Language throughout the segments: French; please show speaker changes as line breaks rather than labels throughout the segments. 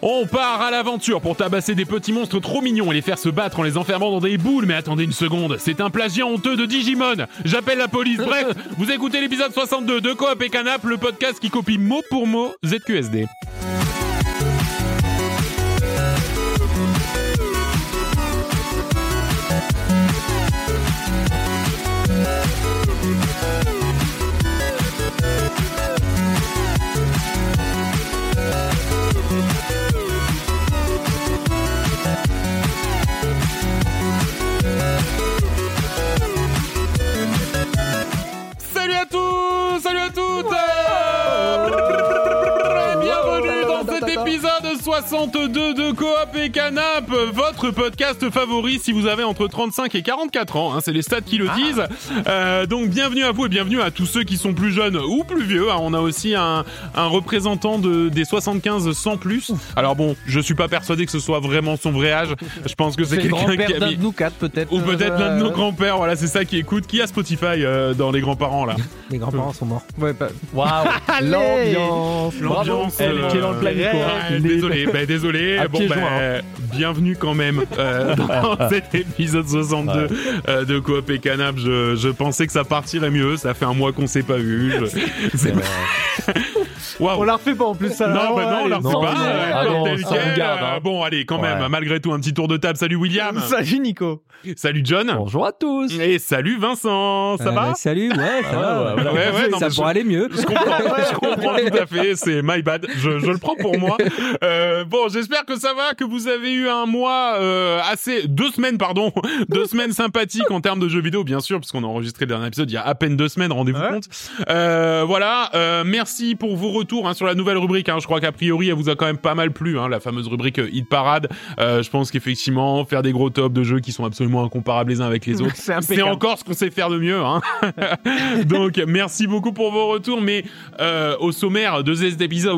On part à l'aventure pour tabasser des petits monstres trop mignons et les faire se battre en les enfermant dans des boules. Mais attendez une seconde, c'est un plagiat honteux de Digimon. J'appelle la police. Bref, vous écoutez l'épisode 62 de Coop et Canap, le podcast qui copie mot pour mot ZQSD. Salut à tous, salut à toutes. Et Bienvenue dans cet épisode 62 de Coop et Canap, votre podcast favori si vous avez entre 35 et 44 ans, hein, c'est les stats qui
Ah.
le disent. Euh, donc bienvenue à vous et bienvenue à tous ceux qui sont plus jeunes ou plus vieux. hein. On a aussi un, un représentant de, des 75 sans plus. Alors bon, je suis pas persuadé que ce soit vraiment son vrai âge. Je pense que c'est
C'est le
quelqu'un qui
grand-père
a
d'un
mis-
de nous quatre, peut-être.
Ou peut-être
Euh,
l'un de nos grands-pères, voilà, c'est ça qui écoute. Qui a Spotify euh, dans les grands-parents là
Les grands-parents sont morts. Ouais, pas...
Waouh L'ambiance
L'ambiance,
Elle
euh,
qui est dans le planning
Ouais,
quoi.
désolé, bah, désolé.
À
bon,
pieds
bah,
joints, hein.
bienvenue quand même euh, dans cet épisode 62 euh, de Coop et Canap. Je, je pensais que ça partirait mieux. Ça fait un mois qu'on s'est pas vu. Je- c'est- Waouh.
On la refait pas en plus ça là.
Non,
Oh,
bah non, on
allez.
la refait
non,
pas.
non,
euh,
ah
comme
non,
tel
ça,
quel,
on garde, hein.
euh, Bon, allez, quand même,
Ouais.
malgré tout, un petit tour de table. Salut William.
Salut Nico
Salut John.
Bonjour à tous
Et salut Vincent. Ça
Euh,
va Ah,
Salut, ouais, ça va.
ouais, ouais, ouais, non,
ça
mais
pourrait aller mieux.
Je comprends, je comprends tout à fait, c'est my bad, je, je le prends pour moi. Euh, bon, j'espère que ça va, que vous avez eu un mois euh, assez, deux semaines pardon, deux semaines sympathiques en termes de jeux vidéo bien sûr, puisqu'on a enregistré le dernier épisode il y a à peine deux semaines, rendez-vous
Ouais.
compte. Euh, voilà, euh, merci pour vos retours hein, sur la nouvelle rubrique, hein. je crois qu'a priori elle vous a quand même pas mal plu, hein, la fameuse rubrique euh, Hit Parade. Euh, je pense qu'effectivement, faire des gros tops de jeux qui sont absolument incomparables les uns avec les autres,
C'est
c'est
impeccable.
encore ce qu'on sait faire de mieux. Hein. Donc, merci beaucoup pour vos retours. Mais euh, au sommaire de cet épisode,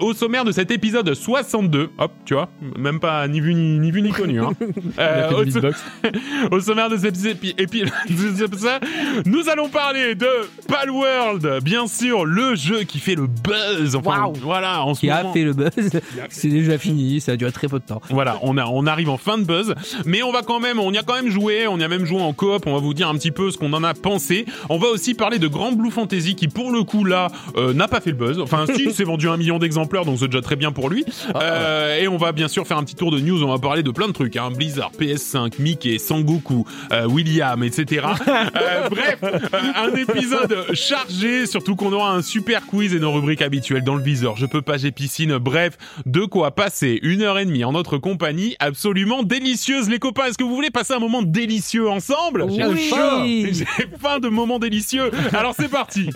au sommaire de cet épisode 62, hop, tu vois, même pas ni vu ni, ni vu ni connu. Hein. Euh, au, so- au sommaire de cet épi- épi- de cet épisode, nous allons parler de Palworld, bien sûr, le jeu qui fait le buzz. Enfin,
Waouh.
voilà, en ce
Qui
moment.
a fait le buzz.
a fait-
C'est déjà fini, ça a duré très peu de temps.
Voilà, on, a, on arrive en fin de buzz, mais on va quand même, on y a quand même joué, on y a même joué en coop, on va vous dire un petit peu ce qu'on en a pensé. On va aussi parler de Grand Blue Fantasy qui, pour le coup, là, euh, n'a pas fait le buzz. Enfin, si, il s'est vendu un million d'exemplaires, donc c'est déjà très bien pour lui. Euh, Et on va bien sûr faire un petit tour de news, on va parler de plein de trucs, hein. Blizzard, PS5, Mickey, Sangoku, euh, William, etc. Euh, bref, euh, un épisode chargé, surtout qu'on aura un super quiz et nos rubriques habituelles dans le viseur. Je peux pas, j'ai piscine. Bref, de quoi passer une heure et demie en notre compagnie absolument délicieuse. Les copains, est-ce que vous voulez passer un moment délicieux ensemble
J'ai
J'ai faim.
faim.
J'ai faim de moments délicieux. Alors c'est parti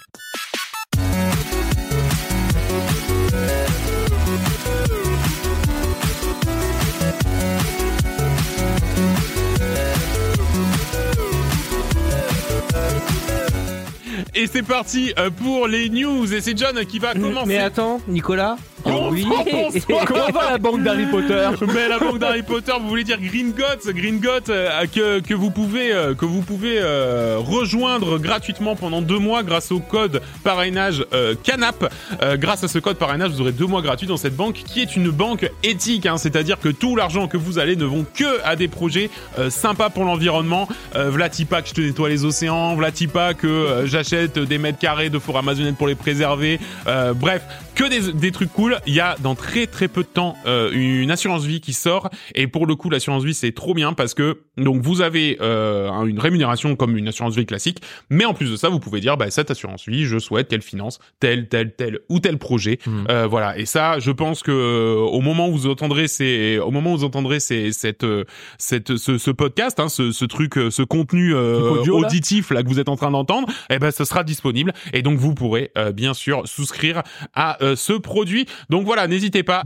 Et c'est parti euh, pour les news. Et c'est John qui va commencer.
Mais attends, Nicolas.
Bonsoir, bonsoir.
Comment va la banque d'Harry Potter
Mais la banque d'Harry Potter, vous voulez dire Gringotts, Gringotts euh, que, que vous pouvez euh, que vous pouvez euh, rejoindre gratuitement pendant deux mois grâce au code parrainage euh, Canap. Euh, grâce à ce code parrainage, vous aurez deux mois gratuits dans cette banque qui est une banque éthique, hein, c'est-à-dire que tout l'argent que vous allez ne vont que à des projets euh, sympas pour l'environnement. Euh, Vlatipa que je te nettoie les océans, Vlatipa que euh, j'achète des mètres carrés de four amazonienne pour les préserver. Euh, bref, que des, des trucs cool. Il y a dans très très peu de temps euh, une assurance vie qui sort et pour le coup l'assurance vie c'est trop bien parce que donc vous avez euh, un- une rémunération comme une assurance vie classique, mais en plus de ça vous pouvez dire bah cette assurance vie je souhaite qu'elle finance tel tel tel ou tel projet.
Mhm.
Euh, voilà et ça je pense que euh, au moment où vous entendrez ces au moment où vous entendrez ces, cette euh, cette ce, ce podcast hein, ce, ce truc euh, ce contenu euh,
Truc audio, là
auditif là que vous êtes en train d'entendre eh ben ce sera disponible et donc vous pourrez euh, bien sûr souscrire à euh, ce produit donc voilà n'hésitez pas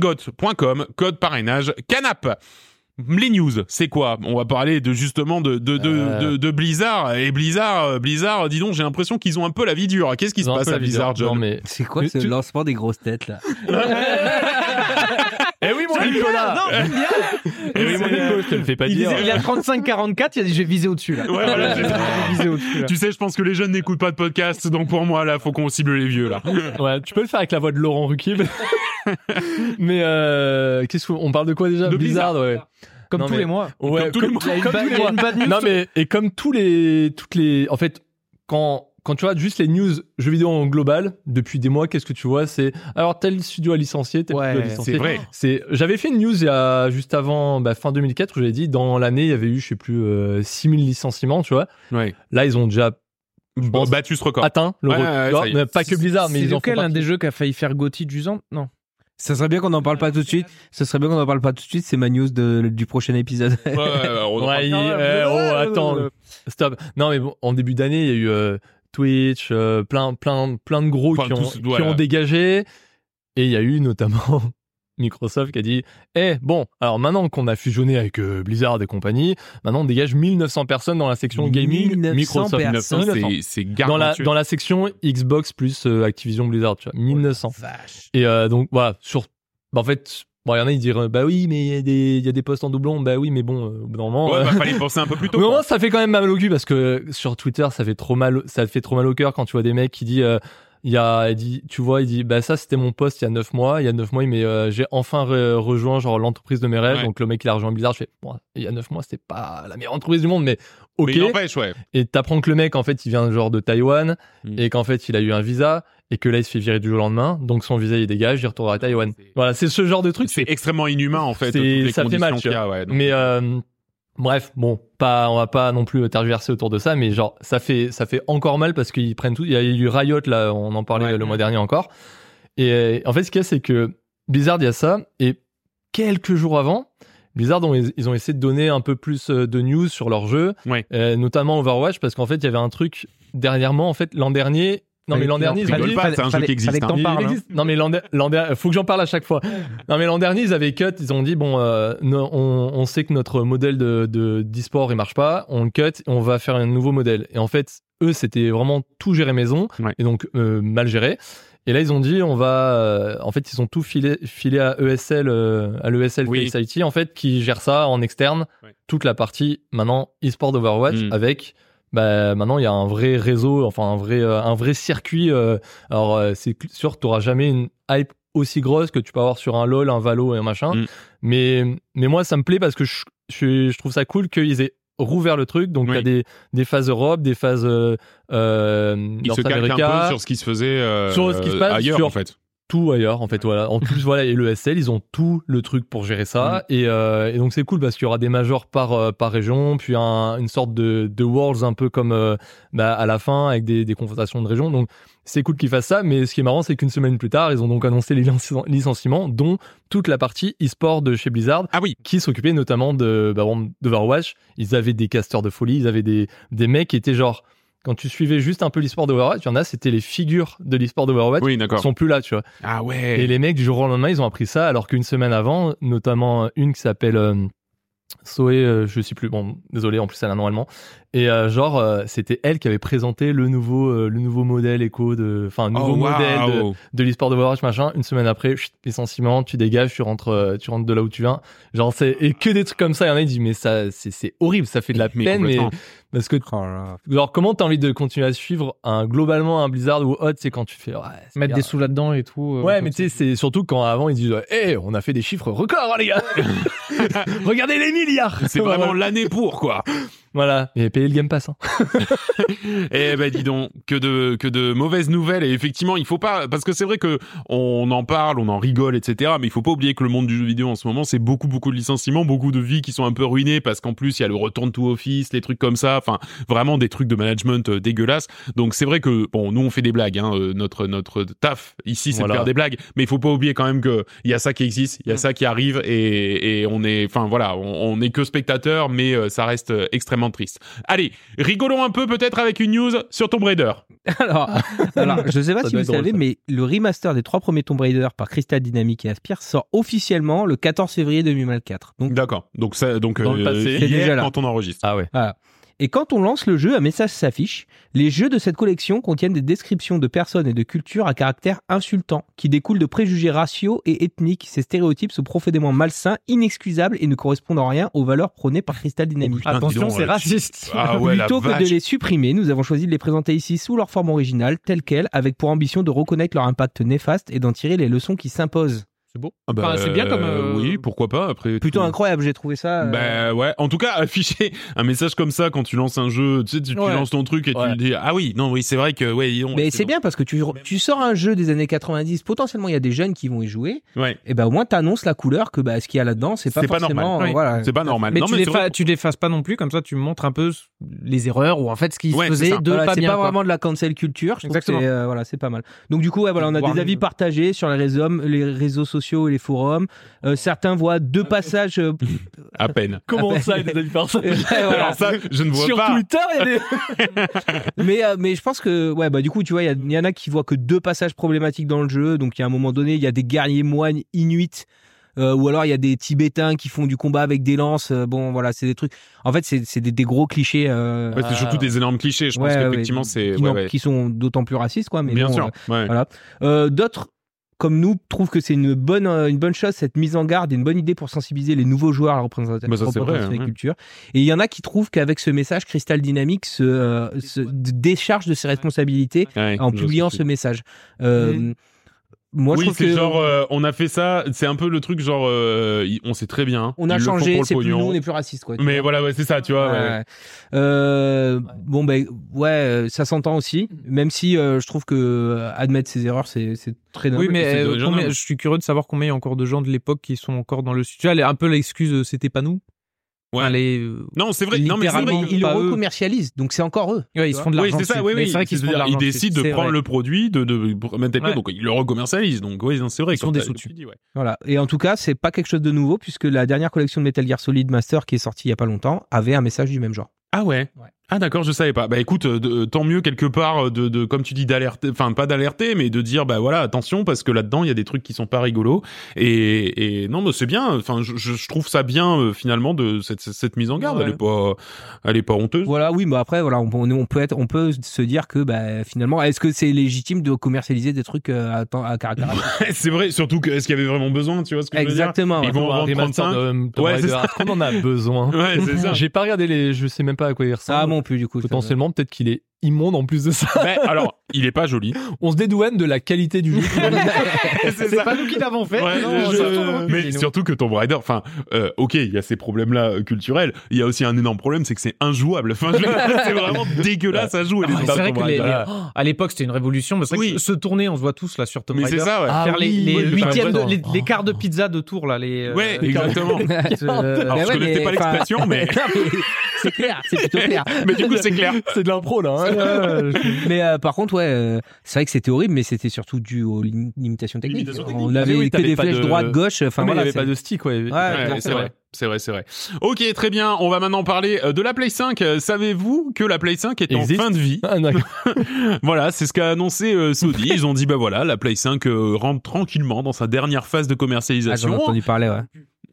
gringot.com code parrainage canap les news, c'est quoi On va parler de justement de de, de,
Euh.
de, de Blizzard et Blizzard, euh, Blizzard. Dis donc, j'ai l'impression qu'ils ont un peu la vie dure. Qu'est-ce qui se
Ils ont un
passe
peu
à
la
Blizzard,
bizarre,
John
Non mais...
C'est quoi
Mais
ce
tu-
lancement des grosses têtes là
Eh oui mon
Nicolas.
Nicolas
Eh oui, mon Nico,
te le fais pas
dire.
Il a 35-44, il a dit je vais viser au-dessus là.
Ouais, voilà,
je vais viser au-dessus là.
Tu sais, je pense que les jeunes n'écoutent pas de podcast, donc pour moi, là, faut qu'on cible les vieux, là.
Ouais, tu peux le faire avec la voix de Laurent Ruquier. mais- mais euh, qu'est-ce qu'on parle de quoi déjà
De
Blizzard,
Blizzard.
ouais.
Comme
Non,
tous
mais-
les mois.
Ouais,
tous les mois.
Il y a une ba- il y a une bad news.
Non mais et comme tous les toutes les en fait quand quand tu regardes juste les news jeux vidéo en global depuis des mois, qu'est-ce que tu vois C'est alors tel studio a licencié, tel
Ouais,
studio a licencié.
C'est vrai.
C'est j'avais fait une news il y a juste avant bah, fin 2004 où j'avais dit dans l'année il y avait eu je sais plus euh, 6000 licenciements, tu vois.
Ouais.
Là ils ont déjà
Bon, bah, battu ce record.
atteint le
Ouais,
record.
ouais,
Tu vois,
ça y est.
mais pas que Blizzard mais
C'est
ils en
lequel
font
un
partie.
des jeux qui a failli faire Gotti du Zand Non.
Ça serait bien qu'on en parle pas tout de suite. Ça serait bien qu'on en parle pas tout de suite. C'est ma news de- du prochain épisode.
Ouais, ouais, ouais, on en
Ouais, il- eh, oh, attends, stop. Non, mais bon, en début d'année, il y a eu euh, Twitch, euh, plein, plein, plein de gros
Enfin,
qui, ont,
tous,
qui
voilà.
ont dégagé. Et il y a eu notamment Microsoft qui a dit Eh, bon, alors maintenant qu'on a fusionné avec euh, Blizzard et compagnie, maintenant on dégage 1900 personnes dans la section gaming
1900
Microsoft.
personnes.
1900,
1900.
c'est, c'est
Dans la,
gargantueux.
dans la section Xbox plus euh, Activision Blizzard, tu vois, 1900.
Vache.
Et euh, donc voilà, sur... bah, en fait, bon, il y en a qui diront Bah oui, mais il y, a des- il y a des postes en doublon, bah oui, mais bon, euh, au bout d'un moment. euh,
Ouais, bah, fallait penser un peu plus tôt.
mais au
quoi.
moins, ça fait quand même mal au cul parce que sur Twitter, ça fait trop mal, ça fait trop mal au cœur quand tu vois des mecs qui disent, euh, il y a, il dit, tu vois, il dit, bah ça c'était mon poste il y a 9 mois, il y a 9 mois, mais euh, j'ai enfin re- rejoint genre l'entreprise de mes rêves.
Ouais.
Donc le mec il a rejoint Blizzard, je fais, bon, il y a 9 mois, c'était pas la meilleure entreprise du monde, mais ok.
Mais il n'empêche, ouais.
Et t'apprends que le mec, en fait, il vient genre de Taïwan
Mm.
et qu'en fait, il a eu un visa et que là, il se fait virer du jour au lendemain. Donc son visa, il dégage, il retourne à Taïwan. Voilà, c'est ce genre de truc.
C'est extrêmement inhumain, en fait.
C'est-
toutes les
ça fait
conditions
mal, tu
qu'il y a, ouais. donc-
Mais euh, bref, bon, pas, on va pas non plus tergiverser autour de ça, mais genre ça fait ça fait encore mal parce qu'ils prennent tout. Il y a eu Riot là, on en parlait
Ouais.
le mois dernier encore. Et euh, en fait, ce qu'il y a, c'est que Blizzard il y a ça et quelques jours avant. Blizzard, ont- ils ont essayé de donner un peu plus euh, de news sur leur jeu,
Ouais.
Euh, notamment Overwatch, parce qu'en fait, il y avait un truc dernièrement, en fait, l'an dernier,
Bah,
non mais l'an dernier, ils ont
rigole
dit-
pas, c'est un jeu qui existe,
Fallait que t'en
il- il
parles. hein.
existe. Non mais l'an der- l'an der- faut que j'en parle à chaque fois. Non mais l'an dernier ils avaient cut, ils ont dit bon, euh, non, on, on sait que notre modèle de de- d'e-sport il marche pas, on le cut, on va faire un nouveau modèle. Et en fait eux c'était vraiment tout géré maison
Ouais.
et donc euh, mal géré. Et là ils ont dit on va, euh, en fait ils ont tout filé filé à ESL, euh, à l'ESL
Oui.
Face IT en fait qui gère ça en externe
Ouais.
toute la partie maintenant e-sport d'Overwatch
Mm.
avec bah, maintenant il y a un vrai réseau, enfin un vrai euh, un vrai circuit. euh, alors, euh, c'est cl- sûr que tu n'auras jamais une hype aussi grosse que tu peux avoir sur un LoL, un Valo et un machin.
Mm.
Mais, mais moi, ça me plaît parce que je, je, je trouve ça cool qu'ils aient rouvert le truc. Donc,
Oui.
tu as des, des phases Europe, des phases euh, euh,
Il se
North
calque un peu
America,
sur ce qui se faisait euh,
Sur ce qui se passe,
ailleurs,
sur-
en fait.
tout ailleurs, en fait. Voilà. En plus, voilà, et le SL, ils ont tout le truc pour gérer ça.
Mm.
Et, euh, et donc, c'est cool parce qu'il y aura des majors par, euh, par région, puis un- une sorte de, de Worlds un peu comme euh, bah, à la fin avec des, des confrontations de région. Donc, c'est cool qu'ils fassent ça, mais ce qui est marrant, c'est qu'une semaine plus tard, ils ont donc annoncé les licen- licenciements, dont toute la partie e-sport de chez Blizzard,
Ah oui.
qui s'occupait notamment de bah, bon, d'Overwatch. Ils avaient des casteurs de folie, ils avaient des, des mecs qui étaient genre, quand tu suivais juste un peu l'e-sport d'Overwatch, il y en a, c'était les figures de l'e-sport d'Overwatch.
Oui,
qui
d'accord.
sont plus là, tu vois.
Ah
Et
ouais.
les mecs, du jour au lendemain, ils ont appris ça, alors qu'une semaine avant, notamment une qui s'appelle euh, Zoé, euh, je sais plus, bon, désolé, en plus elle a un nom allemand. Et euh, genre, euh, c'était elle qui avait présenté le nouveau, euh, le nouveau modèle éco de, enfin, nouveau
Oh,
modèle de,
waouh.
de l'e-sport de Overwatch, machin. Une semaine après, chut, licenciement, tu dégages, tu rentres, euh, tu rentres de là où tu viens. Genre, c'est, et que des trucs comme ça. Il y en a qui disent, mais ça, c'est, c'est horrible, ça fait de la
Mais
peine, mais,
complètement.
parce que,
Oh
genre, comment t'as envie de continuer à suivre un, globalement, un Blizzard ou autre, c'est quand tu fais, ouais, c'est
Mettre
grave.
des sous là-dedans et tout. euh,
Ouais,
comme
mais tu sais, c'est surtout quand avant ils disent Hé, on a fait des chiffres records, hein, les gars Regardez les milliards
C'est vraiment l'année pour, quoi.
Voilà, et payez le Game Pass. hein.
Eh ben dis donc, que de que de mauvaises nouvelles et effectivement il faut pas parce que c'est vrai que on en parle, on en rigole, etc. Mais il faut pas oublier que le monde du jeu vidéo en ce moment c'est beaucoup beaucoup de licenciements, beaucoup de vies qui sont un peu ruinées parce qu'en plus il y a le return to office, les trucs comme ça, enfin vraiment des trucs de management euh, dégueulasses. Donc c'est vrai que bon nous on fait des blagues, hein, euh, notre notre taf ici c'est
Voilà.
de faire des blagues, mais il faut pas oublier quand même que il y a ça qui existe, il y a ça qui arrive et, et on est enfin voilà on n'est que spectateur mais euh, ça reste euh, extrêmement triste. Allez, rigolons un peu peut-être avec une news sur Tomb Raider.
Alors, alors, je sais pas
Ça
si
doit
vous
être drôle,
savez,
ça.
mais le remaster des trois premiers Tomb Raider par Crystal Dynamics et Aspire sort officiellement le 14 février 2024. Donc,
D'accord. Donc ça, donc
Dans le
C'est
passé.
déjà
hier
là.
quand on enregistre.
Ah ouais.
Et quand on lance le jeu, un message s'affiche. Les jeux de cette collection contiennent des descriptions de personnes et de cultures à caractère insultant, qui découlent de préjugés raciaux et ethniques. Ces stéréotypes sont profondément malsains, inexcusables et ne correspondent en rien aux valeurs prônées par Crystal Dynamics.
Putain, dis
Attention,
donc,
c'est
euh,
raciste.
Ah ouais, la
Plutôt que
vache.
de les supprimer, nous avons choisi de les présenter ici sous leur forme originale, telle qu'elle, avec pour ambition de reconnaître leur impact néfaste et d'en tirer les leçons qui s'imposent.
C'est beau.
Ah bah,
Enfin, c'est bien comme, euh,
Oui, pourquoi pas, après.
Plutôt
tout.
incroyable, j'ai trouvé ça. euh,
Bah ouais, en tout cas, afficher un message comme ça quand tu lances un jeu, tu sais, tu, tu
Ouais.
lances ton truc et
Ouais.
tu dis Ah oui, non, oui, c'est vrai que. Ouais, dis donc,
Mais c'est
bon.
bien parce que tu, tu sors un jeu des années 90, potentiellement il y a des jeunes qui vont y jouer,
Ouais,
et ben au moins t'annonces la couleur que bah, ce qu'il y a là-dedans, c'est pas
C'est pas
forcément.
normal.
euh,
Oui.
voilà.
c'est pas normal. Ah,
Mais,
non,
tu,
mais
les
c'est
fa-
vrai.
tu les fasses pas non plus, comme ça tu montres un peu les erreurs ou en fait ce qui
Ouais,
se faisait
c'est ça.
de
Voilà,
pas
c'est
bien.
pas
quoi.
vraiment de la cancel culture. Je trouve que c'est,
Exactement.
euh, voilà, c'est pas mal. Donc du coup, ouais, voilà, on a
Voir
des
mieux.
avis partagés sur les réseaux, les réseaux sociaux et les forums. Euh, certains voient deux passages. euh,
À peine.
Comment ça, il y a des amis parfaits
ouais, voilà.
Alors ça, je ne vois
Sur
pas.
Twitter, il y a des.
mais euh, mais je pense que ouais bah du coup tu vois il y a- il y, en a qui voient que deux passages problématiques dans le jeu donc il y a un moment donné il y a des guerriers moines inuits euh, ou alors il y a des tibétains qui font du combat avec des lances Euh, bon voilà c'est des trucs en fait c'est c'est des, des gros clichés euh,
Ouais, c'est surtout des énormes clichés. Je pense
Ouais, ouais,
qu'effectivement, c'est.
qui,
Ouais,
n'en-
ouais.
qui sont d'autant plus racistes quoi mais
Bien
bon,
sûr.
euh,
ouais.
euh, d'autres comme nous trouvent que c'est une bonne euh, une bonne chose cette mise en garde et une bonne idée pour sensibiliser les nouveaux joueurs à la représentation,
Bah, ça, c'est
représentation
vrai,
des
ouais.
cultures et il y en a qui trouvent qu'avec ce message Crystal Dynamics se, euh, se décharge de ses responsabilités
Ouais,
en
je
publiant
sais.
ce message. Euh, Moi, je
oui,
trouve
c'est
que
genre, euh, on a fait ça, c'est un peu le truc genre, euh, y- on sait très bien.
on a
ils le font
changé,
pour le
c'est plus
pognon.
nous, on est plus raciste, quoi. tu
Mais
vois.
voilà, ouais, c'est ça, tu vois. ouais, ouais.
Ouais. Euh, Bon, ben, ouais, euh, ça s'entend aussi,
Mm.
même si euh, je trouve que euh, admettre ses erreurs, c'est c'est très noble.
Oui, mais
c'est
euh,
de-
combien-
j'en ai-
je suis curieux de savoir combien il y a encore de gens de l'époque qui sont encore dans le studio. Elle est un peu l'excuse, euh, c'était pas nous.
Ouais.
Enfin, les, euh,
Non, c'est vrai. Non, mais c'est vrai.
littéralement,
que-
que
ils le
pas eux.
recommercialisent, donc c'est encore eux.
ouais, ils se font de
Oui,
l'argent.
c'est ça,
dessus.
oui,
Mais
oui.
C'est vrai qu'ils se font de
C'est-à-dire, Ils
l'argent.
décident de
dessus,
prendre
c'est
le produit, de, de, de mettre des pieds,
Ouais.
donc ils le recommercialisent. Donc, oui, non, c'est vrai.
Ils
quand
sont des
t'as-
sous-dessus.
tu dis, ouais.
Voilà. Et en tout cas, c'est pas quelque chose de nouveau puisque la dernière collection de Metal Gear Solid Master qui est sortie il y a pas longtemps avait un message du même genre.
Ah ouais.
Ouais.
Ah d'accord, je savais pas. Bah écoute, euh, de- euh, tant mieux quelque part euh, de, de comme tu dis d'alerter, enfin pas d'alerter, mais de dire bah voilà attention parce que là-dedans il y a des trucs qui sont pas rigolos. Et, et non mais c'est bien. Enfin je, je- je trouve ça bien euh, finalement de cette, cette mise en garde.
Ouais.
Elle est pas, elle est pas honteuse.
Voilà, oui, mais après, voilà, on, on- on peut être, on peut se dire que, bah, finalement, est-ce que c'est légitime de commercialiser des trucs euh, à, temps- à caractère
c'est vrai. Surtout que est-ce qu'il y avait vraiment besoin, tu vois ce que
Exactement.
je veux dire Ils vont
Pour un
en vendre
remaster
35.
de Tomb
Ouais, c'est
Raider.
ça.
Est-ce qu'on en a besoin
Ouais, c'est ça.
J'ai pas regardé les. Je sais même pas à quoi il
Ça,
ressemble.
Ah, mon plus du coup. ça-
Potentiellement, peut-être qu'il est immonde en plus de ça.
Bah, alors, il est pas joli.
On se dédouane de la qualité du jeu.
ça.
nous qui l'avons fait.
Ouais, non,
Je-
je- Mais
Nous.
surtout que Tomb Raider, enfin, euh, ok, il y a ces problèmes-là euh, culturels. Il y a aussi un énorme problème, c'est que c'est injouable. Enfin, je veux dire, c'est vraiment dégueulasse à jouer. les
vrai.
Tomb
Ah, C'est vrai que
Raider.
les- les- oh, à l'époque c'était une révolution, mais c'est vrai
Oui.
que se tourner, on se voit tous là sur Tomb
Mais c'est
Raider.
ça, ouais.
Ah
Faire les,
oui,
les
oui, le
huitièmes, de,
Tomb
les,
Raider.
les quarts de pizza de tour là. Les, euh,
ouais,
les quarts de-
exactement.
Euh,
Alors,
bah
je
ouais,
connaissais
mais,
pas
enfin,
l'expression, mais,
non, mais c'est clair, c'est plutôt clair.
mais du coup, c'est clair.
C'est de l'impro là. hein.
Mais euh, par contre, ouais, euh, c'est vrai que c'était horrible, mais c'était surtout dû aux lim- limitations techniques.
Limitations
On
techniques.
avait
Ah, Mais oui,
que
t'avais
des
pas
flèches
de-
droite, gauche. Enfin
Mais il n'y
voilà.
avait
c'est-
pas de stick, ouais. Ah,
Ouais,
Ouais,
ouais,
c'est vrai. C'est vrai, c'est vrai. Ok, très bien. On va maintenant parler euh, de la Play 5. Euh, Savez-vous que la Play 5 est
Existe.
en fin de vie
Ah, d'accord.
Voilà, c'est ce qu'a annoncé euh, Sony. Ils ont dit bah voilà, la Play 5 euh, rentre tranquillement dans sa dernière phase de
Ah, J'en ai
commercialisation.
entendu parler, ouais.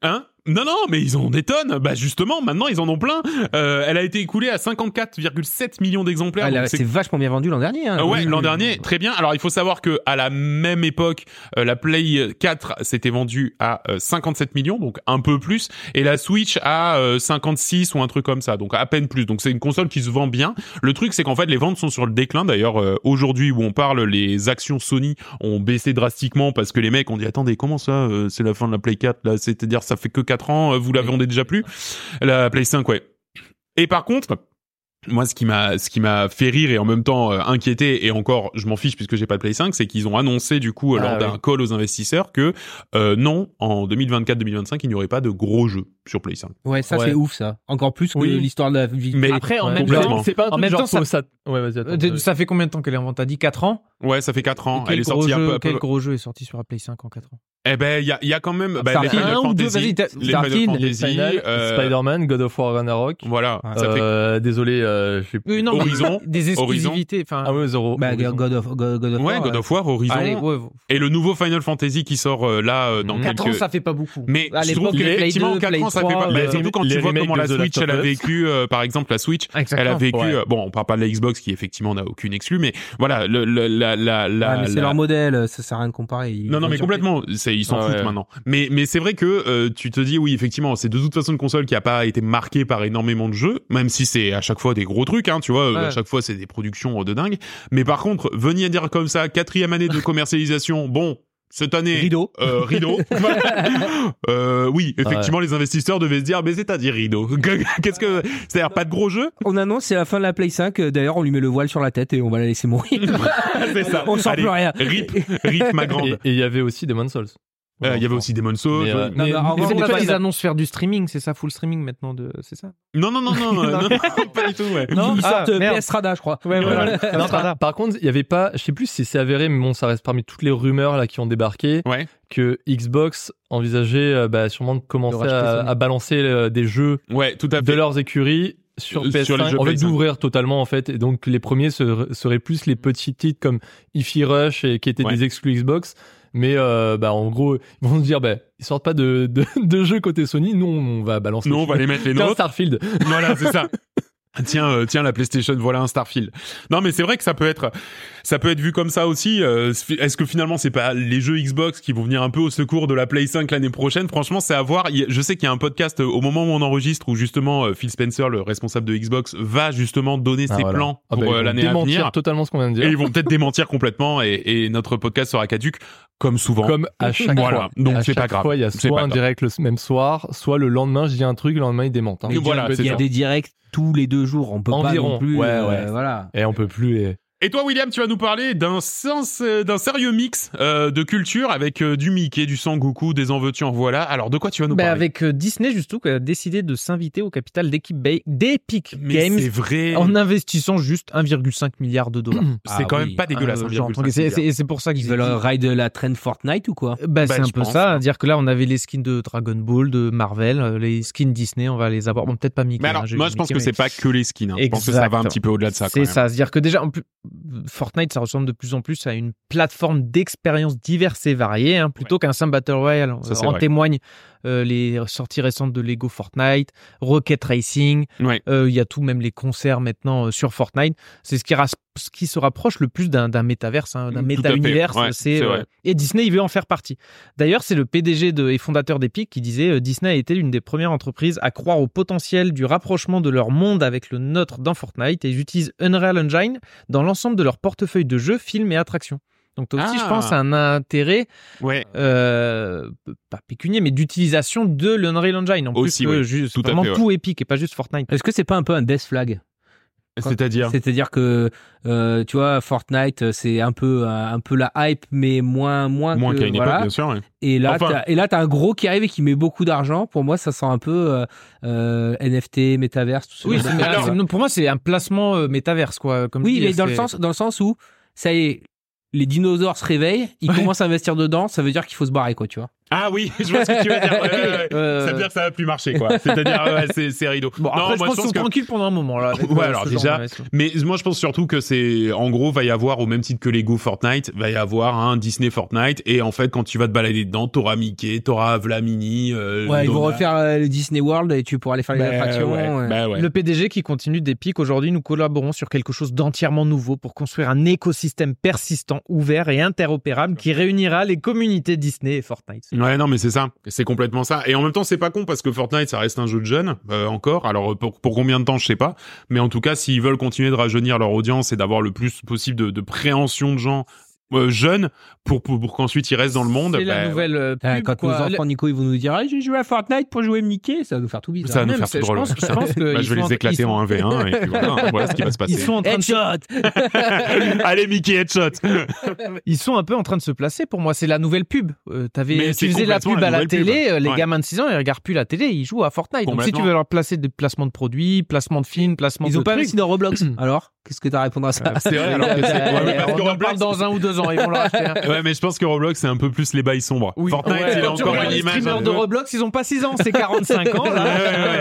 Hein non, non, mais ils en ont des tonnes. Bah justement, maintenant ils en ont plein. Euh, elle a été écoulée à 54,7 millions d'exemplaires.
Ah, là,
donc c'est-
c'est vachement bien vendu l'an dernier. hein.
Ah ouais,
Oui,
l'an
oui.
dernier, très bien. Alors il faut savoir que à la même époque, euh, la Play 4 s'était vendue à euh, 57 millions, donc un peu plus, et la Switch à euh, 56 ou un truc comme ça, donc à peine plus. Donc c'est une console qui se vend bien. Le truc c'est qu'en fait les ventes sont sur le déclin. D'ailleurs euh, aujourd'hui où on parle, les actions Sony ont baissé drastiquement parce que les mecs ont dit attendez comment ça, euh, c'est la fin de la Play 4 là, c'est-à-dire ça fait que 4 ans, euh, vous la vendez déjà plus. La Play 5 ouais. Et par contre, moi, ce qui m'a, ce qui m'a fait rire et en même temps euh, inquiété et encore, je m'en fiche puisque j'ai pas de Play 5, c'est qu'ils ont annoncé du coup euh, lors
Ah,
d'un
oui.
call aux investisseurs que euh, non, en 2024-2025, il n'y aurait pas de gros jeux sur Play 5.
Ouais, ça
Ouais.
c'est ouf, ça. Encore plus que
Oui.
l'histoire de la vie.
Mais
Après, en
Ouais,
même
genre,
complètement.
temps,
C'est pas un
En
truc
même
genre
temps, ça-
faut ça. Ouais, vas-y, attends.
de- Euh, ça fait combien de temps qu'elle est en vente T'as dit 4 ans
ouais, ça fait 4 ans,
Quel
elle est
gros
sortie un
jeu-
peu. à peu-
Quel gros jeu est sorti sur la Play 5 en 4 ans
Eh ben, il y a, il y a quand même bah, les
Starfield,
Final
un ou deux, vas-y,
Fantasy,
t'as-
les Final
Starfield,
Les
Fantasy,
Final,
euh,
Spider-Man, God of War Ragnarok.
Voilà,
Ouais.
ça fait
Euh, désolé, euh, je sais plus.
Oui, non, mais
Horizon,
des exclusivités. Enfin,
Ah oui, Zoro.
Bah,
Horizon.
God of, God, God of
Ouais,
War,
God of War, Horizon,
allez, Mmh. ouais, ouais.
et le nouveau Final Fantasy qui sort euh, là euh, dans
4
quelques...
ans, ça fait pas beaucoup.
Mais
à
je trouve
l'époque, Play
qu'effectivement,
2,
4
Play
ans, ça fait pas...
3,
mais
euh,
surtout quand
les
tu vois
remakes
comment la
de The Last
Switch, elle a
of Us.
vécu, euh, par exemple, la Switch, elle a vécu...
Ouais.
euh, bon, on parle pas de la Xbox qui, effectivement, n'a aucune exclue, mais voilà, le, le- la... la,
Ouais, Ah,
la
mais c'est
la-
leur modèle, ça sert à rien de comparer. Ils
Non, non,
vont
mais
dire-
complètement. C'est, ils s'en
Ah
foutent
ouais.
maintenant. Mais, mais c'est vrai que euh, tu te dis, oui, effectivement, c'est de toute façon une console qui a pas été marquée par énormément de jeux, même si c'est à chaque fois des gros trucs, hein, tu vois, euh,
Ouais.
à chaque fois c'est des productions euh, de dingue. Mais par contre, venir dire comme ça, quatrième année de commercialisation, bon, cette année.
Rideau.
euh, rideau. Euh, oui, effectivement, les investisseurs devaient se dire, mais c'est-à-dire rideau. Qu'est-ce que, c'est-à-dire pas de gros jeux
On annonce, c'est la fin de la Play 5. euh, D'ailleurs, on lui met le voile sur la tête et on va la laisser mourir.
C'est ça.
on sent
Allez,
plus rien.
Rip, rip ma
Et-
grande.
Et il y avait aussi Demon's Souls.
Euh, Il y avait aussi Demon's Souls.
Mais, euh,
Non, mais en
Mais
revanche,
c'est
on
pour
a
ça
pas-
qu'ils annoncent faire du streaming, c'est ça, full streaming maintenant, de... c'est ça
Non, non, non, non, euh, non, non, pas du tout, ouais.
Non,
ils
ah,
sortent euh,
merde.
PS Rada, je crois.
Ouais,
voilà.
Non, par, par contre, il y avait pas, je sais plus si c'est avéré, mais bon, ça reste parmi toutes les rumeurs là qui ont débarqué
Ouais.
que Xbox envisageait euh, bah, sûrement de
De
commencer
racheter
à,
Sony.
à balancer euh, des jeux
Ouais, tout à fait.
de leurs écuries sur
Euh,
PS5,
sur les jeux
en fait
PS5.
d'ouvrir totalement en fait, et donc les premiers ser- seraient plus les petits titres comme Ify Rush et qui étaient
Ouais.
des exclus Xbox. Mais euh, bah, en gros, ils vont se dire, bah, ils sortent pas de, de, de jeux côté Sony, nous on va balancer.
Nous, on va les mettre les
Tiens,
nôtres.
Starfield. Ah,
voilà, c'est ça. Tiens, euh, tiens, la PlayStation, voilà un Starfield. Non, mais c'est vrai que ça peut être, ça peut être vu comme ça aussi. euh, Est-ce que finalement, c'est pas les jeux Xbox qui vont venir un peu au secours de la Play 5 l'année prochaine Franchement, c'est à voir. Il y a- Je sais qu'il y a un podcast euh, au moment où on enregistre où justement euh, Phil Spencer, le responsable de Xbox, va justement donner
Ah,
ses
voilà.
plans
Ah,
pour
bah, ils
euh,
vont
l'année à
démentir
venir.
totalement ce qu'on vient de dire.
Et ils vont peut-être démentir complètement et, et notre podcast sera caduque, comme souvent.
Comme à chaque
Voilà.
fois.
Donc,
À
c'est pas
chaque
grave.
fois, il y a
C'est
soit
pas
un
grave.
direct le même soir, soit le lendemain, je dis un truc, le lendemain, il démente. hein.
Mais voilà,
Il y a des directs tous les deux jours. On peut
Environ.
pas non plus.
Ouais,
euh,
ouais.
voilà.
Et on peut plus. Et...
Et toi, William, tu vas nous parler d'un sens, euh, d'un sérieux mix euh, de culture avec euh, du Mickey, du Sangoku, des en veux-tu, en voilà. Alors, de quoi tu vas nous
Bah,
parler
avec euh, Disney, justement, qui a décidé de s'inviter au capital d'équipe Bay- d'Epic
Mais
Games
c'est vrai,
en investissant juste 1,5 milliard de dollars.
c'est quand
Ah
même
oui.
pas dégueulasse.
Euh,
1,5
genre,
milliard.
c'est- c'est- et c'est pour ça qu'ils
Ils veulent euh, ride la traîne Fortnite ou quoi
Bah, c'est
je
un peu
pense,
ça,
hein.
à dire que là on avait les skins de Dragon Ball, de Marvel, euh, les skins Disney, on va les avoir. Bon, peut-être pas Mickey.
mais alors,
hein, j'ai
moi,
vu
je pense
Mickey,
que
mais-
c'est pas que les skins. hein. Je pense que ça va un
Exact.
petit peu au-delà de ça. quand
C'est
même.
ça, c'est-à-dire que déjà, en plus, Fortnite, ça ressemble de plus en plus à une plateforme d'expériences diverses et variées, hein, plutôt qu'un simple Battle Royale.
Ça, c'est
en
vrai.
témoignent euh, les sorties récentes de Lego Fortnite, Rocket Racing,
Ouais.
euh, il y a tout, même les concerts maintenant euh, sur Fortnite. C'est ce qui, ras- ce qui se rapproche le plus d'un d'un métaverse, hein, d'un
Mm, Tout à fait,
méta-univers.
ouais,
c'est,
c'est
euh,
vrai.
et Disney, il veut en faire partie. D'ailleurs, c'est le PDG de, et fondateur d'Epic qui disait euh, Disney a été l'une des premières entreprises à croire au potentiel du rapprochement de leur monde avec le nôtre dans Fortnite et ils utilisent Unreal Engine dans l'ensemble de leur portefeuille de jeux, films et attractions. Donc, toi aussi,
Ah.
je pense à un intérêt
Ouais.
euh, pas pécunier, mais d'utilisation de l'Unreal Engine. En
Aussi,
plus, que
oui.
juste,
Tout à
vraiment
fait, ouais.
tout Epic et pas juste Fortnite.
Est-ce que c'est pas un peu un death flag
C'est-à-dire.
C'est-à-dire que euh, tu vois Fortnite, euh, c'est un peu euh, un peu la hype, mais moins moins,
Moins
que,
qu'à une époque,
voilà.
bien sûr. ouais.
Et là,
Enfin-
t'as- et là, t'as un gros qui arrive et qui met beaucoup d'argent. Pour moi, ça sent un peu euh, euh, NFT, métaverse, tout ça.
Oui, c'est- mais
alors-
c'est- non, pour moi, c'est un placement euh, métaverse, quoi. Comme
oui,
je dis,
mais dans le
c'est-
sens, dans le sens où ça y est, les dinosaures se réveillent, ils
Ouais.
commencent à investir dedans. Ça veut dire qu'il faut se barrer, quoi, tu vois.
Ah oui, je vois ce que tu veux dire. Ouais, ouais, ouais.
Euh,
Ça veut dire que ça va plus marcher, quoi. C'est-à-dire, ouais, c'est- c'est rideau.
Bon, après,
Non,
je
moi,
pense qu'ils sont
que-
tranquilles pendant un moment, là. avec,
Ouais,
euh,
alors,
ce genre
déjà,
d'investissement.
Mais moi, je pense surtout que c'est, en gros, va y avoir au même titre que Lego Fortnite, va y avoir un Disney Fortnite, et en fait, quand tu vas te balader dedans, t'auras Mickey, t'auras Vlamini. Euh,
Ouais, ils vont
Donald.
refaire euh, le Disney World et tu pourras aller faire les
Bah,
attractions. euh.
ouais,
ouais.
bah ouais.
Le PDG qui continue d'Epic, aujourd'hui nous collaborons sur quelque chose d'entièrement nouveau pour construire un écosystème persistant, ouvert et interopérable qui réunira les communautés Disney et Fortnite.
Ouais, non, mais c'est ça. C'est complètement ça. Et en même temps, c'est pas con parce que Fortnite, ça reste un jeu de jeunes, euh, encore. Alors, euh, pour, pour combien de temps, je sais pas. Mais en tout cas, s'ils veulent continuer de rajeunir leur audience et d'avoir le plus possible de, de préhension de gens euh, jeunes pour, pour, pour qu'ensuite ils restent dans le monde,
C'est la
bah,
nouvelle euh, pub,
Ah, quand
quoi.
nos enfants, Nico, ils vont nous dire Ah, J'ai joué à Fortnite pour jouer Mickey », ça va nous faire tout bizarre.
Ça va nous
Même,
faire
c'est-
tout drôle.
Je pense, je pense que
bah,
ils
je vais
sont
les
ils
éclater
sont-
en 1v1 et puis voilà, voilà ce qui va se passer.
Ils sont, en train de,
Headshot
Allez, Mickey Headshot
ils sont un peu en train de se placer pour moi. C'est la nouvelle pub. Euh,
Mais
avais,
c'est
tu faisais la
complètement
pub
la
à la
nouvelle pub.
télé. euh, Les
Ouais.
gamins de 6 ans, ils regardent plus la télé, ils jouent à Fortnite. Donc si tu
Complètement.
veux leur placer des placements de produits, placements de films, placements
Ils
de
ont pas
trucs,
investi dans Roblox. Alors, qu'est-ce que t'as à répondre à ça
C'est vrai, alors que c'est...
Euh,
ouais, mais parce que
on en
Roblox-
parle dans un ou deux deux ans, ils vont le racheter. hein.
Ouais, mais je pense que Roblox, c'est un peu plus les bails sombres.
Oui.
Fortnite,
Ouais,
il a
quand tu
encore
regardes
une
les
image. un
streamers de
peu-
Roblox, ils ont pas 6 ans, c'est 45 ans.
Ouais, ouais,
là.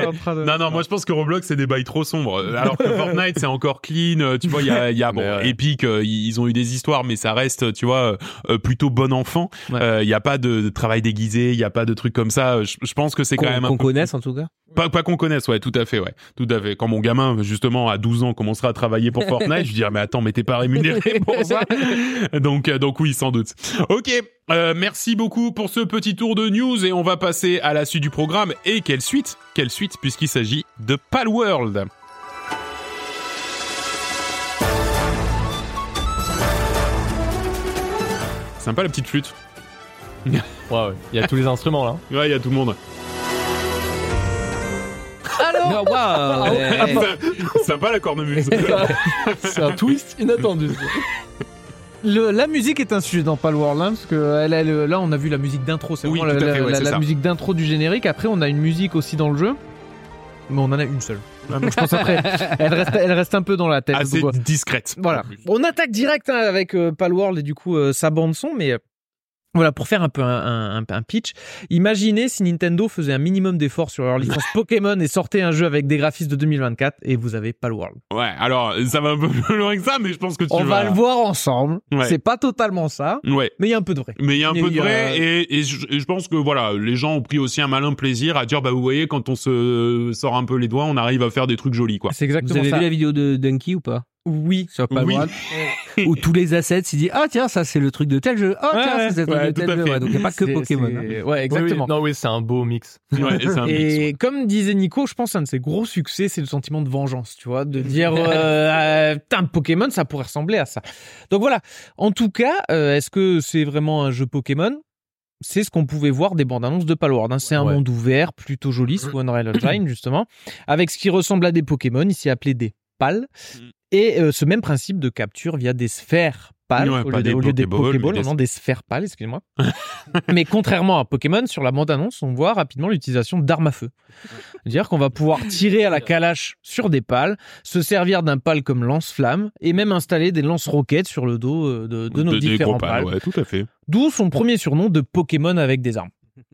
ouais.
En train de-
Non, non, moi je pense que Roblox c'est des bails trop sombres. Alors que Fortnite c'est encore clean, euh, tu vois, il y a, il y a bon,
Mais ouais.
Epic, euh, ils ils ont eu des histoires, mais ça reste, tu vois, euh, euh, plutôt bon enfant. Euh, Il
Ouais.
y a pas de, de travail déguisé, il y a pas de trucs comme ça. Je, je pense que c'est quand
Qu'on
même un
qu'on
peu-
connaisse en tout cas.
pas, pas qu'on connaisse, ouais, tout à fait, ouais, tout à fait. Quand mon gamin justement à 12 ans commencera à travailler pour Fortnite, je dirais mais attends, mais t'es pas rémunéré pour ça. Donc, euh, donc oui, sans doute. Ok, euh, merci beaucoup pour ce petit tour de news et on va passer à la suite du programme. Et quelle suite Quelle suite puisqu'il s'agit de Palworld. Sympa la petite flûte.
Ouais, ouais. Il y a tous les instruments là.
Ouais, il y a tout le monde.
Alors
Non, waouh, Ah, ouais.
Sympa la cornemuse.
C'est un twist inattendu.
Le- la musique est un sujet dans Palworld, hein, parce que elle, elle- là on a vu la musique d'intro, c'est
Oui,
vraiment la,
tout à
la-
fait, ouais,
la-
c'est
la
ça.
musique d'intro du générique. Après on a une musique aussi dans le jeu, mais on en a une seule.
Ah,
Donc, je pense après, elle reste, elle reste un peu dans la tête.
Assez
donc,
discrète.
Voilà. On attaque direct hein, avec euh, Palworld et du coup euh, sa bande son, mais euh, voilà, pour faire un peu un, un- un pitch, imaginez si Nintendo faisait un minimum d'efforts sur leur licence Pokémon et sortait un jeu avec des graphismes de 2024 et vous avez Palworld.
Ouais, alors ça va un peu plus loin que ça, mais je pense que tu
On va
vas.
le voir ensemble.
Ouais.
C'est pas totalement ça,
Ouais.
mais il y a un peu de vrai.
Mais il y a un
Et
peu de
il y a-
vrai, et, et je, et je pense que voilà, les gens ont pris aussi un malin plaisir à dire bah vous voyez quand on se sort un peu les doigts, on arrive à faire des trucs jolis quoi.
C'est
Vous
exactement
avez
ça.
vu la vidéo de Donkey ou pas
Oui.
Sur
Oui.
Palworld Où tous les assets, ils disent Ah tiens, ça c'est le truc de tel jeu. Ah
Ouais,
tiens,
ouais.
ça c'est le truc
Ouais,
de
tout à
tel jeu.
fait.
Ouais, donc il n'y a pas que
C'est-
Pokémon. hein.
c'est- Ouais, exactement.
Non, oui, c'est un beau mix.
Ouais, c'est un mix, ouais.
Et comme disait Nico, je pense que un de ses gros succès, c'est le sentiment de vengeance, tu vois, de dire euh, euh, putain Pokémon, ça pourrait ressembler à ça. Donc voilà. En tout cas, euh, est-ce que c'est vraiment un jeu Pokémon C'est ce qu'on pouvait voir des bandes annonces de Palworld. hein. C'est un
Ouais.
monde ouvert, plutôt
Mm.
joli sous Unreal Engine justement, avec ce qui ressemble à des Pokémon, ici appelés des pales,
Mm.
et euh, ce même principe de capture via des sphères pâles
Ouais,
au,
pas
lieu
des
des, au lieu des
Pokéballs, mais
Pokéballs,
des-
non, des sphères pâles, excuse-moi. Mais contrairement à Pokémon, sur la bande-annonce, on voit rapidement l'utilisation d'armes à feu. C'est-à-dire qu'on va pouvoir tirer à la calache sur des pales, se servir d'un pal comme lance-flamme et même installer des lance-roquettes sur le dos euh, de, de nos
des
différents
gros pales,
pales.
ouais, tout à fait.
D'où son premier surnom de Pokémon avec des armes.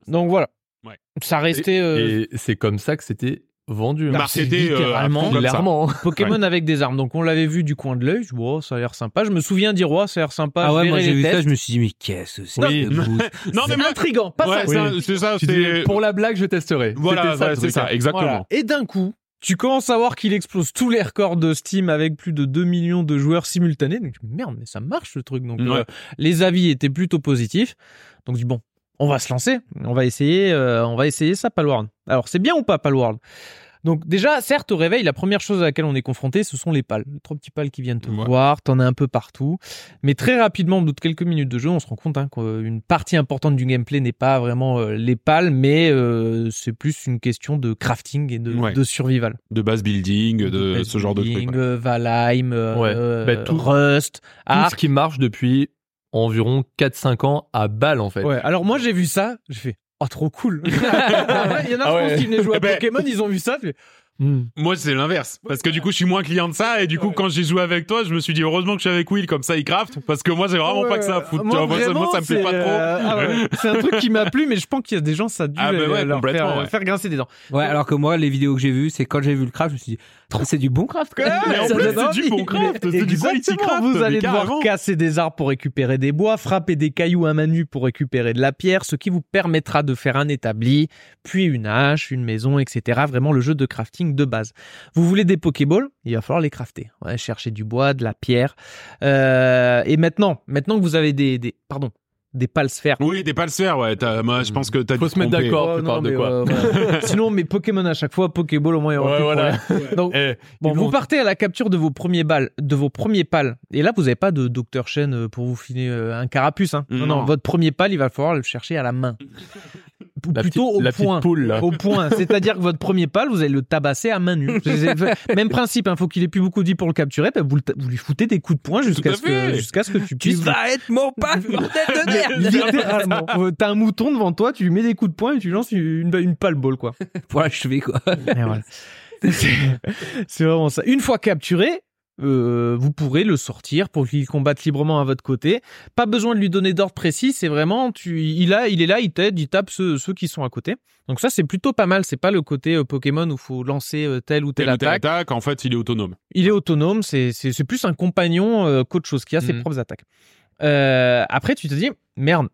Donc voilà.
Ouais.
Ça restait euh,
Et c'est comme ça que c'était vendu. hein.
Bah,
Marketé euh, à
littéralement
fond comme ça.
Clairement. hein.
Pokémon avec des armes. Donc on l'avait vu du coin de l'œil. Je dis, Oh, ça a l'air sympa. Je me souviens dire, oh, ça a l'air sympa.
Ah ouais,
je
moi
verrai
j'ai
les
vu ça,
tests.
je me suis dit, mais qu'est-ce que c'est
Oui.
que ce boost
Non mais
C'est
moi,
intriguant, pas
ouais,
ça.
ça, c'est ça,
Tu dis,
c'est
pour la blague, je testerai.
voilà,
C'était
voilà,
le
c'est
truc,
ça,
hein.
exactement.
Voilà. Et d'un coup, tu commences à voir qu'il explose tous les records de Steam avec plus de 2 millions de joueurs simultanés. Donc, merde, mais ça marche ce truc. Donc,
Ouais.
euh, les avis étaient plutôt positifs. Donc, je dis, bon, on va se lancer. On va essayer, euh, on va essayer ça, Palworld. Alors, c'est bien ou pas, Palworld donc déjà, certes, au réveil, la première chose à laquelle on est confronté, ce sont les pales. Les trois petits pales qui viennent te
Ouais.
voir, t'en as un peu partout. Mais très rapidement, au bout de quelques minutes de jeu, on se rend compte hein, qu'une partie importante du gameplay n'est pas vraiment euh, les pales, mais euh, c'est plus une question de crafting et de,
Ouais.
de survival.
De base building, de,
Base
ce genre de trucs.
building,
ouais.
euh, Valheim, euh,
Ouais.
euh,
Bah, tout-
Rust,
Tout ce
Ark.
qui marche depuis environ 4-5 ans à balle en fait.
Ouais. Alors moi, j'ai vu ça, j'ai fait « Oh, trop cool !» Il y en a, je
Ah ouais.
pense, qui venaient jouer à
Eh ben-
Pokémon, ils ont vu ça, puis-
Hmm.
Moi, c'est l'inverse. Parce que du coup, je suis moins client de ça. Et du coup, quand j'ai joué avec toi, je me suis dit, heureusement que je suis avec Will, comme ça, il craft. Parce que moi, j'ai Ah, vraiment pas que ça à foutre.
Ah Ouais,
Tu vois, moi, ça-
vraiment,
moi, ça me plaît
c'est,
pas trop.
euh, ah ouais. C'est un truc qui m'a plu, mais je pense qu'il y a des gens, ça a dû
Ah bah
euh,
ouais,
leur
complètement,
faire,
ouais.
faire grincer des dents.
Ouais, alors que moi, les vidéos que j'ai vues, c'est quand j'ai vu le craft, je me suis dit, Putain, c'est du bon craft. quand même.
Eh,
Mais en
Ça
plus,
donne
c'est du
envie.
bon craft. C'est du quality
Exactement,
craft.
vous
mais
allez devoir
carrément.
casser des arbres pour récupérer des bois, frapper des cailloux à main nue pour récupérer de la pierre, ce qui vous permettra de faire un établi, puis une hache, une maison, etc. Vraiment le jeu de crafting de base. Vous voulez des Pokéballs Il va falloir les crafter. Ouais, chercher du bois, de la pierre. Euh, et maintenant, maintenant que vous avez des, des pardon, des pales sphères.
Oui, t'es pas le sphère, ouais. T'as- moi, je pense que t'as
Faut
dû
se mettre
tromper.
d'accord. tu parles de
mais, euh,
quoi
voilà. Sinon, mes Pokémon à chaque fois, Pokéball au moins, il y aura
Ouais,
plus de
voilà.
problème. Donc,
Eh,
Bon,
Ils
vous
l'ont-
partez à la capture de vos premiers balles, de vos premiers pales. Et là, vous n'avez pas de Dr Shen euh, pour vous filer euh, un carapuce. hein. Non,
Non.
non, votre premier pal, il va falloir le chercher à la main. Ou
la
plutôt
petite,
au
la petite
point.
poule là.
Au point, c'est-à-dire que votre premier pal, vous allez le tabasser à main nue. C'est- c'est- Même principe, il faut qu'il ait plus beaucoup de vie pour le capturer, ben, vous, le ta- vous lui foutez des coups de poing jusqu'à
Tout à
ce, que-
fait.
jusqu'à ce que tu
Tu
puisses...
vas être mon pape, bordel de merde
Littéralement. Euh, T'as un mouton devant toi, tu lui mets des coups de poing et tu lui lances une, une pale ball, quoi.
Pour l'achever, quoi.
Et voilà. C'est- C'est vraiment ça. Une fois capturé, euh, vous pourrez le sortir pour qu'il combatte librement à votre côté. Pas besoin de lui donner d'ordre précis, c'est vraiment, tu, il, a, il est là, il t'aide, il tape ceux, ceux qui sont à côté. Donc ça, c'est plutôt pas mal. C'est pas le côté euh, Pokémon où faut lancer euh, telle ou telle,
Telle ou telle
attaque.
attaque, en fait, il est autonome.
Il est autonome, c'est c'est- c'est plus un compagnon euh, qu'autre chose, qui a ses
Mm.
Mhm.
propres attaques. Euh, après, tu te dis, merde,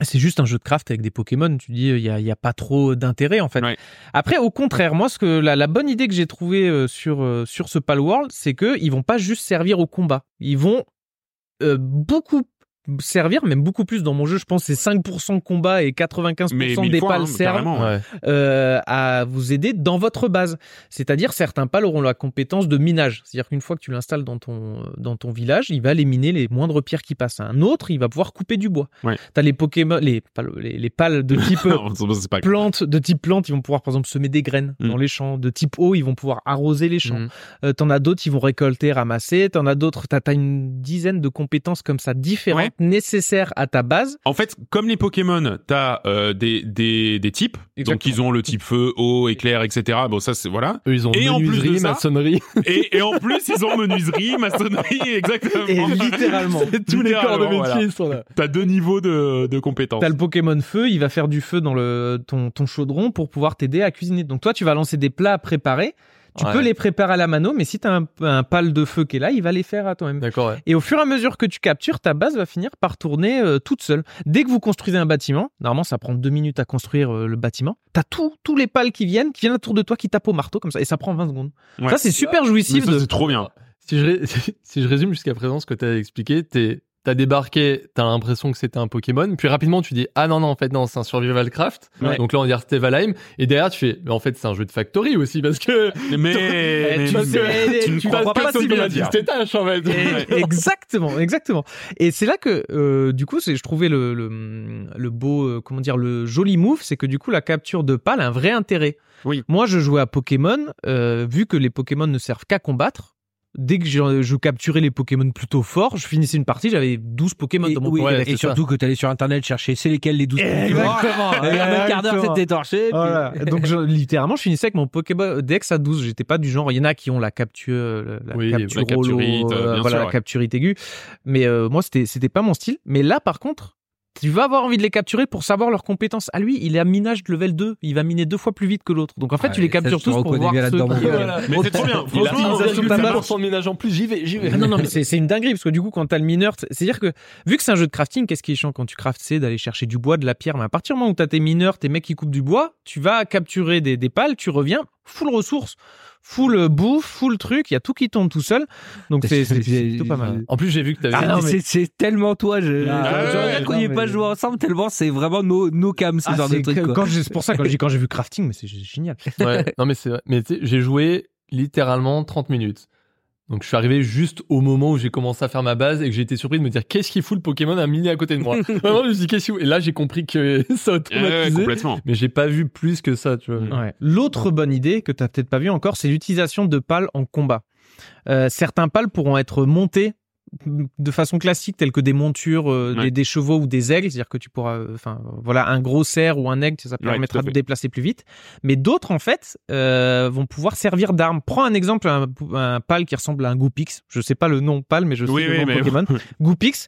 c'est juste un jeu de craft avec des Pokémon. Tu dis, il n'y a, y a pas trop d'intérêt, en fait.
Ouais.
Après, au contraire, moi, ce que la, la bonne idée que j'ai trouvée euh, sur, euh, sur ce Palworld, c'est qu'ils vont pas juste servir au combat. Ils vont euh, beaucoup servir, même beaucoup plus dans mon jeu. Je pense que c'est 5% combat et 95%
Mais
des
mille fois,
pales
hein,
servent
carrément. ouais.
Ouais.
euh, à vous aider dans votre base. C'est-à-dire, certains pales auront la compétence de minage. C'est-à-dire qu'une fois que tu l'installes dans ton, dans ton village, il va aller miner les moindres pierres qui passent. Un autre, il va pouvoir couper du bois.
Ouais.
T'as les Pokémon, les, pas le- les, les pales de type euh,
Non, c'est pas
plantes, de type plante, ils vont pouvoir par exemple semer des graines
Mm.
dans les champs. De type eau, ils vont pouvoir arroser les champs.
Mm.
Euh, T'en as d'autres, ils vont récolter, ramasser. T'en as d'autres, t'as t'as une dizaine de compétences comme ça différentes nécessaires à ta base.
En fait, comme les Pokémon, t'as euh, des, des, des types. Donc,
Exactement.
ils ont le type feu, eau, éclair, etc. Bon, ça, c'est voilà.
Eux, ils ont
Et en plus de
menuiserie,
ça-
maçonnerie,
Et, et en plus, ils ont menuiserie, maçonnerie, exactement.
Et littéralement.
tous les corps de métier
Littéralement, voilà.
ils sont là.
T'as deux niveaux de, de compétences.
T'as le Pokémon feu, il va faire du feu dans le, ton, ton chaudron pour pouvoir t'aider à cuisiner. Donc toi, tu vas lancer des plats préparés. Tu
Ouais.
peux les préparer à la mano, mais si t'as un, un pal de feu qui est là, il va les faire à toi-même.
D'accord, ouais.
Et au fur et à mesure que tu captures, ta base va finir par tourner euh, toute seule. Dès que vous construisez un bâtiment, normalement ça prend deux minutes à construire euh, le bâtiment, t'as tout, tous les pales qui viennent, qui viennent autour de toi, qui tapent au marteau comme ça, et ça prend 20 secondes.
Ouais.
Ça c'est super
Mais
jouissif
ça,
de...
c'est trop bien.
Si je, ré- si je résume jusqu'à présent ce que tu as expliqué, t'es- t'as débarqué, t'as l'impression que c'était un Pokémon, puis rapidement tu dis ah non non en fait non c'est un survival craft,
Ouais.
donc là on dirait Steve Valheim, et derrière tu fais mais en fait c'est un jeu de Factory aussi parce que
Mais, mais-
Eh, tu
mais-
sais,
tu ne
tu
crois
crois
pas,
pas
ce
si
que tu
bien
vas dire.
c'était ta en fait.
Ouais.
exactement, exactement. Et c'est là que, euh, du coup, c'est- je trouvais le, le, le beau, euh, comment dire, le joli move, c'est que du coup, la capture de pal a un vrai intérêt.
Oui.
Moi, je jouais à Pokémon, euh, vu que les Pokémon ne servent qu'à combattre. Dès que je, je capturais les Pokémon plutôt forts, je finissais une partie, j'avais 12 Pokémon
Et,
dans mon
oui,
Ouais,
et
c'est
surtout que t'allais sur internet chercher c'est lesquels les 12
Exactement.
Il y a un quart d'heure,
Exactement.
c'était torché. puis-
Voilà. Donc je- littéralement, je finissais avec mon Pokémon DX à 12. J'étais pas du genre. Il y en a qui ont la capture, euh, la
Oui,
capture
la
au lot,
capturite, euh, bien
voilà,
sûr,
la
ouais.
capturite aiguë. Mais euh, moi, c'était c'était pas mon style. Mais là, par contre, tu vas avoir envie de les capturer pour savoir leurs compétences. À lui, il est à minage de level 2. Il va miner deux fois plus vite que l'autre. Donc en fait,
Ouais,
tu les
ça, je
captures
te
tous pour
reconnais
voir
bien
ceux
là-dedans, mon
qui,
gars.
euh,
Mais c'est trop bien.
Il a
Franchement,
optimisation de la base.
1,5% de ménage en plus, j'y vais, j'y vais.
Ah non, non, mais c'est c'est une dinguerie parce que du coup, quand t'as le mineur, t- c'est-à-dire que vu que c'est un jeu de crafting, qu'est-ce qui est chiant quand tu craftes, c'est d'aller chercher du bois, de la pierre. Mais à partir du moment où t'as tes mineurs, tes mecs qui coupent du bois, tu vas capturer des, des pales, tu reviens full ressources, full euh, bouffe, full truc, il y a tout qui tombe tout seul. Donc c'est c'est- c'est plutôt pas mal.
En plus j'ai vu que t'avais
Ah non,
mais-
c'est- c'est tellement toi. Je,
Ah,
je
ouais,
regrette
ouais,
qu'on
non,
n'y ait
mais-
pas joué ensemble, tellement c'est vraiment nos, nos cams, ce
Ah,
genre de
c'est
trucs.
que-
quoi.
quand j'ai- C'est pour ça que quand j'ai- quand j'ai vu crafting, mais c'est génial.
Ouais, non mais c'est vrai. mais tu sais, j'ai joué littéralement 30 minutes. Donc je suis arrivé juste au moment où j'ai commencé à faire ma base et que j'ai été surpris de me dire qu'est-ce qu'il fout le Pokémon à miner à côté de moi. Vraiment, je me suis dit qu'est-ce qu'il fout Et là j'ai compris que ça a
Ah Ouais, ouais,
traumatisé.
complètement.
mais j'ai pas vu plus que ça, tu vois.
Mm.
Ouais. L'autre bonne idée que tu n'as peut-être pas vue encore, c'est l'utilisation de pales en combat. Euh, certains pales pourront être montés de façon classique, telles que des montures, euh,
Ouais.
des, des chevaux ou des aigles, c'est-à-dire que tu pourras, euh, enfin voilà, un gros cerf ou un aigle, ça
Ouais, tout
permettra
à
de
fait.
déplacer plus vite. Mais d'autres en fait euh, vont pouvoir servir d'armes. Prends un exemple, un, un pal qui ressemble à un Goupix. Je sais pas le nom pal, mais je sais
Oui,
le
oui,
nom
mais-
Pokémon. Goupix.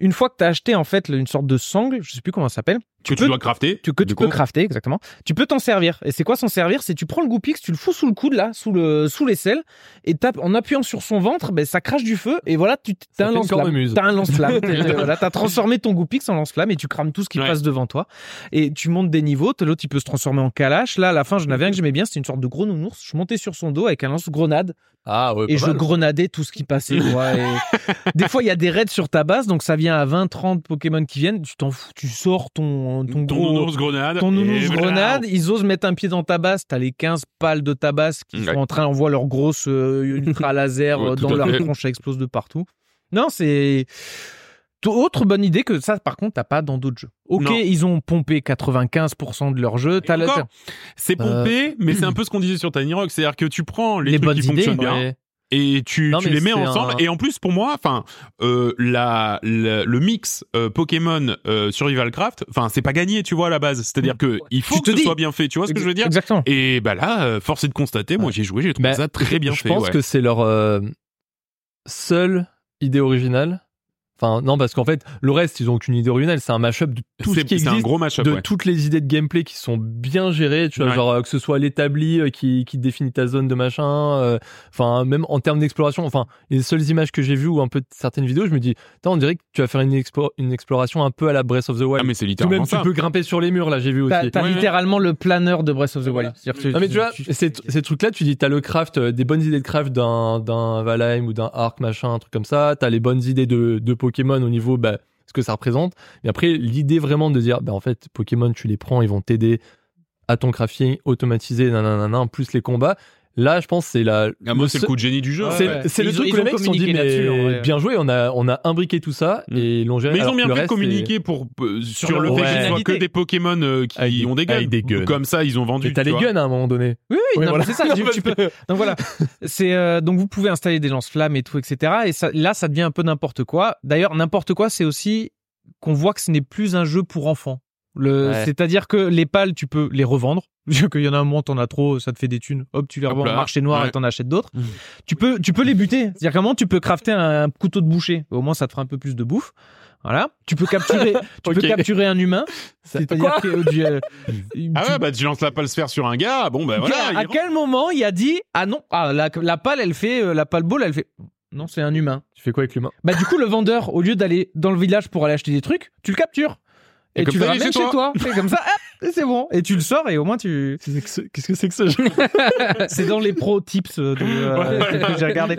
Une fois que tu as acheté en fait une sorte de sangle, je sais plus comment ça s'appelle
Que
peux-
tu dois crafter.
tu, que
du
tu
coup.
peux crafter, exactement. Tu peux t'en servir. Et c'est quoi s'en servir C'est tu prends le Goupix, tu le fous sous le coude, là, sous le sous l'aisselle, et tapes, en appuyant sur son ventre, ben, ça crache du feu, et voilà, tu
Ça
t'as un
fait une
lance-flamme.
cornemuse.
T'as un lance-flamme. T'es- voilà, t'as transformé ton Goupix en lance-flamme, et tu crames tout ce qui
Ouais.
passe devant toi. Et tu montes des niveaux, t'as l'autre, il peut se transformer en calache. Là, à la fin, j'en avais un que j'aimais bien, c'était une sorte de gros nounours. Je montais sur son dos avec un lance-grenade,
Ah ouais,
et
pas
je
mal.
grenadais tout ce qui passait. quoi, et- des fois, il y a des raids sur ta base, donc ça vient à 20, 30 Pokémon qui viennent, tu t'en fous, tu sors ton, ton,
Ton
gros
nounours grenade.
ton nounours
Et voilà.
grenade, ils osent mettre un pied dans ta base, t'as les 15 pales de ta base qui
Ouais.
sont en train d'envoyer leur grosse euh, ultra laser
Ouais,
euh,
tout
dans
à
leur
fait.
tronche, ça explose de partout. Non, c'est... Tout- Autre bonne idée que ça, par contre, t'as pas dans d'autres jeux. Ok,
Non.
ils ont pompé 95% de leur jeu. T'as
Et
la-
encore,
t'as-
C'est pompé, mais c'est un peu ce qu'on disait sur Tiny Rock, c'est-à-dire que tu prends les,
Les
trucs
bonnes
qui
idées,
fonctionnent bien
Ouais.
et tu,
Non,
tu
mais
les mets
c'est
ensemble.
un-
Et en plus, pour moi, enfin, euh, la, la- le mix euh, Pokémon euh, Survival Craft, enfin, c'est pas gagné, tu vois, à la base. C'est-à-dire que il faut
Tu te
que ce
dis.
soit bien fait, tu vois ce que je veux dire
Exactement.
Et bah là, euh, force est de constater, moi j'ai joué, j'ai trouvé
Bah,
ça très bien
je
fait.
pense
ouais.
que c'est leur euh, seule idée originale. Enfin, non, parce qu'en fait, le reste, ils ont aucune idée originale. C'est un mashup de tout ce
C'est
qui
c'est un
existe.
gros match-up.
de
ouais.
toutes les idées de gameplay qui sont bien gérées, tu vois,
Ouais.
genre euh, que ce soit l'établi euh, qui, qui définit ta zone de machin, euh, enfin même en termes d'exploration, enfin les seules images que j'ai vues ou un peu de certaines vidéos, je me dis, Putain, on dirait que tu vas faire une, expo- une exploration un peu à la Breath of the
Ah,
Wild.
mais c'est
Tout de même
littéralement
tu
ça.
peux grimper sur les murs là, j'ai vu aussi.
T'as t'as
Ouais, ouais.
littéralement le planeur de Breath of the Wild. C'est-à-dire que
Non mais tu vois, ces, ces trucs-là, tu dis, t'as le craft, euh, des bonnes idées de craft d'un, d'un Valheim ou d'un Arc, machin, un truc comme ça, t'as les bonnes idées de, de Pokémon au niveau, bah, ce que ça représente. Mais après, l'idée vraiment de dire, bah, en fait, Pokémon, tu les prends, ils vont t'aider à ton crafting automatisé, nanana, plus les combats. Là, je pense, c'est la.
Ah, moi, c'est le coup de génie du jeu.
Ouais,
C'est,
ouais.
c'est le
Ils ont-
truc
ils
que les
ont
mecs se sont dit,
communiqué
mais
là-dessus, en vrai.
bien joué, on a, on a imbriqué tout ça
Mm.
et ils l'ont géré.
Mais ils ont
alors
bien
que le
fait de
reste, c'est- Ah,
communiquer pour, euh, sur le
leur
fait que ce soit que
originalité.
des Pokémon euh, qui
Avec des-
ont des guns.
avec des guns.
Comme ça, ils ont vendu.
Mais t'as
tu
les
vois.
guns hein, à un moment donné.
Oui, oui,
Oui,
non,
voilà.
mais c'est ça. tu- tu peux- Donc voilà, c'est euh, donc vous pouvez installer des lance-flammes et tout, etc. Et ça, là, ça devient un peu n'importe quoi. D'ailleurs, n'importe quoi, c'est aussi qu'on voit que ce n'est plus un jeu pour enfants. Le,
Ouais.
c'est-à-dire que les pales, tu peux les revendre. Vu qu'il y en a un moment, t'en as trop, ça te fait des thunes. Hop, tu les
Hop
revends
là.
au marché noir
Ouais.
et t'en achètes d'autres.
Mhm.
Tu peux, tu peux les buter. C'est-à-dire comment tu peux crafter un, un couteau de boucher. Au moins, ça te fera un peu plus de bouffe. Voilà. Tu peux capturer, tu
Ok.
peux capturer un humain.
Ça-
C'est-à-dire que euh, du- euh,
Ah
tu-
ouais, bah tu lances la palse faire sur un gars, bon bah voilà.
Quel-
il
à
rentre.
quel moment il a dit ah non ah, la, la pale elle fait euh, la pale ball elle fait non c'est un humain
Tu fais quoi avec l'humain
bah du coup le vendeur au lieu d'aller dans le village pour aller acheter des trucs tu le captures
Et
et,
comme
tu
ça,
le
il est
ramènes
chez
chez toi, et comme ça hop, et c'est bon et tu le sors et au moins tu
Qu'est-ce que c'est que ce jeu
c'est dans les pro tips euh, de, euh,
Voilà.
que j'ai regardé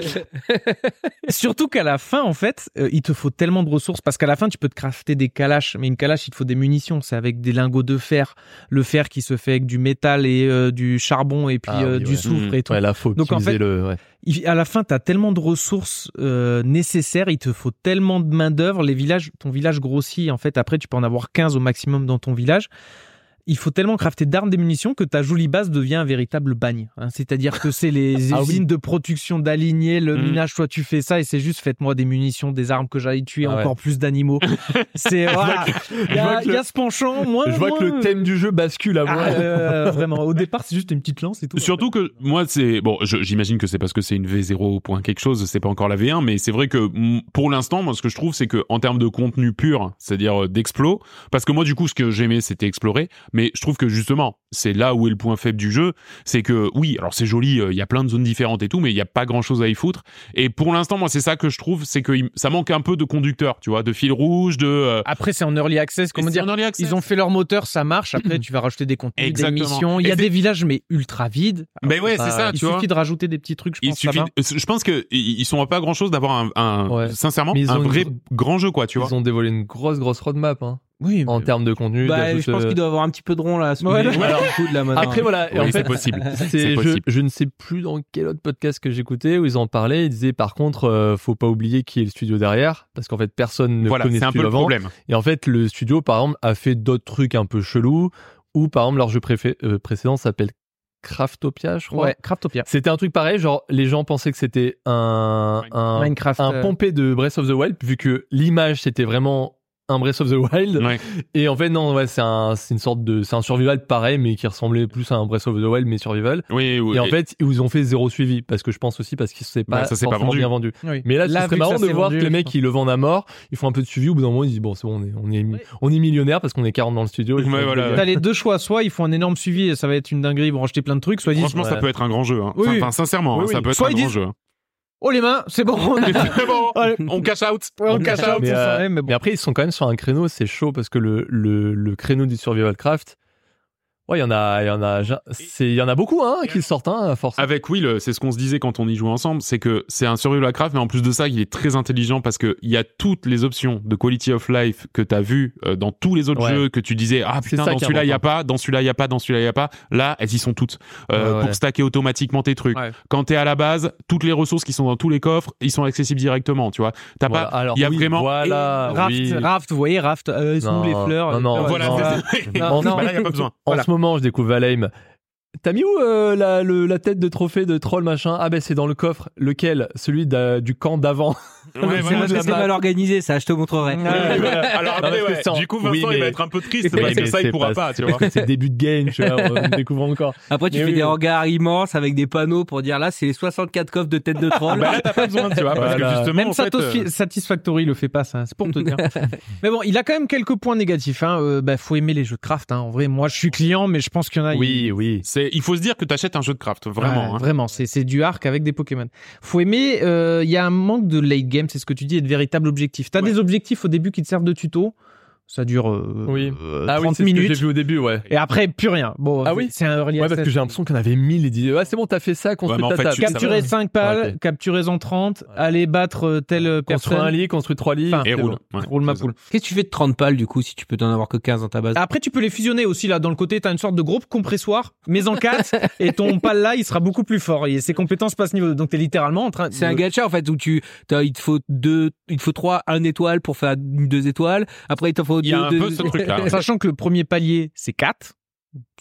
surtout qu'à la fin en fait euh, il te faut tellement de ressources parce qu'à la fin tu peux te crafter des calaches mais une calache il te faut des munitions c'est avec des lingots de fer le fer qui se fait avec du métal et euh, du charbon et puis
Ah
euh,
oui,
du
ouais.
soufre et tout
Ouais, là, faut
Donc, en
optimiser
fait,
le. ouais.
Il- à la fin, tu as tellement de ressources euh, nécessaires, il te faut tellement de main-d'œuvre, les villages, ton village grossit en fait, après tu peux en avoir 15 au maximum dans ton village. Il faut tellement crafter d'armes, des munitions que ta jolie base devient un véritable bagne. hein. C'est-à-dire que c'est les
Ah oui. Mmh.
usines de production d'aligner, le
Mhm.
minage, toi tu fais ça et c'est juste faites-moi des munitions, des armes que j'aille tuer
Ah ouais.
encore plus d'animaux. c'est voilà. Il y,
je vois
a-
que
il y
le-
a ce penchant, moins.
Je vois que le
moins-
thème du jeu bascule à moi.
Ah, euh, vraiment, au départ c'est juste une petite lance et tout.
Surtout que moi, c'est bon, je- j'imagine que c'est parce que c'est une V0 point quelque chose, c'est pas encore la V1, mais c'est vrai que mm, pour l'instant, moi, ce que je trouve, c'est que en termes de contenu pur, c'est-à-dire euh, d'explo, parce que moi, du coup, ce que j'aimais, c'était explorer, mais je trouve que justement, c'est là où est le point faible du jeu, c'est que oui, alors c'est joli, euh, il y a plein de zones différentes et tout, mais il y a pas grand-chose à y foutre. Et pour l'instant, moi, c'est ça que je trouve, c'est que il- ça manque un peu de conducteur, tu vois, de fil rouge, de euh,
Après c'est en early access, comment
c'est
dire
en early access.
Ils ont fait leur moteur, ça marche. Après, tu vas rajouter des contenus,
Exactement.
des missions. Il
Et
y a
c'est-
des villages, mais ultra vides.
Ben ouais,
Bah,
c'est ça,
Il
tu vois.
suffit de rajouter des petits trucs, je
Il
pense.
suffit.
ça va.
Je pense que i- ils sont à pas grand chose d'avoir un, un-
Ouais.
sincèrement,
Mais ils
un
ont une
vrai
gro-
grand jeu quoi, tu vois.
Ils ont dévoilé une grosse, grosse roadmap hein,
Oui,
en termes de contenu.
Bah,
d'ajoute,
je pense
euh,
qu'il doit avoir un petit peu de rond là. ce-
Ouais,
mais-
ouais.
du coup, de la maintenant.
Après, voilà. et
Oui,
en
c'est
fait,
possible.
c'est-
C'est
je,
possible.
je ne sais plus dans quel autre podcast que j'écoutais où ils en parlaient. Ils disaient, par contre, euh, faut pas oublier qui est le studio derrière, parce qu'en fait, personne ne
Voilà,
connaît
c'est
ce
un peu
studio
le
avant.
problème.
Et en fait, le studio, par exemple, a fait d'autres trucs un peu chelous, ou par exemple, leur jeu préfé- euh, précédent s'appelle Craftopia, je crois.
Ouais, Craftopia.
C'était un truc pareil, genre les gens pensaient que c'était un, un,
Minecraft.
un
euh,
pompé de Breath of the Wild, vu que l'image c'était vraiment un Breath of the Wild.
Ouais.
Et en fait, non, ouais, c'est un, c'est une sorte de, c'est un survival pareil, mais qui ressemblait plus à un Breath of the Wild, mais survival.
Oui, oui.
Et en fait, ils vous ont fait zéro suivi, parce que je pense aussi parce qu'ils s'est pas,
Bah, ça s'est pas
forcément
vendu.
bien vendu.
oui.
Mais là, c'est
vu
serait
que
marrant
ça
de
s'est
voir
vendu,
que les
je
mecs,
pense.
ils le vendent à mort, ils font un peu de suivi, au bout d'un moment, ils disent, bon, c'est bon, on est, on est,
Ouais.
on est millionnaire parce qu'on est 40 dans le studio. il faut
Ouais,
se
voilà.
dégager.
T'as les deux choix. Soit ils font un énorme suivi et ça va être une dinguerie, ils vont racheter plein de trucs. Soit ils disent
Franchement, ça
Ouais.
peut être un grand jeu. hein.
Oui,
Enfin,
oui.
enfin, sincèrement, hein,
Oui, oui.
ça peut être
Soit
un
ils
grand
disent-
jeu. hein.
Oh les mains, c'est bon, on a-
C'est bon,
Allez.
on cash out.
on cache
Mais,
out, c'est ça.
euh,
Ouais, mais bon.
Mais après, ils sont quand même sur un créneau, c'est chaud parce que le, le, le créneau du survival craft, ouais, il y en a, il y en a, c'est, il y en a beaucoup, hein, qui sortent, hein, à force.
Avec Will, euh, c'est ce qu'on se disait quand on y jouait ensemble, c'est que c'est un survival à craft, mais en plus de ça, il est très intelligent parce que il y a toutes les options de quality of life que t'as vu euh, dans tous les autres
Ouais.
jeux que tu disais ah
C'est
putain
ça
dans
qui est
celui-là il y a
important.
pas, dans celui-là il y a pas, dans celui-là il y a pas. Là, elles y sont toutes euh,
Ouais, ouais.
pour stacker automatiquement tes trucs.
Ouais.
Quand t'es à la base, toutes les ressources qui sont dans tous les coffres, ils sont accessibles directement, tu vois. T'as
Voilà,
pas Ah bah,
alors
il y a
oui,
vraiment-
voilà,
Raft,
oui.
raft, vous voyez, raft, euh, elles sont où
Non,
les fleurs
non, non,
les fleurs,
voilà,
non.
elles sont là.
c'est-
Non,
Bah
non.
là, il y a pas besoin.
En ce moment, je découvre Valheim. T'as mis où euh, la, le- la tête de trophée de troll machin Ah ben c'est dans le coffre. Lequel Celui d'a- du camp d'avant.
Ouais,
C'est
voilà.
parce que c'est mal organisé, ça, je te montrerai.
Ah, Ouais, voilà. Alors
Non,
après,
parce que
ouais,
sans-
du coup,
oui,
Vincent, il
mais-
va être un peu triste
Oui,
parce que
mais
ça, il
c'est
pourra
pas-
pas, tu vois.
Parce que c'est début de game, tu vois, on découvre encore.
Après, tu
Mais
fais
oui,
des
oui.
hangars immenses avec des panneaux pour dire là, c'est les 64 coffres de tête de
Ah
troll.
Bah là, t'as pas besoin, tu vois, parce que
Voilà.
justement,
Même
en fait, euh,
Satisfi- Satisfactory le fait pas, ça. C'est pour te dire. mais bon, il a quand même quelques points négatifs. Hein. Euh, bah, faut aimer les jeux craft. Hein. En vrai, moi, je suis client, mais je pense qu'il y en a.
Oui, oui.
c'est, il faut se dire que t'achètes un jeu de craft, vraiment.
Ouais,
hein.
Vraiment, c'est c'est du arc avec des Pokémon. Faut aimer. euh, Il y a un manque de late game, c'est ce que tu dis, et de véritable objectif. T'as
Ouais.
des objectifs au début qui te servent de tuto. Ça dure euh,
Oui.
euh,
Ah oui,
30
c'est ce que j'ai
minutes.
vu au début, ouais.
Et après, plus rien. Bon,
Ah
c'est-
oui
c'est un early
Ouais, parce
access.
que j'ai l'impression qu'on avait 1000 et dit, ah, c'est bon, t'as fait ça, construis
Ouais, mais en
ta
fait,
table.
tu- ça
Capturer
va.
5 pales,
Ouais, ok.
capturer en 30,
Ouais.
aller battre euh, telle
Construis un
personne.
lit, construis trois lits.
Enfin,
Et
c'est
roule.
bon.
Ouais.
Roule ma poule.
Qu'est-ce que tu fais de 30 pales du coup si tu peux t'en avoir que 15 dans ta base
Après, tu peux les fusionner aussi là. Dans le côté, t'as une sorte de groupe compressoir, mais en 4, et ton pal là, il sera beaucoup plus fort. Et ses compétences passent niveau. Donc, t'es littéralement en train.
C'est
de-
un gacha en fait où tu t'as- il te faut deux il te faut trois un étoile pour faire une deux étoiles après il t'en faut
Il y a
deux,
un
deux-
peu ce
Ah
truc-là. ouais.
Sachant que le premier palier, c'est 4.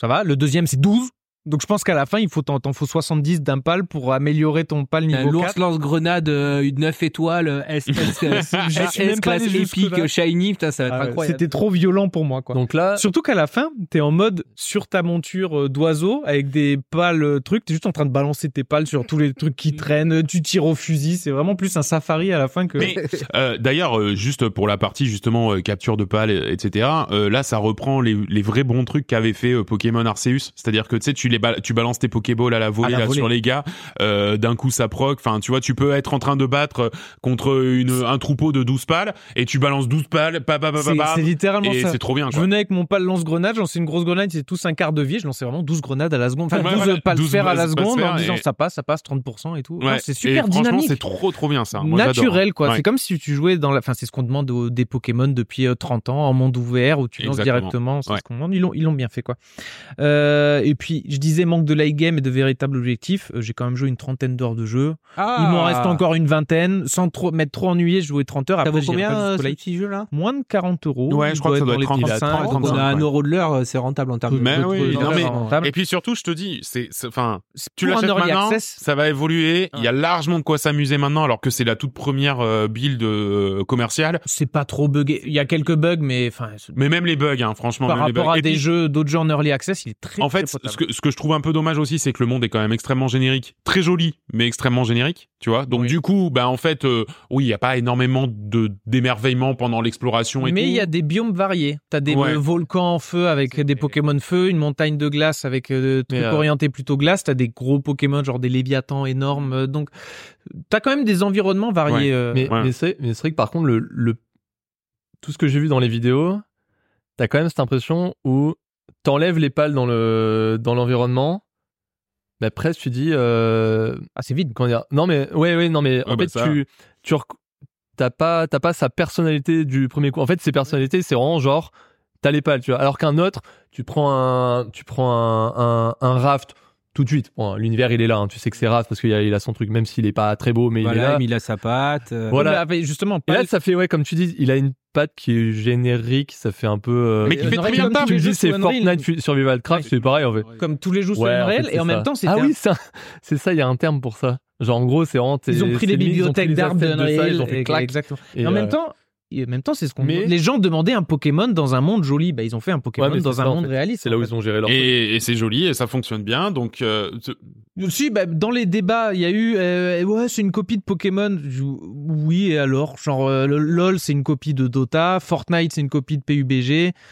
Ça va. Le deuxième, c'est 12. Donc, je pense qu'à la fin, il faut t'en t'en faut 70 d'un pal pour améliorer ton pal
Euh,
niveau
L'ours
4.
lance grenade euh, une 9 étoiles euh, S S
Ah, Je
S-
suis même
S
pas
classe
allé
épique
jusque-là.
euh, shiny putain ça va être
Ah ouais,
incroyable. euh,
C'était trop violent pour moi, quoi.
Donc là,
Surtout qu'à la fin, t'es en mode sur ta monture euh, d'oiseau avec des pales euh, trucs. T'es juste en train de balancer tes pales sur tous les trucs qui traînent. Tu tires au fusil. C'est vraiment plus un safari à la fin que.
Mais euh, d'ailleurs, euh, juste pour la partie justement euh, capture de pales, euh, etc. euh, là, ça reprend les, les vrais bons trucs qu'avait fait euh, Pokémon Arceus. C'est-à-dire que tu sais, tu les bal- tu balances tes Pokéballs à la volée,
À la
là,
volée.
sur les gars. euh, D'un coup, ça proc. Enfin, tu vois, tu peux être en train de battre euh, contre une, un troupeau de 12 pales et tu balances 12 pales, pa, pa, pa, pa,
C'est
pa,
c'est littéralement
bah, et
ça.
c'est trop bien.
Je
Quoi.
venais avec mon pal lance-grenade, je lançais une grosse grenade, c'est tous un quart de vie, je lançais vraiment 12 grenades à la seconde, enfin
Ouais,
12
voilà,
pales
12
sphères à la
balles
seconde en
sphères
disant
et-
ça passe, ça passe 30% et tout.
Ouais.
Non, C'est
Et
super
franchement,
dynamique.
C'est trop trop bien ça. Moi, j'adore. hein.
naturel quoi
Ouais.
c'est comme si tu jouais dans la enfin c'est ce qu'on demande aux- des Pokémon depuis euh, 30 ans en monde ouvert où tu lances
Exactement.
directement c'est
Ouais.
ce qu'on demande ils l'ont ils l'ont bien fait quoi Euh, et puis je disais manque de light game et de véritable objectif Euh, j'ai quand même joué une trentaine d'heures de jeu
Ah
il m'en reste
Ah.
encore une vingtaine sans trop m'être trop ennuyé je jouais 30 heures
Ça vaut
après j'irai
combien
pas
euh,
jusqu'au
ce
light.
petit jeu là
moins de 40 euros
Ouais, je
Il
crois que ça
être
doit
dans
être
les
30,
35,
30,
On a
35,
un
ouais.
euro de l'heure euh, c'est rentable en termes de
Mais
taux de
oui,
taux de
non, mais-
rentable.
Et puis surtout, je te dis, c'est, c'est- enfin, tu
Pour un
l'achètes
early
maintenant,
access.
ça va évoluer. Il y a largement de quoi s'amuser maintenant, alors que c'est la toute première euh, build euh, commerciale.
c'est pas trop buggé il y a quelques bugs mais enfin c'est-
Mais même les bugs, hein, franchement.
par
même les
rapport
bugs.
à
Et
des
puis,
jeux d'autres jeux en early access il est très
En
très
fait,
potable.
ce que, ce que je trouve un peu dommage aussi, c'est que le monde est quand même extrêmement générique, très joli, mais extrêmement générique, tu vois. Donc
Oui.
du coup, bah en fait, euh, oui, il y a pas énormément de d'émerveillement pendant l'exploration et
Mais
tout.
il y a des biomes variés. T'as des
Ouais.
euh, volcans en feu avec des Pokémon feu, une montagne de glace avec euh, des
Mais, euh,
trucs orientés plutôt glace. T'as des gros Pokémon, genre des Léviathans énormes. euh, Donc, t'as quand même des environnements variés. euh.
Mais,
Ouais.
mais c'est mais c'est vrai que par contre, le, le- tout ce que j'ai vu dans les vidéos, t'as quand même cette impression où t'enlèves les pales dans le dans l'environnement, mais après tu dis euh,
Ah, c'est vide.
comment dire non mais ouais ouais non mais en
Ouais, bah,
fait
ça.
tu tu rec- t'as pas t'as pas sa personnalité du premier coup. En fait, ses personnalités c'est vraiment genre t'as les pales tu vois. Alors qu'un autre, tu prends un tu prends un, un, un raft tout de suite. Bon, l'univers il est là, hein. tu sais que c'est raft parce qu'il a, il a son truc, même s'il est pas très beau,
Bah
mais il est
Voilà,
là.
il a sa patte. euh,
Voilà.
Mais avec- justement,
Et
pas
là,
le-
ça fait, ouais, comme tu dis, il a une patte qui est générique, ça fait un peu. euh,
Mais qui
euh,
fait très
on aurait
bien
comme
le taf.
tous
tu
les
dis,
jeux
c'est
sous Unreal,
Fortnite Fu- Survival
Ah,
Craft, c'est pareil en fait.
Comme tous les jeux sur
Ouais, en fait,
Unreal,
c'est
et en
ça.
même temps, c'était
Ah
un-
oui, ça, c'est ça, il y a un terme pour ça. Genre, en gros, c'est vraiment. t'es-
ils ont pris
c'est
les
limite, ils ont pris
bibliothèques
les
d'art
assets
de
ça, ils ont
Unreal.
fait
et-
clac.
Exactement.
Et,
Et en
euh,
même temps. et en même temps, c'est ce qu'on
Mais-
les gens demandaient un Pokémon dans un monde joli. Bah, ils ont fait un Pokémon
Ouais, mais
dans
c'est
un
ça, en
monde
fait.
réaliste.
c'est là
en
où
fait.
ils ont géré leur.
Et, et c'est joli et ça fonctionne bien, donc euh, ce-
Si, bah, dans les débats, il y a eu euh, ouais, c'est une copie de Pokémon. Je- Oui, et alors Genre, euh, le- LoL, c'est une copie de Dota, Fortnite, c'est une copie de PUBG.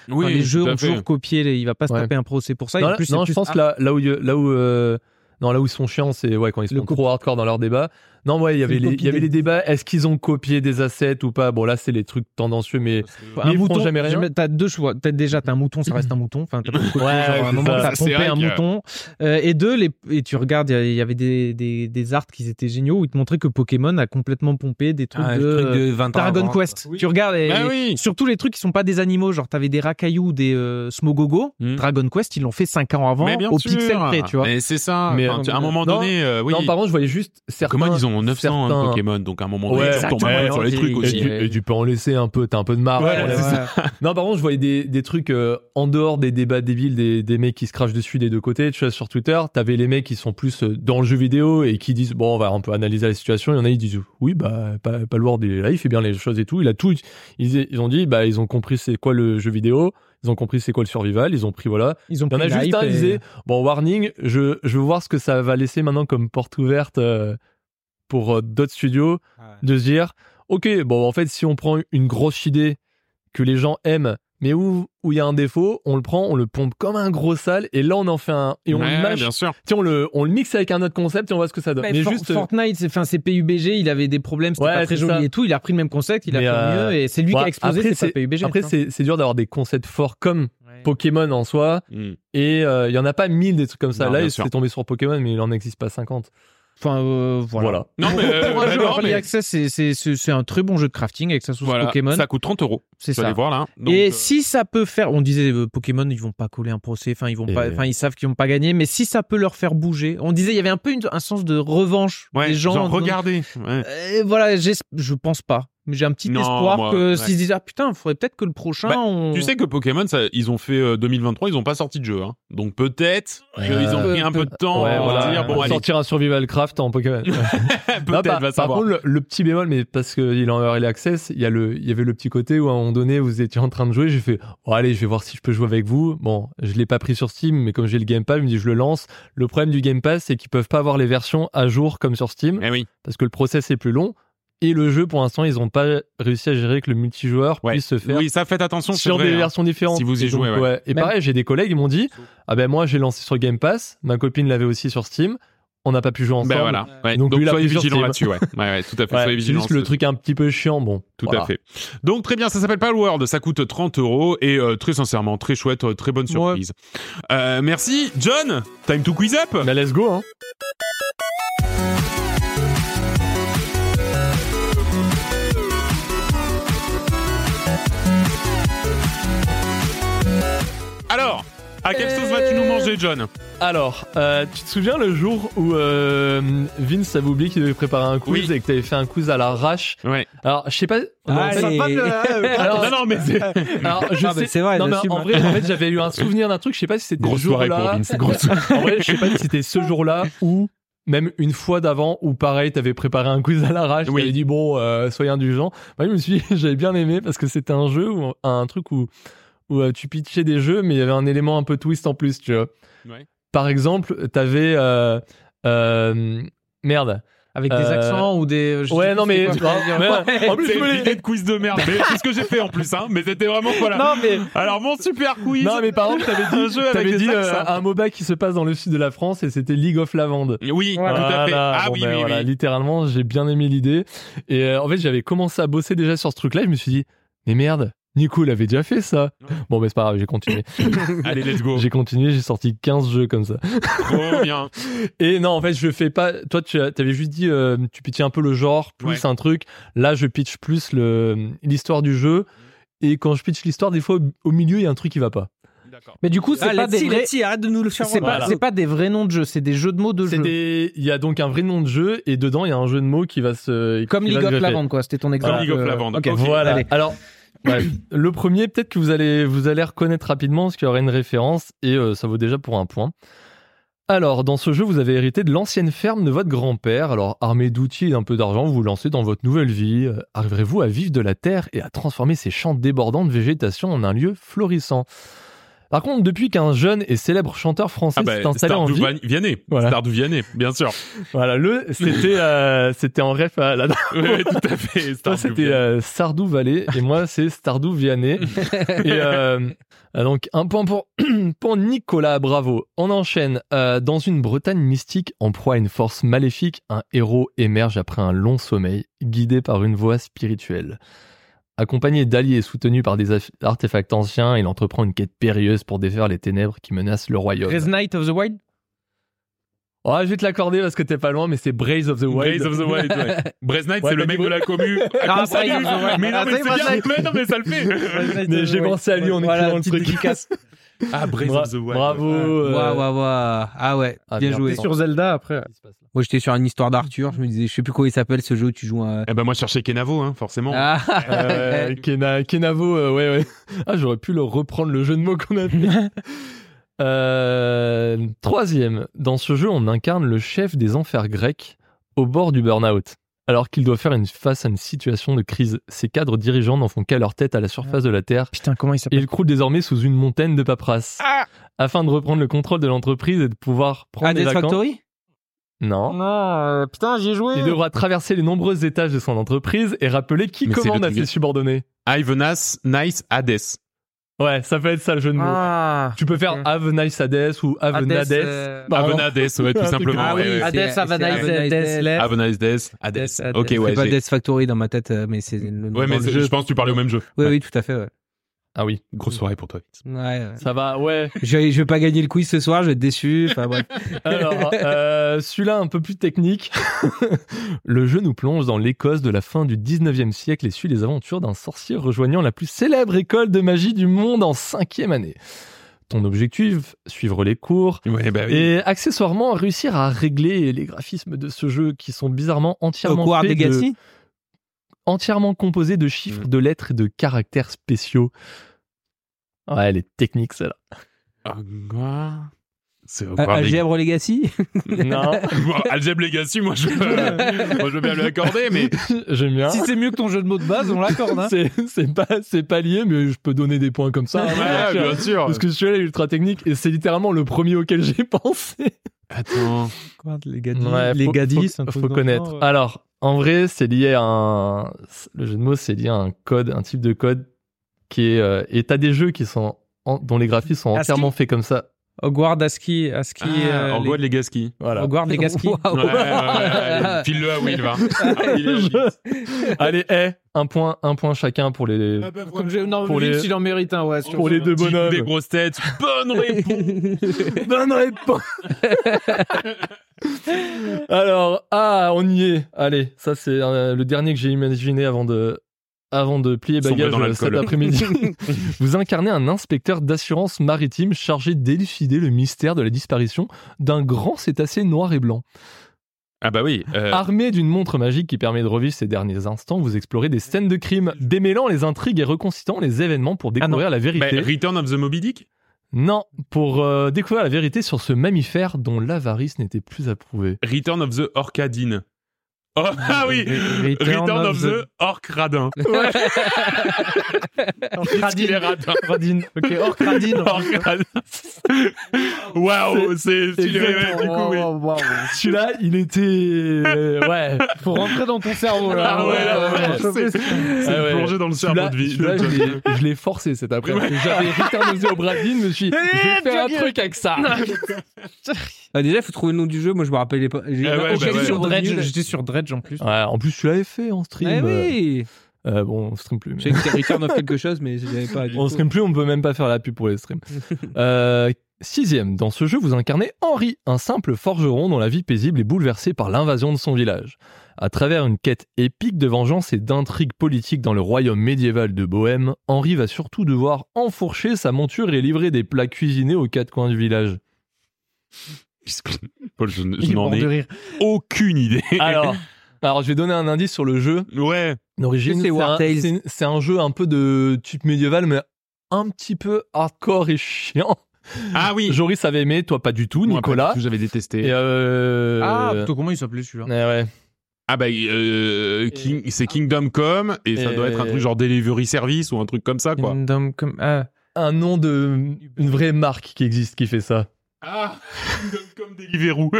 oui,
Enfin, les jeux
tout à
ont
fait.
toujours copié, les- il va pas se
Ouais.
taper un procès pour ça. et
Non,
en
là-
plus,
non, je
c'est plus-
pense que là, là où. Là où euh, non, là où ils sont chiants, c'est ouais, quand ils
Le
sont
copie.
trop hardcore dans leurs débats. Non, ouais, il y avait
une
les, il
copie
y avait
des-
les débats. Est-ce qu'ils ont copié des assets ou pas Bon, là, c'est les trucs tendancieux,
Bah
mais
Ah,
mais ils feront jamais rien.
je- T'as deux choix. T'as déjà t'as un mouton, ça reste un mouton. Enfin, t'as pas de côté,
Ouais,
genre, à un
c'est
moment,
ça.
t'as
Ça, c'est
pompé
vrai
un
que-
mouton. Euh, et deux, les... et tu regardes, il y a- il y avait des, des, des arts qui étaient géniaux où ils te montraient que Pokémon a complètement pompé des trucs
un
de.
Ah, truc
euh,
de 20
Dragon
avant.
Quest.
Oui.
Tu regardes et,
Bah oui.
et surtout les trucs qui sont pas des animaux, genre t'avais des racailloux, des euh, smogogo.
Hmm.
Dragon Quest, ils l'ont fait 5 ans avant
Mais bien
au
sûr.
pixel près, tu vois.
Mais c'est ça.
Mais, mais
Enfin, tu- à un moment donné, euh, oui.
non, par contre, je voyais juste certains.
Comment ils ont 900
certains-
hein, Pokémon, donc à un moment donné,
Ouais,
ils tombent
exactement.
sur les trucs
Et
aussi.
tu, et tu peux en laisser un peu, t'as un peu de marre.
Voilà,
On laisse-
c'est
Non, par contre, je voyais des, des trucs euh, en dehors des débats débiles, des, des mecs qui se crachent dessus des deux côtés. Tu vois, sur Twitter, t'avais les mecs qui sont plus euh, dans le jeu vidéo et qui disent Bon, on va un peu analyser la situation. Il y en a qui disent Oui, bah, pas, pas le World, il est là, il fait eh bien les choses et tout. Il a tout. Ils, ils ont dit Bah, ils ont compris c'est quoi le jeu vidéo, ils ont compris c'est quoi le survival, ils ont pris, voilà.
Ils ont
Il y en a
pris la
juste
hype
un qui
et-
disait Bon, warning, je, je veux voir ce que ça va laisser maintenant comme porte ouverte euh, pour euh, d'autres studios
Ah
de se dire ok bon en fait si on prend une grosse idée que les gens aiment mais où où il y a un défaut on le prend on le pompe comme un gros sale et là on en fait un et on
Ouais,
le mâche
bien sûr.
tiens, on le on le mixe avec un autre concept et on voit ce que ça donne
Mais,
Euh, mais,
Bah, For-
juste
Fortnite, c'est, enfin, c'est PUBG, il avait des problèmes, c'était
Ouais,
pas très
c'est
joli
ça.
et tout. Il a repris le même concept, il a
Mais,
fait
euh,
mieux et c'est lui qui
ouais,
a explosé,
après,
c'est, pas PUBG.
après
putain.
c'est c'est dur d'avoir des concepts forts comme
Ouais.
Pokémon en soi
Mm.
et euh, il y en a pas mille des trucs comme ça
Non, bien
là
sûr.
c'est tombé sur Pokémon mais il en existe pas 50
Enfin, euh,
voilà,
voilà.
Non, mais, euh,
Pour un jeu
non,
en early
mais-
access, c'est, c'est, c'est- c'est un très bon jeu de crafting avec sa sauce
voilà,
Pokémon.
ça coûte 30 euros.
c'est
Tu vas
ça.
aller voir là. hein. Donc,
Et
euh,
si ça peut faire, on disait euh, Pokémon, ils vont pas coller un procès, enfin ils vont
Et-
pas, enfin ils savent qu'ils vont pas gagner, mais si ça peut leur faire bouger, on disait il y avait un peu une- un sens de revanche
euh, ouais,
des gens.
genre,
en-
regardez. Ouais.
Euh, voilà, j'es- je pense pas, mais j'ai un petit
Non,
espoir
moi,
que
ouais.
s'ils se disent ah putain, faudrait peut-être que le prochain,
Bah,
on...
Tu sais que Pokémon, ça, ils ont fait euh, 2023, ils n'ont pas sorti de jeu. hein. Donc peut-être qu'ils ont
Peu-
pris un peu de temps
Ouais,
pour
voilà.
dire, bon,
Pour
allez,
sortir un survival craft en Pokémon Non,
peut-être,
Bah, par,
va
par
savoir.
contre, le, le petit bémol, mais parce qu'il est en early access, il y, a le, il y avait le petit côté où à un moment donné, vous étiez en train de jouer. J'ai fait, oh, allez, je vais voir si je peux jouer avec vous. Bon, je l'ai pas pris sur Steam, mais comme j'ai le Game Pass, je me dis, je le lance. Le problème du Game Pass, c'est qu'ils peuvent pas avoir les versions à jour comme sur Steam,
Eh oui,
parce que le process est plus long. Et le jeu, pour l'instant, ils ont pas réussi à gérer que le multijoueur
ouais.
puisse se faire
oui, ça fait attention. c'est
sur
vrai,
des
hein.
versions différentes.
Si vous y
Et donc,
jouez, ouais.
Et
Même-
pareil, j'ai des collègues, ils m'ont dit, ah ben moi, j'ai lancé sur Game Pass, ma copine l'avait aussi sur Steam, on n'a pas pu jouer ensemble.
Ben voilà. Ouais.
Donc,
Donc,
lui, il a
soyez
plusieurs
vigilants là-dessus.
teams.
Ouais. ouais, ouais, tout à fait.
Ouais,
soyez
c'est
vigilants.
juste le truc un petit peu chiant, bon.
Tout
voilà.
à fait. Donc très bien, ça s'appelle Palworld, ça coûte 30 euros et euh, très sincèrement, très chouette, euh, très bonne surprise. Euh, merci, John. Time to quiz up.
Bah, let's go, hein.
Alors, à quelle
Euh.
sauce vas-tu nous manger, John
Alors, euh, tu te souviens le jour où euh, Vince avait oublié qu'il devait préparer un quiz
Oui.
et que t'avais fait un quiz à l'arrache
Ouais.
Alors, je sais pas. non,
Ah,
en fait-
Allez.
Alors,
Ah,
euh,
non, non, mais c'est
alors, je
Ah,
sais.
mais c'est vrai,
non, mais
j'assume,
en
hein.
vrai, en fait, j'avais eu un souvenir d'un truc. Je sais pas si c'était le
grosse soirée pour
jour-là.
Vince. Grosse soirée.
En vrai, je sais pas si c'était ce jour-là ou même une fois d'avant où pareil, t'avais préparé un quiz à l'arrache.
Oui.
T'avais dit bon, euh, soyez indulgents. Moi, je me suis, dit, j'avais bien aimé parce que c'était un jeu ou un truc où où euh, tu pitchais des jeux, mais il y avait un élément un peu twist en plus, tu vois.
Ouais.
Par exemple, t'avais euh, euh, merde.
avec des
Euh,
accents ou des. je sais
ouais,
plus
non
c'était
mais,
quoi, pour dire.
mais- en plus
C'est
je me
une
l'ai-
idée de quiz de merde. Mais c'est ce que j'ai fait en plus, hein. Mais c'était vraiment voilà.
Non mais
Alors mon super quiz.
non mais par exemple, t'avais dit,
Un jeu avec
t'avais
des
dit
axes,
euh,
hein.
un MOBA qui se passe dans le sud de la France et c'était League of Lavande.
Oui, tout à fait.
Voilà,
Ah
bon,
oui,
ben
oui,
voilà,
oui.
Littéralement, j'ai bien aimé l'idée. Et euh, en fait, j'avais commencé à bosser déjà sur ce truc-là. Je me suis dit, mais merde, Nico, il avait déjà fait ça.
Ouais.
Bon, mais c'est pas grave, j'ai continué.
Allez, let's go.
j'ai continué, j'ai sorti 15 jeux comme ça.
Trop bien.
Et non, en fait, je fais pas. Toi, tu as- t'avais juste dit, euh, tu pitchais un peu le genre, plus
Ouais.
un truc. Là, je pitch plus le- l'histoire du jeu. Et quand je pitch l'histoire, des fois, au- au milieu, il y a un truc qui va pas.
D'accord.
Mais du coup, c'est
Ah,
pas
let's
des
see,
vrais.
let's see, arrête de nous le faire.
C'est pas,
Voilà.
c'est pas des vrais noms de jeux, c'est des jeux de mots de
C'est
jeu.
des- Il y a donc un vrai nom de jeu, et dedans, il y a un jeu de mots qui va se.
Comme
qui va
League
se
of
greffer.
Lavande, quoi. C'était ton exemple.
League of
euh,
Lavande.
ok.
Ok.
Voilà.
Allez.
Alors, bref, le premier, peut-être que vous allez, vous allez reconnaître rapidement parce qu'il y aura une référence et euh, ça vaut déjà pour un point. Alors, dans ce jeu, vous avez hérité de l'ancienne ferme de votre grand-père. Alors, armé d'outils et d'un peu d'argent, vous vous lancez dans votre nouvelle vie. Euh, Arriverez-vous à vivre de la terre et à transformer ces champs débordants de végétation en un lieu florissant Par contre, depuis qu'un jeune et célèbre chanteur français
Ah bah,
s'est installé en
Stardew
ville,
Van- Vianney.
Voilà.
Stardew Vianney, bien sûr.
voilà, le c'était euh, c'était en ref à la
Oui, oui, tout à fait. Stardew
Toi, c'était
Vianney.
euh, Sardou Vallée et moi, c'est Sardou Vianney. et euh, ah, donc, un point pour, pour Nicolas, bravo. On enchaîne. Euh, dans une Bretagne mystique, en proie à une force maléfique, un héros émerge après un long sommeil, guidé par une voix spirituelle. Accompagné d'alliés et soutenu par des aff- artefacts anciens, il entreprend une quête périlleuse pour défaire les ténèbres qui menacent le royaume.
Res Knight of the Wild
Ouais, Oh, je vais te l'accorder parce que t'es pas loin, mais c'est Braze of the Wild.
Braze of the Wild, ouais. Braze Knight, c'est le mec de la commu.
Ah,
Ah,
ça y est,
salut.
ils ont-
Mais non,
Ah,
mais
ça
c'est
y est, Braze
bien.
Knight.
Mais non, mais ça le fait.
Mais j'ai pensé à lui en
Voilà,
écrivant le
petite
truc.
dédicace.
Ah, Braze
Bra-
of the Wild.
Bravo. euh,
Waouh, waouh, waouh. Ah ouais,
Ah,
bien
merde.
joué.
T'es
Et sur Zelda après.
qu'est-ce qui se passe là
Moi, j'étais sur une histoire d'Arthur. Je me disais, je sais plus comment il s'appelle ce jeu où tu joues un.
Eh ben, moi, je cherchais Kenavo, hein, forcément.
Ah,
Euh, Kena- Kenavo, euh, ouais, ouais. Ah, j'aurais pu le reprendre le jeu de mots qu'on a fait. Euh, troisième, dans ce jeu, on incarne le chef des enfers grecs au bord du burn-out. Alors qu'il doit faire une, face à une situation de crise, ses cadres dirigeants n'en font qu'à leur tête à la surface de la Terre
Putain, comment il
et
s'appelle
il croule désormais sous une montagne de paperasse.
Ah
Afin de reprendre le contrôle de l'entreprise et de pouvoir prendre
Ah,
des
Death
vacances.
Factory
Non.
Non, euh, putain, j'y ai joué.
Il devra traverser les nombreux étages de son entreprise et rappeler qui
Mais c'est
commande
le
à
truc de-
ses subordonnés.
Ivanas, Nice, Hades.
Ouais, ça peut être ça le jeu de mots.
Ah.
Tu peux faire
Ok.
Have Nice Hades Bah, ou Have
Hades,
Nades.
euh,
Pardon.
Avenades, ouais, tout
Ah,
simplement.
ah oui,
ouais, ouais.
c'est-
Hades,
c'est
Havana,
Havana,
Hades,
Hades,
Left.
Avenades, Hades.
Hades.
Ok, ouais.
C'est pas
j'ai-
Death Factory dans ma tête, euh, mais c'est le nom.
Ouais, mais
dans le
c'est-
jeu.
je pense que tu parlais au même jeu. Mm.
Oui, oui, tout à fait. Ouais.
Ah oui,
Grosse soirée pour toi.
Ouais, ouais.
ça va, ouais.
Je, je vais pas gagner le quiz ce soir, je vais être déçu. Enfin, bref.
Alors, euh, celui-là un peu plus technique. le jeu nous plonge dans l'Écosse de la fin du 19e siècle et suit les aventures d'un sorcier rejoignant la plus célèbre école de magie du monde en cinquième année. Ton objectif, suivre les cours,
Ouais, bah oui.
Et accessoirement, réussir à régler les graphismes de ce jeu qui sont bizarrement entièrement,
Hogwarts
faits de-
Legacy
entièrement composés de chiffres, de lettres et de caractères spéciaux. Ouais, elle est technique celle-là.
Angua- Ah, C'est
Euh,
Hogwarts Legacy.
Algèbre Legacy
Non,
Ah, Bon, Algèbre Legacy, moi je, moi, je veux bien lui accorder, mais
j'aime bien.
Si c'est mieux que ton jeu de mots de base, on l'accorde. hein.
C'est c'est pas, c'est pas lié, mais je peux donner des points comme ça.
Ouais,
hein, Bien sûr.
bien sûr.
Parce que celui-là est ultra technique et c'est littéralement le premier auquel j'ai pensé.
Attends,
Quoi, les gadis,
Ouais,
les
faut-
gadis,
faut, faut connaître.
Ah,
Alors, en vrai, c'est lié à un. Le jeu de mots, c'est lié à un code, un type de code qui est. euh, Et t'as des jeux qui sont en- dont les graphismes sont
ASCII
entièrement faits comme ça.
euh.
Hogwarts, Aski, Aski,
ah, Hogwarts Legacy.
Voilà.
Hogwarts, les Gaski.
Waouh.
Ah Ouais, ouais, ouais, ouais. File-le à Will, va. Ah, il est agile.
Allez, eh, un point, un point chacun pour les.
Ah, bah, voilà.
Comme j'ai, non,
Pour
Vips,
les-
il en mérite un, ouais. sur-
Pour les deux
Type
bonhommes.
Des grosses têtes. Bonne réponse.
Bonne réponse. Alors, ah, on y est. Allez, ça c'est euh, le dernier que j'ai imaginé avant de avant de plier
Sombre
bagage
dans
euh,
l'alcool.
cet après-midi. Vous incarnez un inspecteur d'assurance maritime chargé d'élucider le mystère de la disparition d'un grand cétacé noir et blanc.
Ah bah oui. euh,
Armé d'une montre magique qui permet de revivre ses derniers instants, vous explorez des scènes de crime, démêlant les intrigues et reconstituant les événements pour découvrir la
bah,
vérité.
Return of the Moby Dick
Non, pour euh, découvrir la vérité sur ce mammifère dont l'avarice n'était plus approuvée.
Return of the Orcadine. Oh, ah oui
Return
Return, of, the, Orcradin. Qu'est-ce qu'il est radin
Radine.
Ok, Orcradine.
Orcradin. Waouh, c'est c'est-
Exactement.
ouais, du coup, oui.
Celui-là, il était. euh, Ouais.
Faut rentrer dans ton cerveau, là.
Ah ouais, là, ouais,
ouais, ouais.
C'est
Ah ouais.
plongé dans le cerveau
Celui-là,
de vie.
celui-là,
de-
je l'ai- je l'ai forcé cet après. J'avais retardé au Bradine, je me suis dit,
Eh,
je vais faire un truc avec ça.
Ah, déjà, il faut trouver le nom du jeu. Moi, je me rappelais pas. J'ai
Ah ouais, bah
aucun jeu
ouais.
J'étais sur
revenu,
Dredge,
là.
j'étais sur Dredge en plus.
Ouais, en plus, tu l'avais fait en stream.
Eh oui
Euh, bon, on stream plus.
Je
mais-
sais que c'est Return of quelque chose, mais je l'avais pas. du
On
tout.
stream plus, on peut même pas faire la pub pour les streams. Euh, sixième, dans ce jeu, vous incarnez Henri, un simple forgeron dont la vie paisible est bouleversée par l'invasion de son village. À travers une quête épique de vengeance et d'intrigues politiques dans le royaume médiéval de Bohème, Henri va surtout devoir enfourcher sa monture et livrer des plats cuisinés aux quatre coins du village.
Paul, je, je
Il est mort
n'en
de
ai
rire.
aucune idée.
Alors, alors je vais donner un indice sur le jeu.
Ouais.
L'origine,
C'est
c'est
War
un-
Tales.
c'est c'est un, jeu un peu de type médiéval, mais un petit peu hardcore et chiant.
Ah oui.
Joris avait aimé, toi pas du tout, Nicolas.
J'avais détesté.
Et euh...
Ah, plutôt comment il s'appelait celui-là
eh ouais.
Ah bah euh, King- c'est Kingdom Come et ça
Et- Mm.
doit être un truc genre Delivery Service ou un truc comme ça quoi.
Kingdom Come. Ah,
Un nom de une vraie marque qui existe qui fait ça.
Ah Kingdom Come Deliveroo.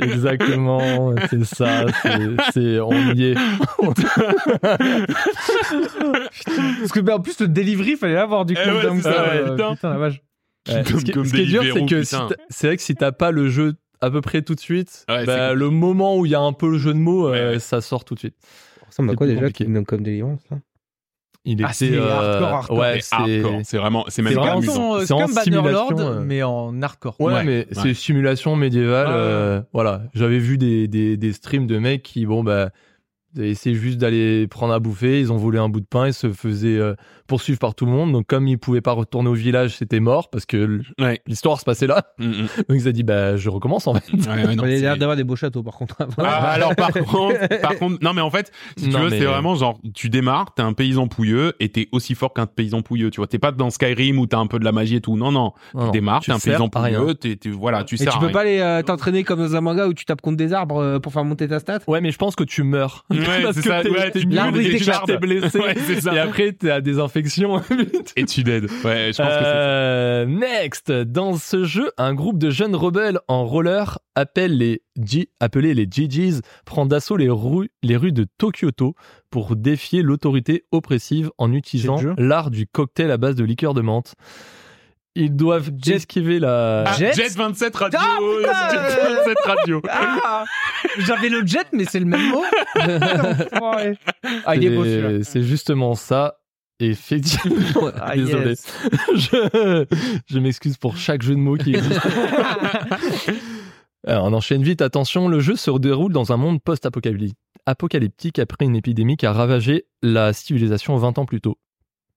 Exactement, c'est ça. c'est- C'est on y est.
Parce que, ben, en plus, le delivery, fallait l'avoir du
Eh ouais,
Kingdom
c'est ça,
Come,
ouais,
euh,
putain.
Putain, la vache.
Ouais,
Kingdom
ce, qui,
Come
ce qui est dur, c'est
Deliveroo,
que si
putain.
t'as- c'est vrai que si t'as pas le jeu à peu près tout de suite,
Ouais, c'est
bah,
compliqué.
le moment où il y a un peu le jeu de mots, euh,
Ouais, ouais.
ça sort tout de suite.
Ça ressemble à
C'est
quoi
plus
déjà
compliqué.
Kingdom Come Deliverance là
Il
Ah, c'est
était, euh,
hardcore, hardcore.
ouais,
mais
c'est
hardcore. C'est vraiment, c'est même
c'est
pas
vraiment hein.
amusant.
son-
euh,
C'est en
comme Bannerlord,
simulation, euh.
mais en hardcore.
Ouais,
Ouais,
mais
ouais.
c'est simulation médiévale.
Ouais, ouais.
euh, voilà, j'avais vu des, des, des streams de mecs qui, bon, bah, ils avaient essayé juste d'aller prendre à bouffer. Ils ont volé un bout de pain, ils se faisaient euh, poursuivre par tout le monde. Donc, comme ils pouvaient pas retourner au village, c'était mort parce que l-
Ouais.
l'histoire se passait là.
Mm, mm.
Donc, ils ont dit, bah, je recommence en fait.
Ouais, ouais, non,
On a
c'est-
l'air d'avoir des beaux châteaux par contre.
Ah, alors par contre, par contre, non mais en fait, si tu
Non,
veux,
mais- euh,
c'est vraiment genre, tu démarres, t'es un paysan pouilleux et t'es aussi fort qu'un paysan pouilleux, tu vois. T'es pas dans Skyrim où t'as un peu de la magie et tout. Non, non,
Non, non,
tu démarres,
tu
t'es un
sers
paysan
à rien.
pouilleux, t'es, t'es- voilà, tu
Et
sers
tu
à
peux
rien.
pas aller euh, t'entraîner comme dans un manga où tu tapes contre des arbres euh, pour faire monter ta stat
Ouais, mais je pense que tu meurs.
Ouais,
Parce
c'est
que
ça.
t'es-
Ouais,
t'es
tu
nul,
l'arbre, il
déjà,
t'éclate.
t'es blessé.
Ouais, c'est ça.
Et après, t'as des infections.
Et tu dead. Ouais, je pense que c'est
Euh, Next, dans ce jeu, un groupe de jeunes rebelles en roller appelle les G, appelés les GGs prend d'assaut les rues, les rues de Tokyoto pour défier l'autorité oppressive en utilisant
jeu
l'art du cocktail à base de liqueur de menthe. Ils doivent
Jet-
esquiver la...
Ah,
Jet
Jet, 27 Radio.
Ah, putain
Jet 27 Radio.
Ah J'avais le jet, mais c'est le même mot. Enfoiré. ah, il est beau celui-là.
C'est- C'est justement ça. Effectivement,
Ah,
désolé.
yes.
je, je m'excuse pour chaque jeu de mots qui existe. Alors, on enchaîne vite, attention, le jeu se déroule dans un monde post-apocalyptique apocalyptique après une épidémie qui a ravagé la civilisation 20 ans plus tôt.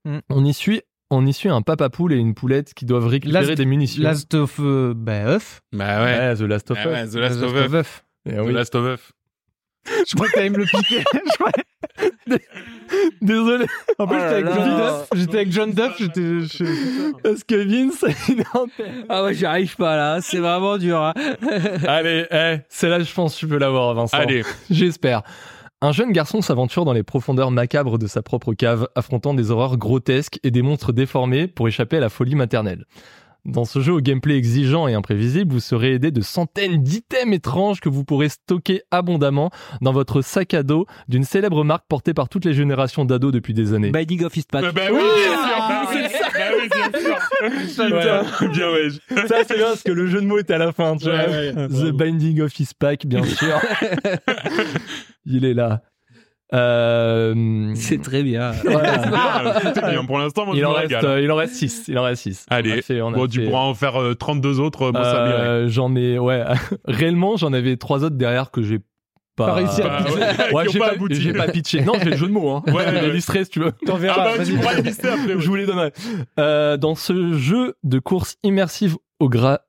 Mm.
On y suit on y suit un papa poule et une poulette qui doivent récupérer
Last-
des munitions.
Last of euh, bah, Us.
Bah ouais.
Ouais, The Last of
Ah
Us.
ouais, The Last of Us.
Us.
Eh
The
oui.
Last of Us.
Je crois que t'allais me le piquer. Je crois-
Désolé,
En plus,
Oh là
j'étais avec
là.
John Duff. J'étais avec John Duff. J'étais. je-
parce que Vince, il est en paix.
Ah ouais, j'y arrive pas là, c'est vraiment dur. hein.
Allez, eh, celle-là, je pense que tu peux l'avoir, Vincent.
Allez.
J'espère. Un jeune garçon s'aventure dans les profondeurs macabres de sa propre cave, affrontant des horreurs grotesques et des monstres déformés pour échapper à la folie maternelle. Dans ce jeu au gameplay exigeant et imprévisible, vous serez aidé de centaines d'items étranges que vous pourrez stocker abondamment dans votre sac à dos d'une célèbre marque portée par toutes les générations d'ados depuis des années.
Binding of Eastpac.
Bah, bah oui, bien sûr. Bah oui, bah oui, bien sûr.
Putain.
Ouais. Bien ouais.
Ça c'est bien parce que le jeu de mots est à la fin, tu
Ouais,
vois.
ouais, ouais.
The Binding of His Pack, bien sûr. Il est là. Euh...
C'est très bien.
voilà.
Bien, euh, c'est bien. Pour l'instant, moi, je
il
me
en, reste,
régale.
euh, il en reste 6. Il en reste 6.
Allez. Ah, Bon, tu pourras en faire euh, 32 autres, moi, ça m'irait.
euh, J'en ai, ouais. Réellement, j'en avais trois autres derrière que j'ai pas,
Pas réussi à
Bah, ouais,
Ouais,
qui ont
j'ai
pas
pas,
abouti.
j'ai pas pitché. Non, j'ai le jeu de mots. Hein.
Ouais, ouais, ouais.
Illustré, si tu veux.
T'en verras.
Ah bah,
vas-y.
tu pourras les lister après. ouais.
Je vous les donnerai. Euh, dans ce jeu de course immersive au gra...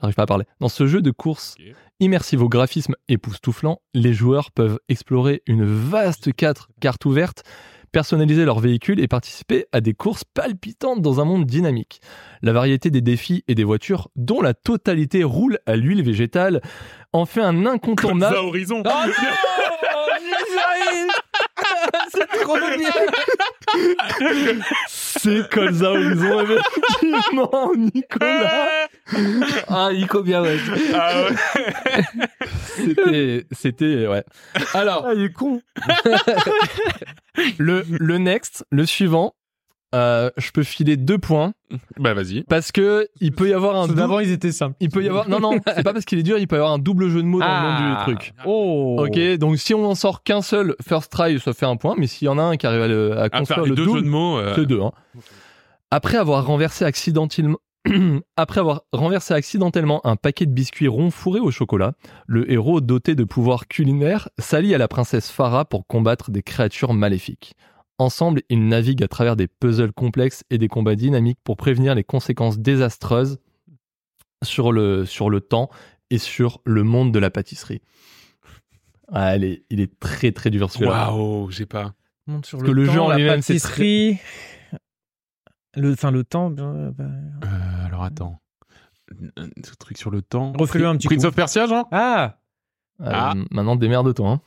J'arrive pas à parler. Dans ce jeu de course
Ok.
immersive au graphisme époustouflant, les joueurs peuvent explorer une vaste quatre- carte ouverte, personnaliser leur véhicule et participer à des courses palpitantes dans un monde dynamique. La variété des défis et des voitures, dont la totalité roule à l'huile végétale, en fait un
Comme
incontournable. Ah
ça, Horizon.
Oh non J'y arrive C'est trop bien
C'est Colza Horizon, effectivement, Nicolas.
Ah, Nico bien, ouais.
Ah ouais.
C'était, c'était, ouais. Alors,
Ah, il est con.
le, le next, le suivant, euh, je peux filer deux points
Bah vas-y.
parce que il peut y avoir un
Ceux
double,
d'avant, ils étaient simples.
il peut y avoir, non, non, c'est pas parce qu'il est dur, il peut y avoir un double jeu de mots dans
Ah.
le nom du truc.
Oh.
Ok, donc si on en sort qu'un seul first try, ça fait un point, mais s'il y en a un qui arrive à, le- à
À
construire
faire les
le
deux
double,
jeux de mots. euh,
c'est deux, hein. Après avoir renversé accidentellement. Après avoir renversé accidentellement un paquet de biscuits ronds fourrés au chocolat, le héros doté de pouvoirs culinaires s'allie à la princesse Farah pour combattre des créatures maléfiques. Ensemble, ils naviguent à travers des puzzles complexes et des combats dynamiques pour prévenir les conséquences désastreuses sur le, sur le temps et sur le monde de la pâtisserie. Ah, il, est, il est très très dur celui-là.
Waouh, j'ai pas.
Monte sur
Parce que le jeu
temps,
en
la
lui-même, c'est
pâtisserie. Le, enfin, le temps.
ben,
euh, bah,
Euh, alors attends. Un- un truc sur le temps.
Refais-le un petit
Prince
coup.
of Persia, genre
Ah,
Euh,
Ah.
Maintenant, démerde-toi. hein.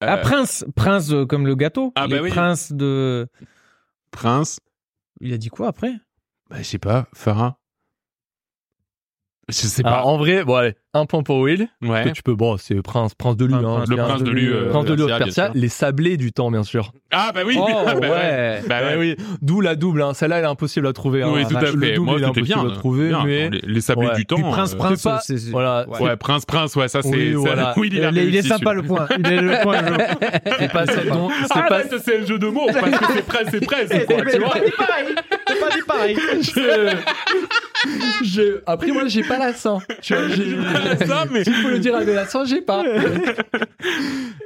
ah,
Euh,
Prince, Prince euh, comme le gâteau.
Ah, bah
Les
oui.
Prince de.
Prince.
Il a dit quoi après
Bah, je sais pas, Farah. Je sais
Ah,
pas.
en vrai, bon, allez, un point pour Will.
Ouais.
Que tu peux, bon, c'est Prince, Prince de Lu.
Prince-
hein,
Prince
de-
bien,
Prince de Lu, euh,
Prince de Lu of
Persia, bien
Persia,
sûr.
les sablés du temps, bien sûr.
Ah bah oui.
Oh,
bah
ouais.
Bah ouais.
Eh oui, d'où la double. hein. Celle-là, elle est impossible à trouver. hein.
Oui, tout à
Le
fait.
double,
Moi, tout est
il est impossible
bien. hein.
à trouver,
bien.
mais
Les, les sablés
Ouais.
Puis
du temps.
Prince,
euh,
Prince,
c'est pas-
c'est- c'est-
voilà,
Ouais.
c'est-
Ouais, Prince, Prince, ouais, ça c'est.
Oui,
ça-
voilà.
Oui, il, a
Il est- il est
réussi,
sympa
celui-là.
le point. Il est le point. je-
c'est pas celle dont. C'est
Ah,
pas...
bah, ça, c'est un jeu de mots, parce que c'est Prince, c'est Prince, quoi, tu vois.
pareil. T'as pas dit pareil.
Je- je- Après, moi, j'ai pas l'accent. Tu vois, j'ai-
Ça, mais.
faut le dire avec l'accent, j'ai pas.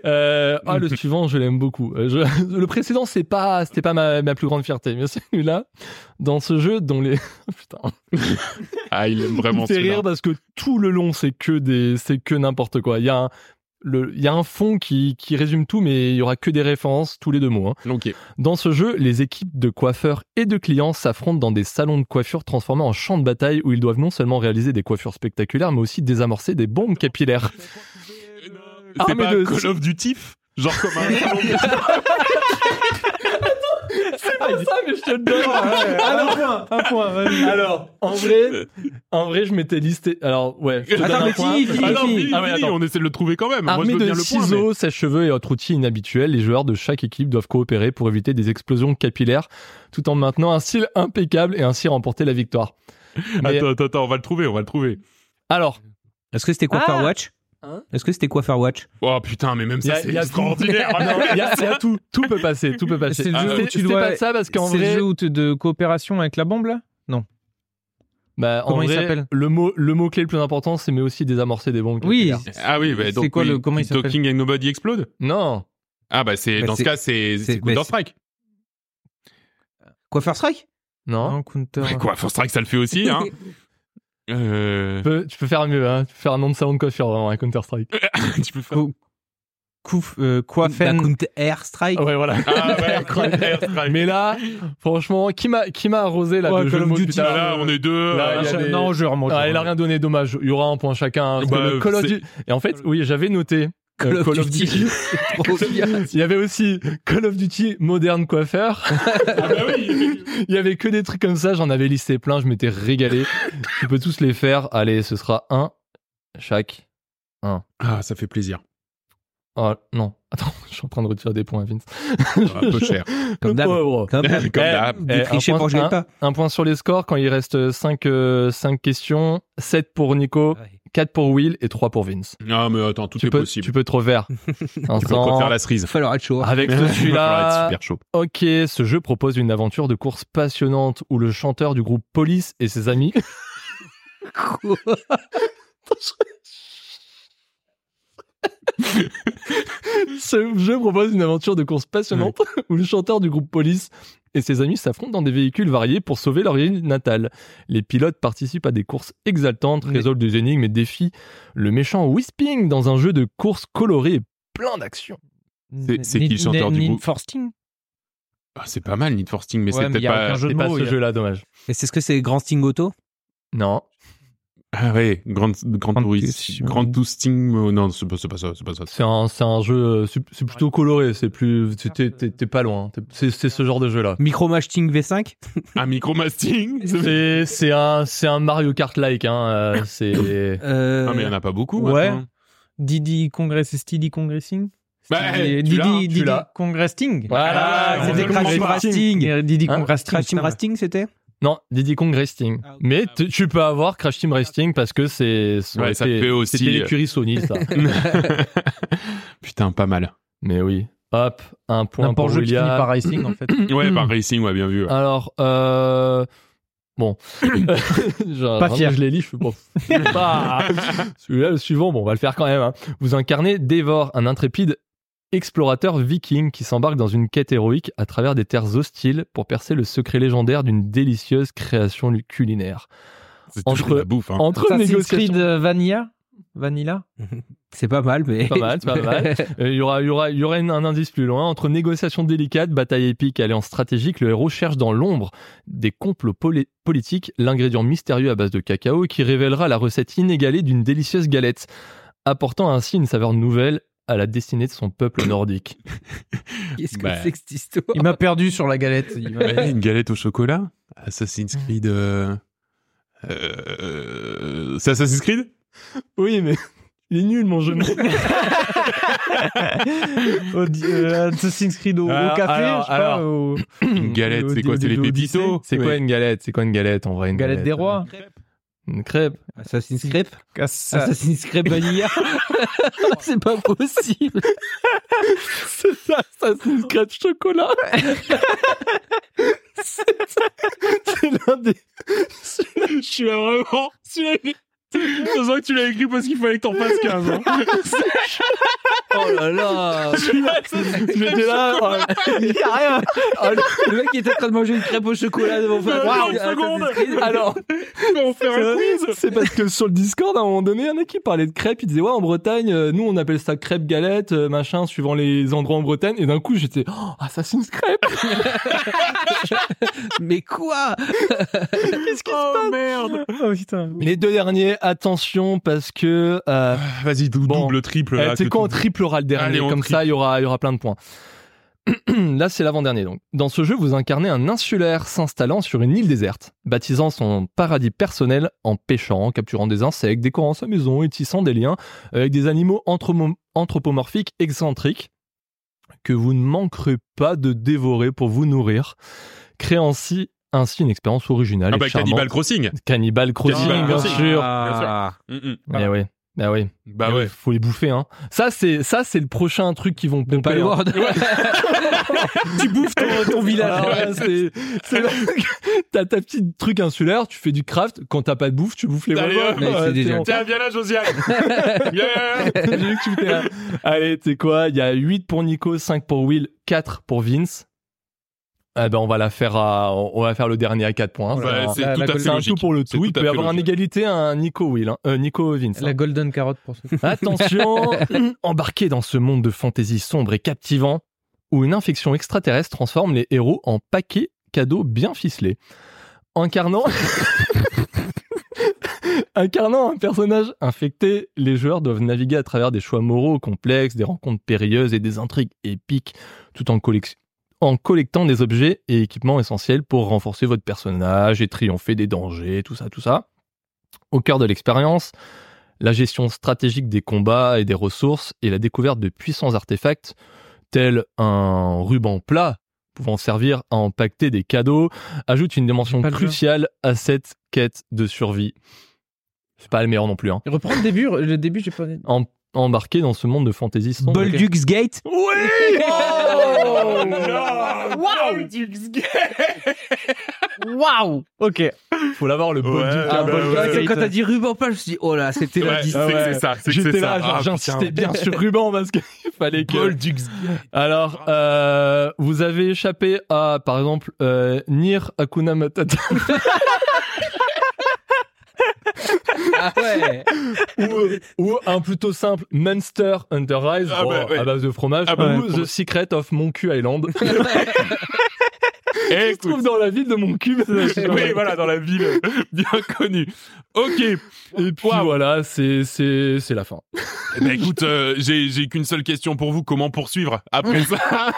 Euh, ah, le suivant, je l'aime beaucoup. Euh, je- Le précédent, c'est pas, c'était pas ma, ma plus grande fierté. Mais celui-là, dans ce jeu, dont les. Putain.
Ah, il aime
Il
vraiment
me fait
celui-là.
hein.
rire parce que tout le long, c'est que des, c'est que n'importe quoi. Il y a un, le, il y a un fond qui, qui résume tout, mais il y aura que des références, tous les deux mots. hein.
Ok.
Dans ce jeu, les équipes de coiffeurs et de clients s'affrontent dans des salons de coiffure transformés en champs de bataille où ils doivent non seulement réaliser des coiffures spectaculaires, mais aussi désamorcer des bombes capillaires. Ah,
C'est
mais
pas
de-
Call of Duty Genre comme un.
Un point. Un point. vas-y.
Alors, en vrai, en vrai, je m'étais listé. Alors, ouais. je te
Attends,
donne un
mais
point.
finis, finis,
Ah non,
Fini.
fini,
Ah ouais,
fini,
attends.
on essaie de le trouver quand même. Moi, je
Armés
veux
de
bien le point. mais-
ciseaux, sèche-cheveux et autres outils inhabituels, les joueurs de chaque équipe doivent coopérer pour éviter des explosions capillaires tout en maintenant un style impeccable et ainsi remporter la victoire. Mais-
Attends, attends, attends, on va le trouver, on va le trouver.
alors,
Est-ce que c'était quoi
Ah.
faire Watch
Hein
Est-ce que c'était quoi faire Watch
Oh putain, mais même
Y
ça,
a-
c'est
y a-
extraordinaire.
Ah non, il y, a il y a tout, tout peut passer, tout peut passer.
C'est le
Ah,
jeu où
c'était-
tu
c'était
dois-
pas de ça parce qu'en
C'est le
vrai,
jeu où tu- de coopération avec la bombe là
bah, en
Comment il
vrai,
s'appelle
le mot, le mot clé le plus important, c'est mais aussi désamorcer des bombes.
Oui.
capillaires.
Ah oui, bah,
C'est
donc.
quoi le-
oui,
comment il
Keep Talking and Nobody Explode
Non.
Ah bah, c'est.
Bah,
Dans ce
c'est-
cas, c'est
c'est-
c'est Counter
bah,
Strike.
Quoi faire Strike
Non.
Non, Counter.
Ouais, quoi, Counter Strike, ça le fait aussi, hein. Euh,
Tu peux, tu peux faire mieux, hein. tu peux faire un nom de salon de coiffure vraiment, un Counter Strike.
tu peux faire.
Co- couf- euh, quoi faire
Bah, Counter Air Strike.
Ouais, voilà.
Ah ouais, Counter Strike.
Mais là, franchement, qui m'a, qui m'a arrosé là
Ouais,
de
Call
jeu de
of
mots
Duty,
depuis tout à
Là,
l'heure
on est deux.
Là,
euh,
il y a des-
Non, je remonte.
Ah, il a rien donné, dommage. Il y aura un point chacun. hein, parce
Bah,
que le Call of
c'est-
Duty- Et en fait, oui, j'avais noté. euh,
Call of Duty. C'est trop bien.
Il y avait aussi Call of Duty Modern Coiffeur.
Ah bah oui.
Il y avait que des trucs comme ça. J'en avais listé plein. Je m'étais régalé. tu peux tous les faire. Allez, ce sera un chaque.
Ah, ça fait plaisir.
Ah non, attends, je suis en train de retirer des points à Vince.
Ah, Un peu cher.
Comme d'hab.
Pauvre.
Comme d'hab.
Comme d'hab.
Eh,
Des
un
trichés
point-
pour que je l'aie
un-
pas.
Un point sur les scores quand il reste 5, questions, 7 pour Nico, 4 pour Will et 3 pour Vince.
Non, mais attends, tout
tu
est
peux,
possible.
tu peux te refaire.
Tu peux encore faire la cerise.
Il va falloir être chaud. hein.
Avec ce
Il va falloir être
celui-là,
super chaud.
ok, ce jeu propose une aventure de course passionnante où le chanteur du groupe Police et ses amis. ce jeu propose une aventure de course passionnante où le chanteur du groupe Police et ses amis s'affrontent dans des véhicules variés pour sauver leur île natale. Les pilotes participent à des courses exaltantes,
Mais-
résolvent des énigmes et défient le méchant Whisping dans un jeu de courses coloré et plein d'action.
C'est- c'est qui le chanteur du groupe
Forsting
Ah, c'est pas mal, Need for Sting, mais
Ouais,
c'est
mais
peut-être
y a
pas.
aucun jeu de
C'est pas
mots,
ce
il y a-
jeu-là, dommage.
Ah. Et c'est ce que c'est Grand Sting Auto
Non.
Ah ouais, Grand, Grand,
Grand
Tourist,
Tourisme.
Grand Tourist- euh, non, c'est pas, c'est pas ça, c'est pas ça.
C'est un, c'est un jeu, euh, c'est c'est plutôt coloré, c'est plus, t'es- t'es t'es- t'es pas loin, hein. T'es- c'est c'est ce genre de jeu là.
Micro Machting V5
Un Ah, micromasting c'est-
C'est c'est un, c'est un Mario Kart-like, hein, euh, c'est...
euh...
Ah, mais il y en a pas beaucoup.
ouais.
maintenant.
Didi Congress, c'est Didi Congressing
Bah,
Didi,
eh, tu l'as, hein, tu
Didi
l'as.
Congressing
Voilà,
Ah,
C'était
on
Crash
comprend
Team
pas.
Rasting.
Didi
Hein
Congressing
Crash Team Rasting, c'était
Non, Diddy Kong Racing.
Ah, ok.
Mais tu- tu peux avoir Crash Team Racing parce que c'est... ça aurait
Ouais, ça fait aussi- euh,
C'était l'écurie Sony, ça.
Putain, pas mal.
Mais oui. Hop, un point pour
N'importe jeu qui finit
William.
par Racing en fait.
Ouais, par Racing, ouais, bien vu. ouais.
Alors, euh... Bon. Genre,
Pas
vraiment,
fier.
Je les lis, je fais bon. Bah, Celui-là, le suivant, bon, on va le faire quand même. hein. Vous incarnez Devor, un intrépide explorateur viking qui s'embarque dans une quête héroïque à travers des terres hostiles pour percer le secret légendaire d'une délicieuse création culinaire.
C'est
Entre-
toujours de la bouffe,
Ah.
hein.
Entre
Assassin's
négociations...
Creed euh, Vanilla Vanilla
C'est pas mal, mais.
Pas mal, pas mal. Euh, Il y aura, il y aura, il y aura une- un indice plus loin. Entre négociations délicates, bataille épique, alliance stratégique, le héros cherche dans l'ombre des complots poli- politiques l'ingrédient mystérieux à base de cacao qui révélera la recette inégalée d'une délicieuse galette, apportant ainsi une saveur nouvelle à la destinée de son peuple nordique.
Qu'est-ce que
Bah.
c'est que cette histoire
Il m'a perdu sur la galette. Il m'a-
Ouais, une galette au chocolat Assassin's Creed. euh, euh, C'est Assassin's Creed
Oui, mais il est nul mon jeu.
Au di- euh, Assassin's Creed au, au
Alors,
café,
alors,
je sais pas,
alors.
au-
Une galette,
Au-
c'est quoi
au-
C'est les
au- au
pépitos
C'est quoi une galette C'est quoi une galette en vrai une
Oh, Galette des Rois.
Une crêpe.
Assassin's Creed
Cassa-
Assassin's Creed Vanilla Ah. C'est pas possible.
C'est ça, ça c'est une crêpe chocolat. c'est l'un des.
Je suis vraiment. Je sens que tu l'as écrit parce qu'il fallait que t'en fasses hein. 15 ans.
Oh là là J'étais là.
Il y a
hein.
rien.
Oh, Le mec qui était en train de manger une crêpe au chocolat devant
Euh,
Waouh,
une seconde.
Assassin's Creed.
Alors,
On fait un quiz
Bah c'est parce que sur le Discord, à un moment donné, il y en a qui parlait de crêpes. Ils disaient, ouais, en Bretagne, euh, nous, on appelle ça crêpe galette, euh, machin, suivant les endroits en Bretagne. Et d'un coup, j'étais, oh, Assassin's Crêpe
Mais quoi
Oh merde
Oh putain.
Les deux derniers, attention, parce que. Euh,
Ah, Vas-y, dou-
Bon.
double, triple.
euh,
là,
c'est
que
quoi, on
tu-
triple oral dernier
Allez, on
Comme
triple.
ça, il y aura, il y aura plein de points. Là, c'est l'avant-dernier donc. Dans ce jeu, vous incarnez un insulaire s'installant sur une île déserte, baptisant son paradis personnel en pêchant, en capturant des insectes, décorant sa maison et tissant des liens euh, avec des animaux anthromo- anthropomorphiques excentriques que vous ne manquerez pas de dévorer pour vous nourrir, créant ainsi, ainsi une expérience originale
Ah
et
bah,
charmante.
Cannibal Crossing
Cannibal Crossing,
Cannibal
bien
Crossing.
sûr.
Ah.
Mm, mm.
Eh oui, eh oui.
Bah
Eh oui,
ouais.
Faut les bouffer, hein. Ça, c'est, ça, c'est le prochain truc qu'ils vont pomper. hein.
Palworld.
Tu bouffes ton,
Ton village.
Ouais,
ouais, c'est, c'est là que t'as ta petite truc insulaire, tu fais du craft. Quand t'as pas de bouffe, tu bouffes les
Allez,
bonbons.
hop,
Mais c'est déjà-
bon.
Tiens, viens là, Josiane Viens
J'ai vu que tu étais là. Allez, tu sais quoi Il y a 8 pour Nico, 5 pour Will, 4 pour Vince. Eh ben, on va la faire à, on va faire le dernier à 4 points.
Bah,
Ça-
C'est
la-
tout
la
à fait
Golden-
c'est un
logique.
tout pour le
C'est
tout. Il
tout à
peut
fait
y avoir un
logique.
égalité, un Nico Will, hein. Euh, Nico Vince.
La
hein.
golden carotte pour ceux.
Attention, embarqué dans ce monde de fantaisie sombre et captivant, où une infection extraterrestre transforme les héros en paquets cadeaux bien ficelés. Incarnant... Incarnant un personnage infecté, les joueurs doivent naviguer à travers des choix moraux complexes, des rencontres périlleuses et des intrigues épiques, tout en, collec- en collectant des objets et équipements essentiels pour renforcer votre personnage et triompher des dangers, tout ça, tout ça. Au cœur de l'expérience, la gestion stratégique des combats et des ressources et la découverte de puissants artefacts tels un ruban plat pouvant servir à empaqueter des cadeaux ajoute une dimension
Pas le jeu.
cruciale à cette quête de survie. C'est pas le meilleur non plus. Hein.
Reprends le début. Le début, j'ai pas.
Em- embarqué dans ce monde de fantaisie sombre.
Baldur's Gate.
Oui Oh non
Waouh
Baldur's
Waouh. Ok.
Faut l'avoir le Bolduc.
Ouais,
hein,
bah
Bolduc.
ouais.
Quand t'as dit ruban plat, je me suis dit, oh là, c'était la
Ouais, c'est
dis-
que
ouais.
c'est ça, c'est que
J'étais
c'est
là,
ça.
genre,
Ah,
j'insistais
putain.
bien sur ruban parce qu'il fallait que.
Baldur's
Alors, euh, vous avez échappé à, par exemple, euh, Nier Hakuna Matata.
Ah ouais.
ou, ou un plutôt simple Monster Hunter Rise
Ah
bon,
bah ouais.
à base de fromage
Ah bah
ou
ouais.
The Secret of Monkey Island
Eh,
qui se trouve
écoute.
dans la ville de Monkey
Oui, voilà, dans la ville bien connue. Ok.
et puis
Waouh.
voilà c'est c'est c'est la fin
Eh ben, écoute, euh, j'ai j'ai qu'une seule question pour vous. Comment poursuivre après ça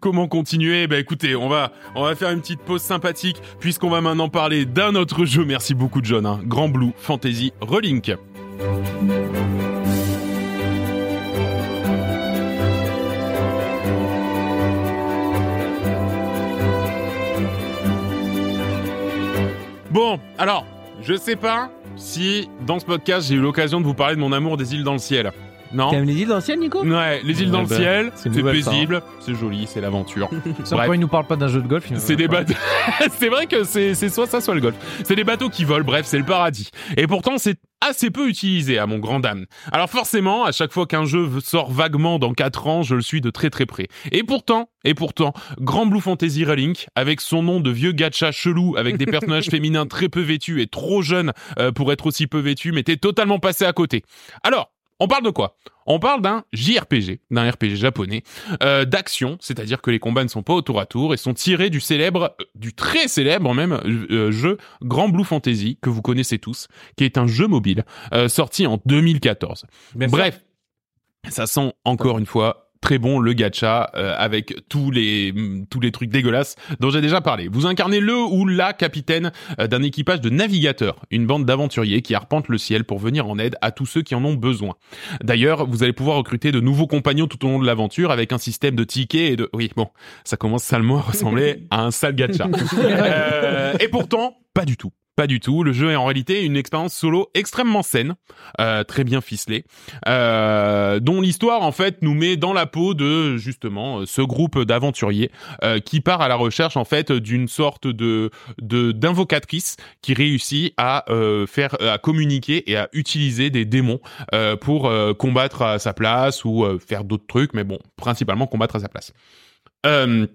Comment continuer Ben écoutez, on va on va faire une petite pause sympathique puisqu'on va maintenant parler d'un autre jeu. Merci beaucoup, John. hein. Grand Blue Fantasy Relink. Bon, alors, je sais pas si dans ce podcast j'ai eu l'occasion de vous parler de mon amour des îles dans le ciel. Non
T'aimes les îles d'anciennes, Nico
Ouais, les îles dans
Eh
le
ben,
ciel,
c'est
c'est
une nouvelle, ça,
paisible, c'est joli, c'est l'aventure.
Sans
Bref.
quoi il nous parle pas d'un jeu de golf. il nous-
C'est des bateaux. c'est vrai que c'est c'est soit ça, soit le golf. C'est des bateaux qui volent, bref, c'est le paradis. Et pourtant, c'est assez peu utilisé, à mon grand dame. Alors forcément, à chaque fois qu'un jeu sort vaguement dans 4 ans, je le suis de très très près. Et pourtant, et pourtant, Grand Blue Fantasy Relink, avec son nom de vieux gacha chelou, avec des personnages féminins très peu vêtus et trop jeunes euh, pour être aussi peu vêtus, m'était totalement passé à côté. Alors, on parle de quoi On parle d'un JRPG, d'un RPG japonais, euh, d'action, c'est-à-dire que les combats ne sont pas au tour à tour et sont tirés du célèbre, euh, du très célèbre même euh, jeu Grand Blue Fantasy que vous connaissez tous, qui est un jeu mobile euh, sorti en 2014. Bref, ça sent encore une fois très bon, le gacha, euh, avec tous les, mm, tous les trucs dégueulasses dont j'ai déjà parlé. Vous incarnez le ou la capitaine euh, d'un équipage de navigateurs, une bande d'aventuriers qui arpentent le ciel pour venir en aide à tous ceux qui en ont besoin. D'ailleurs, vous allez pouvoir recruter de nouveaux compagnons tout au long de l'aventure avec un système de tickets et de... Oui, bon, ça commence salement à ressembler à un sale gacha. Euh, et pourtant, pas du tout. Pas du tout. Le jeu est en réalité une expérience solo extrêmement saine, euh, très bien ficelée, euh, dont l'histoire en fait nous met dans la peau de justement euh, ce groupe d'aventuriers euh, qui part à la recherche en fait d'une sorte de de- d'invocatrice qui réussit à euh, faire à communiquer et à utiliser des démons euh, pour euh, combattre à sa place ou euh, faire d'autres trucs, mais bon, principalement combattre à sa place. Euh,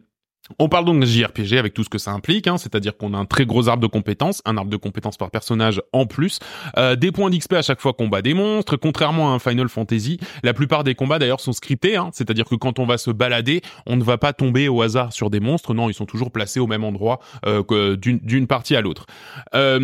on parle donc de JRPG avec tout ce que ça implique, hein, c'est-à-dire qu'on a un très gros arbre de compétences, un arbre de compétences par personnage en plus, euh, des points d'XP à chaque fois qu'on bat des monstres, contrairement à un Final Fantasy, la plupart des combats d'ailleurs sont scriptés, hein, c'est-à-dire que quand on va se balader, on ne va pas tomber au hasard sur des monstres, non, ils sont toujours placés au même endroit euh, que d'une- d'une partie à l'autre. Euh,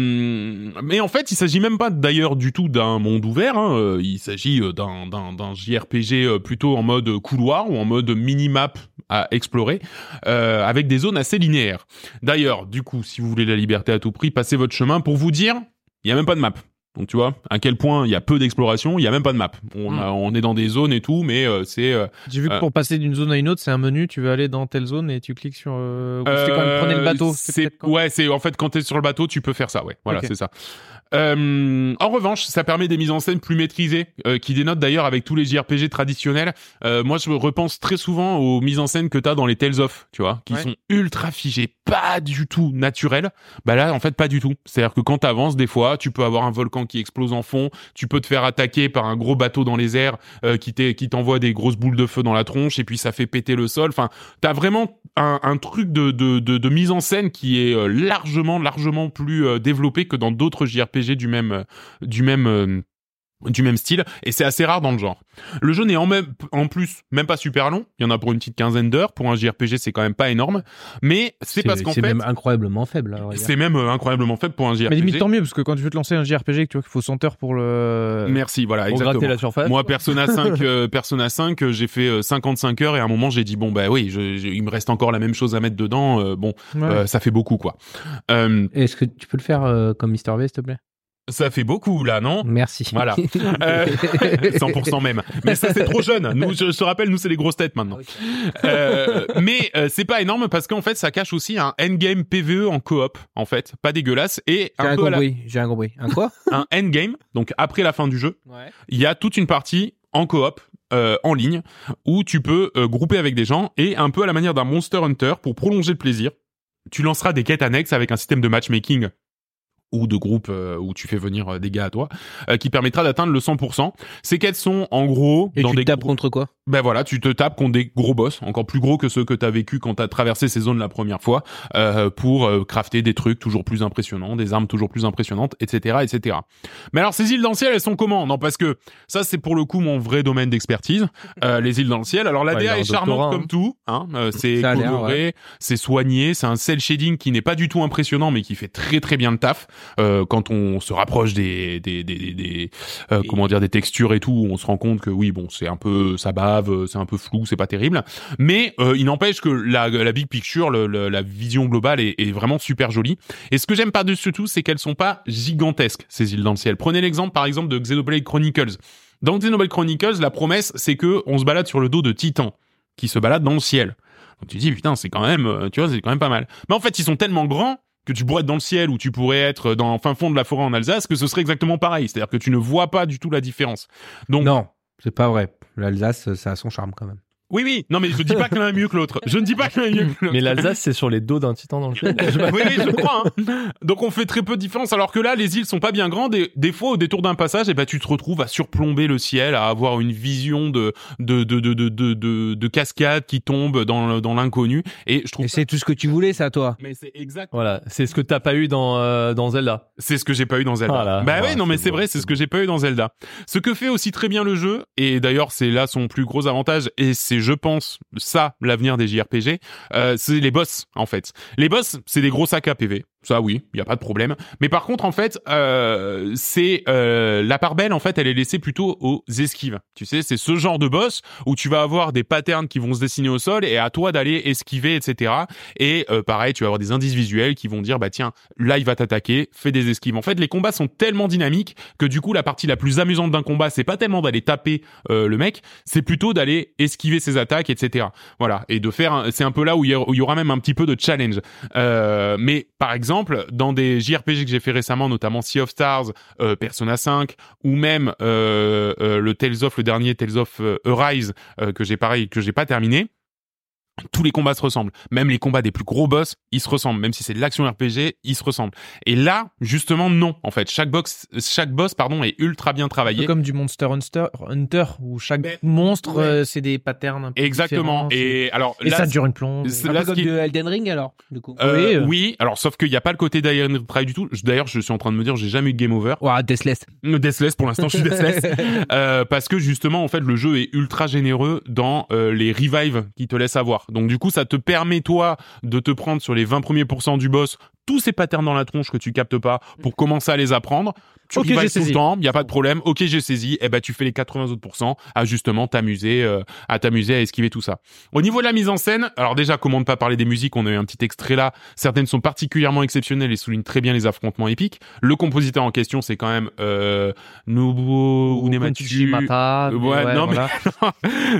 mais en fait, il s'agit même pas d'ailleurs du tout d'un monde ouvert. hein. Euh, Il s'agit euh, d'un d'un- d'un JRPG euh, plutôt en mode couloir ou en mode mini-map à explorer, euh, avec des zones assez linéaires. D'ailleurs, du coup, si vous voulez la liberté à tout prix, passez votre chemin pour vous dire, il y a même pas de map. Donc tu vois, à quel point il y a peu d'exploration, il y a même pas de map. On,
Mm.
a- on est dans des zones et tout, mais euh, c'est euh,
J'ai vu que
Euh.
pour passer d'une zone à une autre, c'est un menu, tu veux aller dans telle zone et tu cliques sur. euh, ou C'était quand vous prenez le bateau.
c'est-
c'était peut-être quand-
ouais, c'est en fait quand t'es sur le bateau, tu peux faire ça. Ouais, voilà,
Ok.
c'est ça. Euh, en revanche, ça permet des mises en scène plus maîtrisées, euh, qui dénotent d'ailleurs avec tous les JRPG traditionnels. Euh, moi, je me repense très souvent aux mises en scène que t'as dans les Tales of, tu vois, qui
Ouais.
sont ultra figées, pas du tout naturelles. Bah là, en fait, pas du tout. C'est-à-dire que quand t'avances, des fois, tu peux avoir un volcan qui explose en fond, tu peux te faire attaquer par un gros bateau dans les airs euh, qui t'est- qui t'envoie des grosses boules de feu dans la tronche, et puis ça fait péter le sol. Enfin, t'as vraiment un, un truc de, de, de, de mise en scène qui est euh, largement, largement plus euh, développé que dans d'autres JRPG du même, euh, du même, euh, du même style, et c'est assez rare dans le genre. Le jeu n'est en, même, en plus même pas super long, il y en a pour une petite quinzaine d'heures, pour un JRPG c'est quand même pas énorme, mais c'est parce qu'en
c'est
fait,
même incroyablement faible.
c'est même euh, incroyablement faible pour un JRPG.
Mais limite, tant mieux, parce que quand tu veux te lancer un JRPG, que tu vois qu'il faut 100 heures pour le.
Merci, voilà,
Pour
exactement.
gratter la surface.
Moi, Persona 5, euh, Persona 5, euh, j'ai fait euh, 55 heures et à un moment j'ai dit bon bah oui, je- je- il me reste encore la même chose à mettre dedans. euh, bon,
Ouais.
euh, ça fait beaucoup quoi. Euh,
Est-ce que tu peux le faire euh, comme Mister V, s'il te plaît
ça fait beaucoup là, non
Merci.
Voilà. Euh, 100% même. Mais ça, c'est trop jeune. Nous, je, je te rappelle, nous, c'est les grosses têtes maintenant. Euh, mais euh, c'est pas énorme parce qu'en fait, ça cache aussi un endgame PVE en coop, en fait. Pas dégueulasse. Et
J'ai
un
un
peu à la-
compris. J'ai un compris. Un quoi
un endgame, donc après la fin du jeu, il y a toute une partie en coop. euh, en ligne, où tu peux euh, grouper avec des gens et un peu à la manière d'un Monster Hunter pour prolonger le plaisir, tu lanceras des quêtes annexes avec un système de matchmaking ou de groupe euh, où tu fais venir euh, des gars à toi euh, qui permettra d'atteindre le 100%. Ces quêtes sont en gros
Et
dans
tu
des
tapes
grou-
contre quoi
ben voilà, tu te tapes contre des gros boss, encore plus gros que ceux que t'as vécu quand t'as traversé ces zones la première fois, euh, pour euh, crafter des trucs toujours plus impressionnants, des armes toujours plus impressionnantes, etc., etc. Mais alors ces îles dans le ciel, elles sont comment Non, parce que ça c'est pour le coup mon vrai domaine d'expertise, euh, les îles dans le ciel. Alors la
Ouais, il a
DA
un
est charmante
doctorat, hein.
comme tout, hein, euh, c'est
Ça a l'air,
coloré, c'est soigné, c'est un cel shading qui n'est pas du tout impressionnant, mais qui fait très très bien le taf. Euh, quand on se rapproche des des des, des, des- euh, comment dire des textures et tout, on se rend compte que oui bon c'est un peu ça bave, euh, c'est un peu flou, c'est pas terrible. Mais euh, il n'empêche que la, la big picture, le- le- la vision globale est, est vraiment super jolie. Et ce que j'aime par-dessus tout, c'est qu'elles sont pas gigantesques ces îles dans le ciel. Prenez l'exemple par exemple de Xenoblade Chronicles. Dans Xenoblade Chronicles, la promesse c'est que on se balade sur le dos de titans qui se baladent dans le ciel. Donc tu dis putain c'est quand même euh, tu vois c'est quand même pas mal. Mais en fait ils sont tellement grands que tu pourrais être dans le ciel ou tu pourrais être dans le fin fond de la forêt en Alsace que ce serait exactement pareil. C'est-à-dire que tu ne vois pas du tout la différence. Donc
Non, c'est pas vrai. L'Alsace, ça a son charme quand même.
oui oui non mais je dis pas que l'un est mieux que l'autre. Je ne dis pas que l'un est mieux que l'autre.
Mais l'Alsace, c'est sur les dos d'un titan dans le jeu.
oui, oui, je crois. hein. Donc on fait très peu de différence, alors que là, les îles sont pas bien grandes. Et des fois, au détour d'un passage, et ben tu te retrouves à surplomber le ciel, à avoir une vision de de de de de de, de- de cascades qui tombent dans le- dans l'inconnu. Et je trouve.
Et c'est tout ce que tu voulais, ça, toi
Mais c'est exact.
Voilà, c'est ce que t'as pas eu dans, euh, dans Zelda.
C'est ce que j'ai pas eu dans Zelda.
Voilà.
bah
Ah,
oui, non mais
c'est
c'est
beau,
vrai,
c'est
c'est ce que j'ai pas eu dans Zelda. Ce que fait aussi très bien le jeu, et d'ailleurs c'est là son plus gros avantage, et c'est je pense ça l'avenir des JRPG, euh, c'est les boss en fait. Les boss, c'est des gros sacs à PV. Ça oui, il y a pas de problème. Mais par contre, en fait, euh, c'est euh, la part belle. En fait, elle est laissée plutôt aux esquives. Tu sais, c'est ce genre de boss où tu vas avoir des patterns qui vont se dessiner au sol et à toi d'aller esquiver, etc. Et euh, pareil, tu vas avoir des indices visuels qui vont dire bah tiens, là il va t'attaquer, fais des esquives. En fait, les combats sont tellement dynamiques que du coup, la partie la plus amusante d'un combat, c'est pas tellement d'aller taper euh, le mec, c'est plutôt d'aller esquiver ses attaques, etc. Voilà, et de faire, un- c'est un peu là où il y a- où il y aura même un petit peu de challenge. Euh, mais par exemple, dans des JRPG que j'ai fait récemment, notamment Sea of Stars, euh, Persona 5, ou même euh, euh, le Tales of, le dernier Tales of euh, Arise euh, que j'ai pareil, que j'ai pas terminé. Tous les combats se ressemblent, même les combats des plus gros boss, ils se ressemblent, même si c'est de l'action RPG, ils se ressemblent. Et là, justement, non, en fait, chaque box, chaque boss, pardon, est ultra bien
Un peu
travaillé.
comme du Monster Hunter, Hunter où chaque
Mais-
monstre,
Ouais.
euh, c'est des patterns. Un peu
Exactement.
différents, c'est-
Et alors,
et
là,
ça dure une plombe. euh,
c'est-
Un
là,
peu
ce
comme
qui-
de Elden Ring alors, du coup.
Euh,
Oui,
oui,
euh.
alors sauf qu'il n'y a pas le côté d'Iron Try du tout. Je- D'ailleurs, je suis en train de me dire, j'ai jamais eu de game over.
Ouah, Deathless.
Deathless, pour l'instant, je suis Deathless. Euh, parce que justement, en fait, le jeu est ultra généreux dans euh, les revives qu'il te laisse avoir. Donc du coup, ça te permet toi de te prendre sur les 20 premiers pourcents du boss tous ces patterns dans la tronche que tu captes pas pour commencer à les apprendre. Tu
Mm. Ok,
revives
j'ai
tout le
saisi.
temps, il y a pas de problème. OK, j'ai saisi. Et ben tu fais les 80 autres pourcents à justement t'amuser euh, à t'amuser à esquiver tout ça. Au niveau de la mise en scène, alors déjà comment ne pas parler des musiques, on a eu un petit extrait là. Certaines sont particulièrement exceptionnelles et soulignent très bien les affrontements épiques. Le compositeur en question, c'est quand même euh, Nobuo
Ou
Uematsu.
Mata, mais
Ouais, non, mais-
voilà.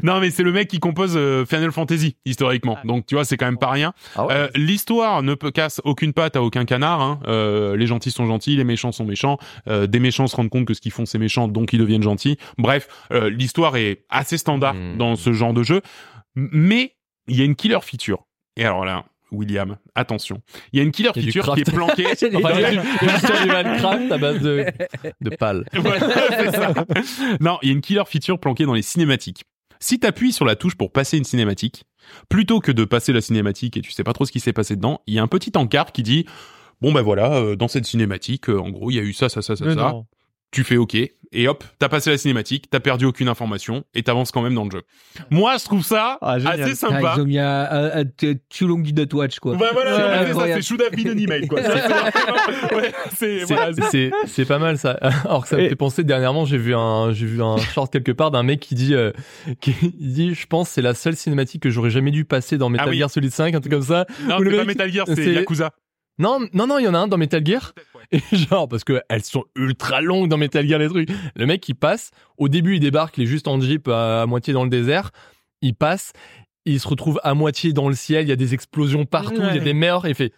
Non, mais c'est le mec qui compose euh, Final Fantasy historiquement. Donc tu vois, c'est quand même pas rien.
Ah ouais.
Euh, L'histoire ne peut casse aucune patte à aucun canard. hein. Euh, les gentils sont gentils, les méchants sont méchants. Euh, des méchants se rendent compte que ce qu'ils font c'est méchant, donc ils deviennent gentils. Bref, euh, l'histoire est assez standard
Mm.
dans ce genre de jeu, M- mais il y a une killer feature. Et alors là, William, attention, il y a une killer
Il y a du
feature qui est
craft.
planquée.
J'allais
Enfin,
Ouais.
il y a du- il y a du story Minecraft à base de, de pales.
Voilà, c'est ça. Non, il y a une killer feature planquée dans les cinématiques. Si t'appuies sur la touche pour passer une cinématique, plutôt que de passer la cinématique et tu sais pas trop ce qui s'est passé dedans, il y a un petit encart qui dit bon ben voilà, euh, dans cette cinématique, euh, en gros, il y a eu ça, ça, ça, ça,
Mais
ça.
non.
Tu fais OK et hop, t'as passé la cinématique, t'as perdu aucune information et t'avances quand même dans le jeu. Moi, je trouve ça
Ah, génial.
assez
Ah,
sympa.
ils ont mis un, un- un t- Too Long Did Not Watch, quoi.
Bah voilà,
C'est
on a fait ça,
incroyable.
c'est should have been an email, quoi. C'est- c'est- ouais, c'est-
C'est-
voilà,
C'est c'est pas mal ça. Alors que ça me
Et-
fait penser dernièrement, j'ai vu un j'ai vu un short quelque part d'un mec qui dit euh, qui dit je pense c'est la seule cinématique que j'aurais jamais dû passer dans Metal
Ah oui.
Gear Solid 5 un truc comme ça.
Non,
Ou le
c'est pas
mec-
Metal Gear, c'est
c'est-
Yakuza.
Non non non, il y en a un dans Metal Gear et genre parce que elles sont ultra longues dans Metal Gear les trucs. Le mec il passe, au début il débarque, il est juste en jeep à, à moitié dans le désert, il passe, il se retrouve à moitié dans le ciel, il y a des explosions partout, il y
Ouais.
a des morts, et il fait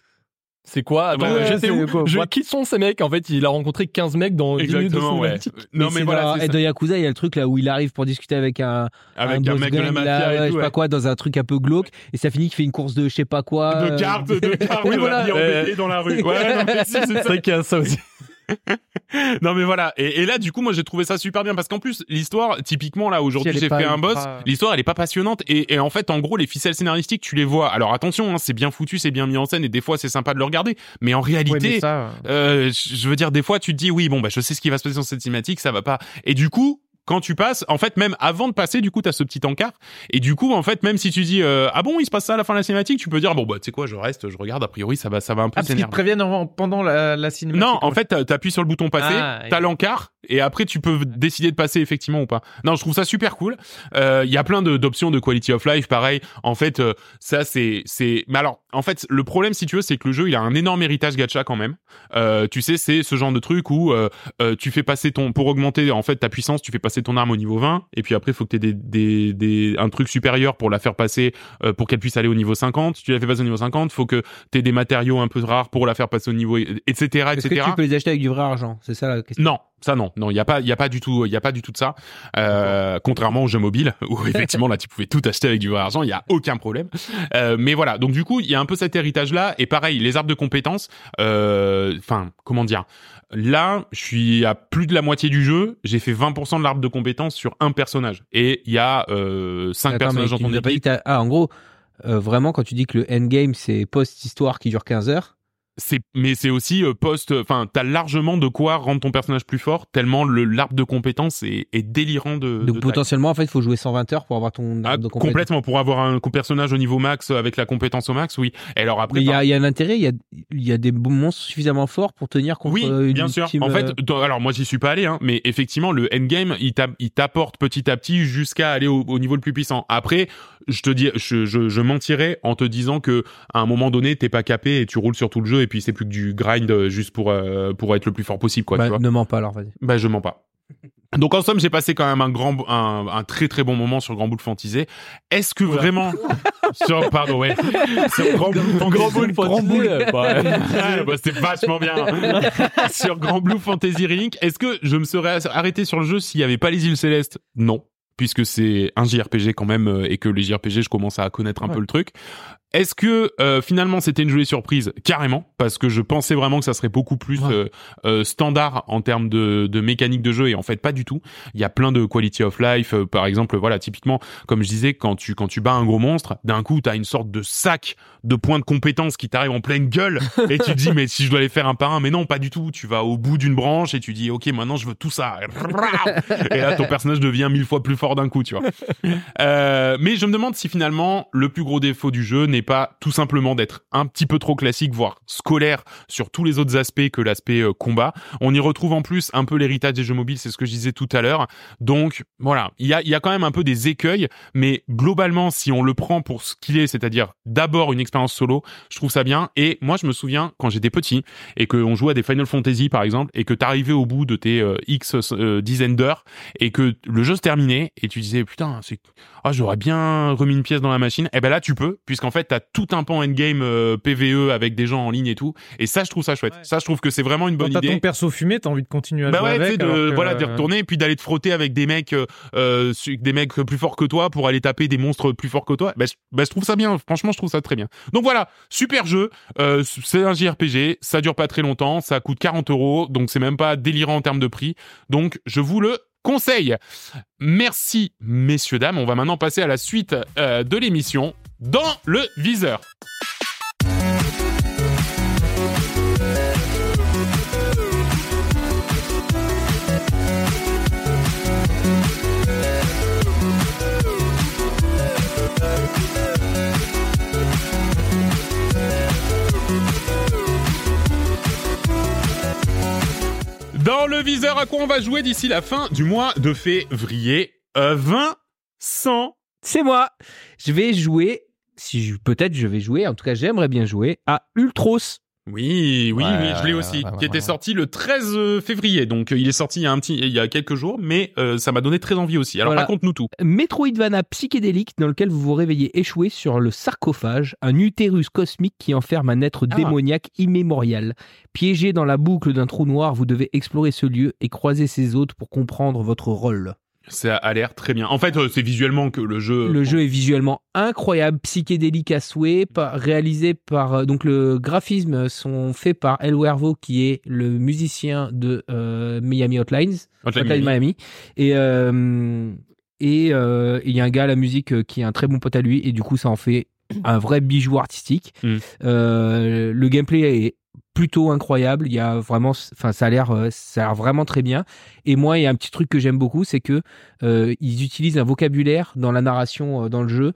c'est quoi Attends,
Ouais,
j'étais
c'est
où
quoi,
Je-
what
Qui sont ces mecs En fait, il a rencontré 15 mecs dans 10 minutes de
Exactement, ouais.
cinématique.
Non, mais
c'est
voilà,
dans-
c'est
et
ça.
dans Yakuza, il y a le truc là où il arrive pour discuter avec un,
avec un
boss
mec de la
gang,
mafia
là, ouais,
et
je
tout.
sais
ouais.
pas quoi, dans un truc un peu glauque, et ça finit qu'il fait une course de je sais pas quoi.
De
euh,
cartes, de cartes,
Oui,
de
voilà.
habillés en
Euh,
bélier dans la rue. Ouais, non, mais si, c'est
C'est
ça.
vrai qu'il y a ça aussi.
Non, mais voilà. Et, et là, du coup, moi, j'ai trouvé ça super bien parce qu'en plus, l'histoire, typiquement, là, aujourd'hui,
Si elle est
j'ai
pas
fait un boss.
ultra-
L'histoire, elle est pas passionnante. Et, et en fait, en gros, les ficelles scénaristiques, tu les vois. Alors attention, hein, c'est bien foutu, c'est bien mis en scène et des fois, c'est sympa de le regarder. Mais en
Ouais,
réalité,
mais ça,
euh, je je veux dire, des fois, tu te dis, oui, bon, bah, je sais ce qui va se passer dans cette cinématique, ça va pas. Et du coup, quand tu passes, en fait, même avant de passer, du coup, t'as ce petit encart. Et du coup, en fait, même si tu dis, euh, ah bon, il se passe ça à la fin de la cinématique, tu peux dire, bon, bah, tu sais quoi, je reste, je regarde, a priori, ça va, ça va un peu
Ah, parce qu'ils te
s'énerver.
préviennent en- pendant la, la cinématique.
Non, en fait, t'as- t'appuies sur le bouton passer,
Ah,
t'as
et-
l'encart, et après tu peux décider de passer effectivement ou pas. Non, je trouve ça super cool. Euh, Il y a plein de- d'options de quality of life, pareil. En fait, euh, ça c'est c'est. Mais alors, en fait, le problème si tu veux, c'est que le jeu il a un énorme héritage gacha quand même. Euh, tu sais, c'est ce genre de truc où euh, euh, tu fais passer ton pour augmenter en fait ta puissance, tu fais passer ton arme au niveau 20, et puis après faut que t'aies des, des des un truc supérieur pour la faire passer euh, pour qu'elle puisse aller au niveau 50. Tu la fais passer au niveau 50, faut que t'aies des matériaux un peu rares pour la faire passer au niveau, etc.
Est-ce
etc.
que tu peux les acheter avec du vrai argent C'est ça la question.
Non, ça non, non, il y a pas, il y a pas du tout, il y a pas du tout de ça. Euh, contrairement aux jeux mobiles où effectivement là tu pouvais tout acheter avec du vrai argent, il y a aucun problème. Euh, mais voilà, donc du coup il y a un peu cet héritage là et pareil les arbres de compétences. euh, Enfin comment dire, là je suis à plus de la moitié du jeu, j'ai fait 20% de l'arbre de compétences sur un personnage et il y a euh, cinq
Attends, mais
personnages dans
tu
ton
nous as pas dit
équipe.
que t'as- Ah, en gros, euh, vraiment, quand tu dis que le endgame, c'est post-histoire qui dure 15 heures,
c'est mais c'est aussi euh, post enfin t'as largement de quoi rendre ton personnage plus fort tellement le l'arbre de compétences est, est délirant de,
Donc
de taille.
potentiellement, en fait, il faut jouer 120 heures pour avoir ton
Ah,
arbre de compétence.
complètement pour avoir un co- personnage au niveau max euh, avec la compétence au max oui et alors après
Mais il y
par-
a, il y a un intérêt, il y a, il y a des monstres suffisamment forts pour tenir contre
oui,
euh, une
bien sûr.
team,
En fait,
euh,
dans- alors moi j'y suis pas allé, hein, mais effectivement le endgame il t'a- il t'apporte petit à petit jusqu'à aller au, au niveau le plus puissant. Après, je te dis, je, je, je mentirais en te disant que à un moment donné t'es pas capé et tu roules sur tout le jeu et puis c'est plus que du grind euh, juste pour euh, pour être le plus fort possible quoi.
bah,
tu vois
ne mens pas alors, vas-y.
bah je mens pas. Donc en somme j'ai passé quand même un grand, un, un très très bon moment sur Grand Boule Fantisé. Est-ce que vraiment sur pardon ouais sur Grand Boule
Grand
Fantasy-
boule, grand boule. bah, ouais.
Ouais, bah, c'était vachement bien. sur Grand Blue Fantasy Ring, est-ce que je me serais arrêté sur le jeu s'il n'y avait pas les îles célestes Non, puisque c'est un JRPG quand même euh, et que les JRPG, je commence à connaître un peu le truc. Est-ce que euh, finalement c'était une jolie surprise Carrément, parce que je pensais vraiment que ça serait beaucoup plus
Ouais.
euh, euh, standard en termes de, de mécanique de jeu et en fait pas du tout. Il y a plein de quality of life, euh, par exemple, voilà, typiquement, comme je disais, quand tu, quand tu bats un gros monstre, d'un coup t'as une sorte de sac de points de compétences qui t'arrivent en pleine gueule et tu te dis mais si je dois les faire un par un mais non pas du tout tu vas au bout d'une branche et tu dis ok maintenant je veux tout ça et là ton personnage devient mille fois plus fort d'un coup tu vois Euh, mais je me demande si finalement le plus gros défaut du jeu n'est pas tout simplement d'être un petit peu trop classique voire scolaire sur tous les autres aspects que l'aspect euh, combat on y retrouve en plus un peu l'héritage des jeux mobiles c'est ce que je disais tout à l'heure donc voilà il y a, il y a quand même un peu des écueils mais globalement, si on le prend pour ce qu'il est, c'est-à-dire d'abord une expérience solo, je trouve ça bien. Et moi, je me souviens quand j'étais petit et qu'on jouait à des Final Fantasy par exemple et que t'arrivais au bout de tes euh, X euh, dizaines d'heures et que le jeu se terminait et tu disais putain, c'est ah j'aurais bien remis une pièce dans la machine. Et ben là, tu peux puisqu'en fait t'as tout un pan endgame euh, PVE avec des gens en ligne et tout. Et ça, je trouve ça chouette.
Ouais.
Ça, je trouve que c'est vraiment une bonne
Quand t'as
idée
ton perso fumé, t'as envie de continuer à
bah
jouer
ouais, tu sais,
avec.
de,
alors que,
voilà, d'y
euh,
retourner et puis d'aller te frotter avec des mecs, euh, euh, su- des mecs plus forts que toi pour aller taper des monstres plus forts que toi. Bah, je, bah, je trouve ça bien. Franchement, je trouve ça très bien. Donc voilà, super jeu. Euh, c'est un JRPG. Ça dure pas très longtemps. Ça coûte 40 euros. Donc c'est même pas délirant en termes de prix. Donc je vous le conseille. Merci, messieurs, dames. On va maintenant passer à la suite euh, de l'émission dans le viseur. Dans le viseur, à quoi on va jouer d'ici la fin du mois de février euh, 20
C'est moi. Je vais jouer, si je- peut-être je vais jouer, en tout cas j'aimerais bien jouer à Ultros.
Oui, oui,
Ouais,
oui, je l'ai
ouais,
aussi,
ouais, ouais,
qui
ouais,
était
ouais.
sorti le 13 euh, février. Donc euh, il est sorti il y a un petit il y a quelques jours, mais euh, ça m'a donné très envie aussi. Alors
Voilà.
raconte-nous tout.
Metroidvania psychédélique dans lequel vous vous réveillez échoué sur le sarcophage, un utérus cosmique qui enferme un être
Ah.
démoniaque immémorial. Piégé dans la boucle d'un trou noir, vous devez explorer ce lieu et croiser ses hôtes pour comprendre votre rôle.
Ça a l'air très bien. En fait, euh, c'est visuellement que le jeu
Le jeu est visuellement incroyable, psychédélique à souhait, par- réalisé par euh, donc le graphisme euh, sont faits par El Wervo qui est le musicien de euh, Miami Hotlines,
Hotline
Hotline
Miami.
Miami, et euh, et euh, il y a un gars à la musique euh, qui est un très bon pote à lui et du coup ça en fait un vrai bijou artistique.
Mm.
Euh, le gameplay est plutôt incroyable, il y a vraiment enfin ça a l'air euh, ça a l'air vraiment très bien et moi il y a un petit truc que j'aime beaucoup c'est que euh, ils utilisent un vocabulaire dans la narration, euh, dans le jeu,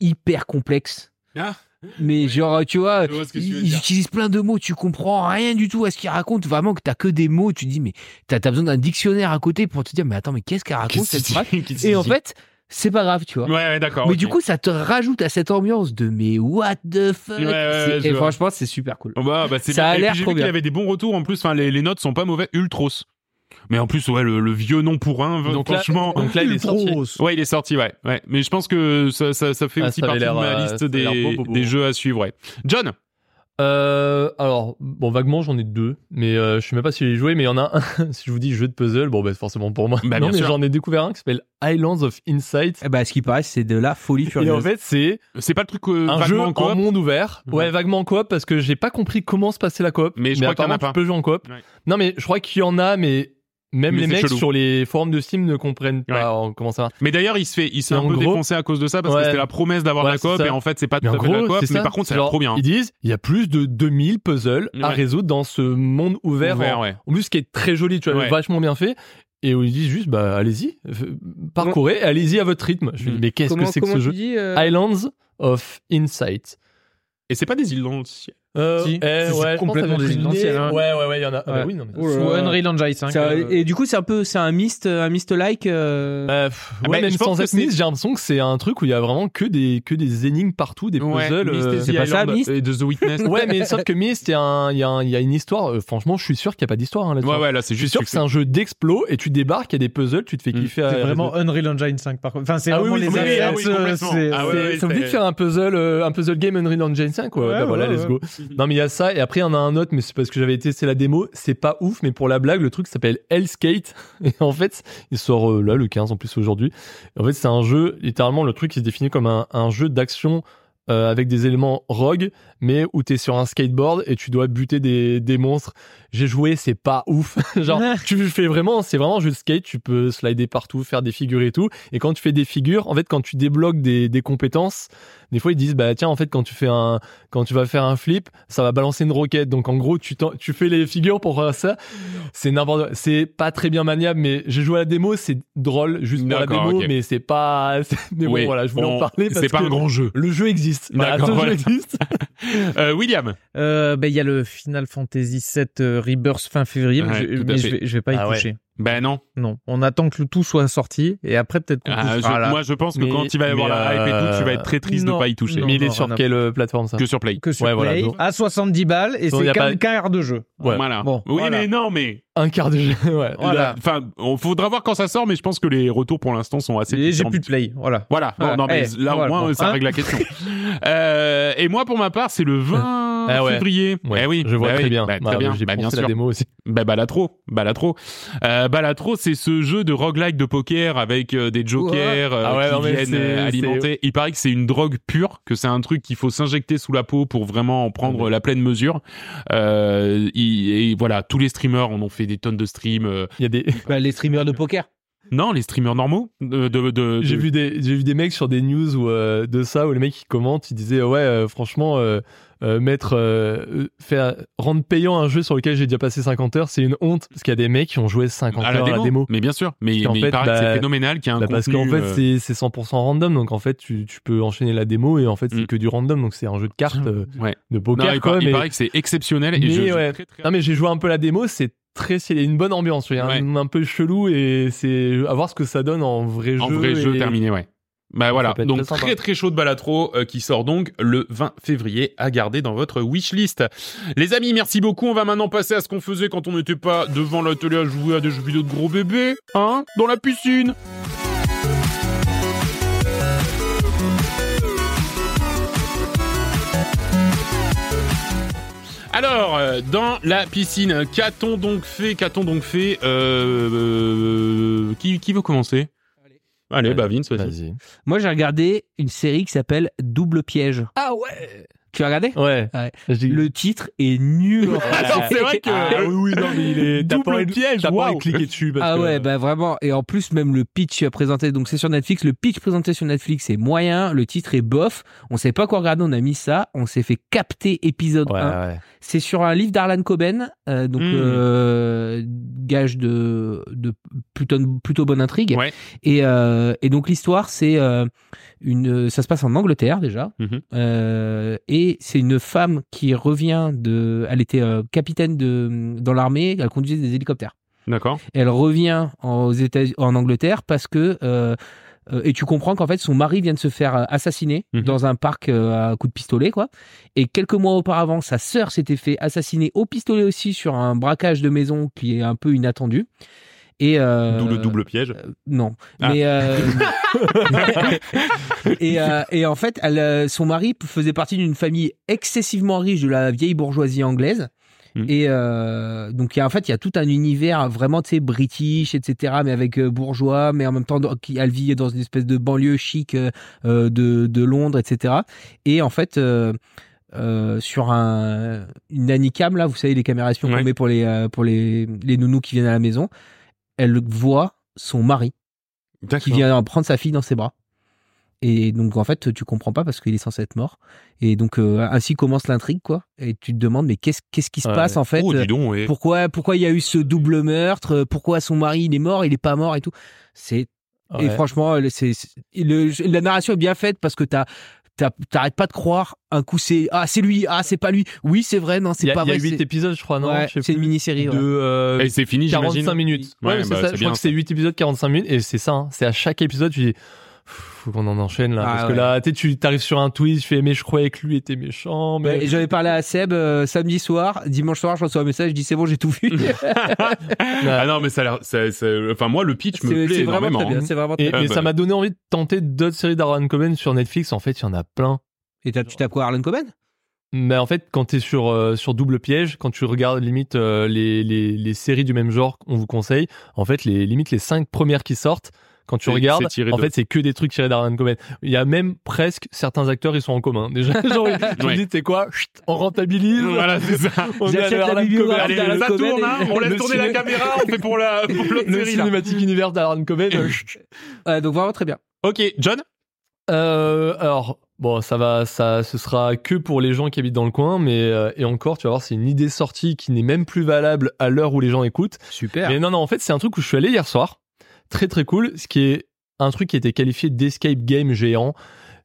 hyper complexe.
Ah.
Mais genre, euh, tu vois,
Je vois ce que tu veux
ils,
dire.
utilisent plein de mots, tu comprends rien du tout à ce qu'ils racontent. Vraiment que t'as que des mots, tu te dis, mais t'as as besoin d'un dictionnaire à côté pour te dire, mais attends, mais qu'est-ce qu'elle raconte
Qu'est-ce
cette
qu'il
phrase
dit Qu'est-ce
Et
qu'il
en
dit
fait, c'est pas grave, tu vois.
Ouais, ouais, d'accord.
mais
ok.
du coup, ça te rajoute à cette ambiance de mais what the fuck
Ouais, ouais, ouais,
C'est-
je
Et
vois.
franchement, c'est super cool.
Oh bah, bah, c'est
Ça
bien.
a
Et puis,
l'air
J'ai
trop
vu qu'il y
bien.
avait des bons retours en plus. Enfin, les, les notes sont pas mauvaises. Ultros. Mais en plus, ouais, le, le vieux nom pour un.
Donc là-
franchement.
Donc là, il est sorti.
Ouais, il est sorti, ouais. ouais. Mais je pense que ça, ça, ça fait
Ah,
aussi
ça
partie
avait
de
l'air,
ma
euh,
liste
ça avait l'air
des,
beau, beau, beau.
des jeux à suivre, ouais. John
Euh, alors, bon, vaguement, j'en ai deux, mais euh, je sais même pas si j'ai joué, mais il y en a un, si je vous dis jeu de puzzle, bon, bah, c'est forcément pour moi.
Bah,
non,
bien
mais
sûr.
j'en ai découvert un qui s'appelle Islands of Insight.
Eh ben, à ce qui paraît, c'est de la folie
Et
furieuse.
en fait, c'est
C'est pas le truc euh,
un jeu
vaguement en
en,
coop
monde ouvert.
Mhm.
Ouais, vaguement en coop parce que j'ai pas compris comment se passait la coop.
Mais je crois qu'il y en a
apparemment,
pas.
Tu peux jouer en coop.
Ouais.
Non, mais je crois qu'il y en a, mais même
Mais
les
c'est
mecs
chelou.
sur les forums de Steam ne comprennent
Ouais.
pas en- comment ça marche.
Mais d'ailleurs, il se fait, il se fait
Et
un
en
peu
gros-
défoncer à cause de ça parce que
Ouais.
c'était la promesse d'avoir
Ouais,
la coop
c'est ça.
et en fait, c'est pas
Mais
tout
en
à fait la
gros,
coop.
c'est
Mais
ça.
par contre, ça a l'air
Genre,
trop bien.
Ils disent, il y a plus de 2000 puzzles à
Ouais.
résoudre dans ce monde ouvert.
Ouvert,
en,
ouais.
en plus, ce qui est très joli, tu vois,
Ouais.
vachement bien fait. Et où ils disent juste, bah, allez-y, f- parcourez, allez-y à votre rythme. Je me dis,
Mm.
mais qu'est-ce que
Comment,
c'est que
comment
ce
tu
jeu
dis
Ah,
euh,
Islands of Insight.
Et c'est pas des îles dans le ciel.
Euh,
Si. C'est
je
complètement
pense que ça doit être
des îles
une idée.
anciennes, hein.
Ouais, ouais, ouais, il y en a. Ah, bah
Ouais.
oui, non, mais-
Oh là
Sous
là.
Unreal Engine 5.
Ça-
euh,
Et du coup, c'est un peu, c'est un mist, un euh, mist like.
Bah, pff,
Ah
ouais,
bah,
même
je pense
sans
que
être
c'est-
mise, j'ai l'impression que c'est un truc où il y a vraiment que des, que des énigmes partout, des puzzles. euh,
Myst et The
pas ça,
Island
Myst
et de The Witness.
Ouais, mais sauf que Myst, il y, a un- il y a un- il y a une histoire. euh, franchement, je suis sûr qu'il n'y a pas d'histoire hein, là-dessus.
Ouais, ouais, là, c'est
Je suis
juste.
sûr
tu
que c'est un jeu d'explo et tu débarques, il y a des puzzles, tu te fais
Mm.
kiffer. à-
C'est vraiment Unreal Engine 5 par contre. Enfin, c'est
Ah
vraiment
oui,
les
oui, oui,
ah
assets,
oui,
euh,
complètement.
c'est-
Ah
C'est-
ouais, ouais,
ça vous dit
c'est-
de faire un puzzle, euh, un puzzle game Unreal Engine 5 ouais,
Ouais,
bah
ouais,
voilà, let's
ouais. Mhm.
go. Non mais il y a ça et après il y en a un autre, mais c'est parce que j'avais testé la démo, c'est pas ouf, mais pour la blague le truc s'appelle Hellskate et en fait il sort euh, là le 15 en plus aujourd'hui. Et En fait c'est un jeu littéralement le truc qui se définit comme un, un jeu d'action. euh, avec des éléments rogue, mais où t'es sur un skateboard et tu dois buter des, des monstres. J'ai joué, c'est pas ouf. Genre, tu fais vraiment, c'est vraiment un jeu de skate, tu peux slider partout, faire des figures et tout. Et quand tu fais des figures, en fait, quand tu débloques des, des compétences, des fois ils disent, bah tiens, en fait, quand tu fais un, quand tu vas faire un flip, ça va balancer une roquette. Donc en gros, tu, t'en- tu fais les figures pour faire ça. C'est n'importe quoi. C'est pas très bien maniable, mais j'ai joué à la démo, c'est drôle juste pour la
D'accord,
démo,
ok.
mais c'est pas. c'est- Mais bon,
Oui,
voilà, je voulais en
on-
parler parce
C'est pas
que
un grand jeu.
le jeu existe. Voilà,
D'accord,
ce
voilà.
jeu existe.
Euh, William.
Euh, ben, il y a le Final Fantasy VII euh, Rebirth fin février, mais,
Ouais,
je,
tout à fait.
mais je vais, je vais pas y
Ah ouais.
toucher.
Ben non.
Non, on attend que le tout soit sorti et après peut-être qu'on
Ah,
touche.
je-
Ah là,
Moi, je pense que
Mais-
quand il va y avoir
mais,
la hype et tout, tu vas être très triste
non,
de pas y toucher.
non,
Mais
Il est
non,
sur
rien à
quelle euh, plateforme ça
que sur Play.
que sur
Ouais, voilà,
Play
donc-
à 70 balles et
Donc, y
c'est
a
qu'un
pas-
quart de jeu.
Ouais.
Voilà.
Bon,
oui,
voilà.
mais non, mais.
Un quart de jeu. Ouais.
Voilà.
Enfin, on faudra voir quand ça sort, mais je pense que les retours pour l'instant sont assez.
Et j'ai
différents.
plus de Play, voilà.
Voilà. Bon,
Voilà.
non, mais
Eh,
là, au
voilà,
moins,
bon.
ça
Hein
règle la question. Euh, et moi, pour ma part, c'est le 20
Ah ouais.
février.
Ouais,
Eh oui.
je vois
Bah
très
oui.
bien.
Bah, très
Bah,
bien.
J'ai
Bah, bien
pensé
sûr.
la démo aussi.
Bah, Balatro, Balatro. Euh, Balatro, c'est ce jeu de roguelike de poker avec euh, des jokers euh,
Ah ouais, non,
qui
mais
viennent
c'est-
euh,
c'est-
alimenter. Il paraît que c'est une drogue pure, que c'est un truc qu'il faut s'injecter sous la peau pour vraiment en prendre la pleine mesure. Euh, il- et voilà, tous les streamers en ont fait des tonnes de streams. euh.
Il y a des.
Bah, les streamers de poker.
Non, les streamers normaux euh, de, de, de-
J'ai
de-
vu des j'ai vu des mecs sur des news où, euh, de ça où les mecs ils commentent ils disaient ouais euh, franchement euh, euh, mettre euh, euh, faire rendre payant un jeu sur lequel j'ai déjà passé 50 heures c'est une honte parce qu'il y a des mecs qui ont joué 50
à
heures
la démo.
à la démo
Mais bien sûr, mais,
Parce qu'en
mais il
fait,
paraît que c'est
bah,
phénoménal qu'il y a un
Bah, parce qu'en
contenu,
fait
euh,
c'est- c'est 100% random donc en fait tu, tu peux enchaîner la démo et en fait c'est
Mm.
que du random donc c'est un jeu de cartes euh,
ouais.
de
Non,
poker
il,
quoi,
par- il
mais-
paraît que c'est exceptionnel et
Mais
je- je-
ouais.
très, très-
Non mais j'ai joué un peu la démo, c'est très il y a une bonne ambiance, il y a un, un peu chelou et c'est à voir ce que ça donne en vrai
en
jeu.
vrai
et-
jeu terminé, ouais. Bah voilà,
peut être
donc
très sympa.
très très chaud de Balatro euh, qui sort donc le 20 février à garder dans votre wishlist. Les amis, merci beaucoup. On va maintenant passer à ce qu'on faisait quand on n'était pas devant l'atelier à jouer à des jeux vidéo de gros bébés, hein, dans la piscine. Alors, euh, dans la piscine, qu'a-t-on donc fait Qu'a-t-on donc fait Euh, euh, qui, qui veut commencer
Allez.
Allez,
Allez,
bah Vince, vas-y.
Vas-y.
Moi, j'ai regardé une série qui s'appelle Double Piège.
Ah ouais.
Tu as regardé
Ouais.
Ouais.
Je dis-
Le titre est nul.
Alors, c'est vrai que-
Ah oui, oui, non, mais il est. T'as
Double
pas envie de-
piège,
t'as pas envie
waouh.
de cliquer dessus. Parce
Ah
que-
ouais, bah vraiment. Et en plus, même le pitch présenté, donc c'est sur Netflix. Le pitch présenté sur Netflix est moyen, le titre est bof. On sait pas quoi regarder, on a mis ça. On s'est fait capter épisode
Ouais, Hmm.
1.
ouais.
C'est sur un livre d'Arlan Coben, euh, donc
Mm.
euh, gage de, de plutôt, plutôt bonne intrigue.
Ouais.
Et, euh, et donc l'histoire, c'est euh, une, ça se passe en Angleterre déjà,
Mhm.
Euh, et c'est une femme qui revient de, elle était euh, capitaine de dans l'armée, elle conduisait des hélicoptères
D'accord.
elle revient en- aux États en Angleterre parce que euh, euh, et tu comprends qu'en fait son mari vient de se faire euh, assassiner
Mhm.
dans un parc euh, à coups de pistolet quoi et quelques mois auparavant sa sœur s'était fait assassiner au pistolet aussi sur un braquage de maison qui est un peu inattendu et euh,
D'où le double piège.
non.
Ah.
Mais euh, et, euh, et en fait, elle, euh, son mari faisait partie d'une famille excessivement riche de la vieille bourgeoisie anglaise.
Mhm.
Et euh, donc, il y a- en fait, il y a tout un univers vraiment, tu sais, british, etc., mais avec euh, bourgeois, mais en même temps, dans- qui- elle vit dans une espèce de banlieue chic euh, euh, de, de Londres, etc. Et en fait, euh, euh, sur un, une Anicam, là, vous savez, les caméras espions
Ouais.
qu'on met pour, les, euh, pour les, les nounous qui viennent à la maison, elle voit son mari qui
D'accord.
vient prendre sa fille dans ses bras. Et donc en fait, tu comprends pas parce qu'il est censé être mort. Et donc euh, ainsi commence l'intrigue, quoi. Et tu te demandes mais qu'est-ce qu'est-ce qui se
Ouais.
passe en fait
Oh,
euh,
dis donc, ouais.
Pourquoi pourquoi il y a eu ce double meurtre euh, Pourquoi son mari il est mort, il est pas mort et tout C'est et
Ouais.
franchement, le- c'est c'est- le- la narration est bien faite parce que t'as t'as- T'arrêtes pas de croire, un coup c'est ah c'est lui, ah c'est pas lui, oui c'est vrai, non
Il y
c'est
a,
pas
il y a
vrai.
huit
c'est-
épisodes, je crois, non
Ouais,
Je sais
c'est une
plus.
mini-série. ouais.
De euh,
Et Eh, c'est fini, j'imagine.
45 minutes.
Ouais,
Ouais,
bah,
c'est ça.
c'est
Je
bien
crois que c'est 8 épisodes, 45 minutes. Et c'est ça. hein. C'est à chaque épisode, tu dis. Pff, Faut qu'on en enchaîne là.
Ah,
parce
ouais.
que là, tu sais, tu t'arrives sur un twist, tu fais mais je croyais que lui était méchant. Mais...
Et J'avais parlé à Seb euh, samedi soir, dimanche soir, je reçois un message, je dis c'est bon, j'ai tout vu.
Ah non, mais ça a l'air. ça- ça- Enfin, moi, le pitch me
C'est
plaît
c'est vraiment
énormément.
très bien.
hein.
C'est vraiment très
Et,
Ah,
et
bah.
ça m'a donné envie de tenter d'autres séries d'Aaron Coben sur Netflix. En fait, il y en a plein.
Et t'as- tu tapes quoi, Harlan Coben
Mais en fait, quand tu es sur, euh, sur double piège, quand tu regardes limite euh, les, les, les séries du même genre qu'on vous conseille, en fait, les, limite les cinq premières qui sortent, quand tu
C'est-
regardes,
c'est tiré
en
de-
fait, c'est que des trucs tirés d'Arlan Coben. Il y a même presque certains acteurs, ils sont en commun. Déjà, genre, je
Ouais.
me dis, tu sais quoi, chut, on rentabilise.
Voilà, c'est ça.
On
J'achète
est allé à
la
Harlan
bibliographie
Coben.
Allez,
Darlan
ça
Coben
tourne,
et-
hein, on laisse
le
tourner la
ciné-
caméra, on fait pour la pour l'autre
Le
série là.
cinématique univers d'Aaron Coben. euh, chut.
Euh, Donc vraiment très bien.
Ok, John.
Euh, alors, bon, ça va, ça, ce sera que pour les gens qui habitent dans le coin, mais euh, et encore, tu vas voir, c'est une idée sortie qui n'est même plus valable à l'heure où les gens écoutent.
Super.
Mais non, non, en fait, c'est un truc où je suis allé hier soir, très très cool, ce qui est un truc qui était qualifié d'escape game géant.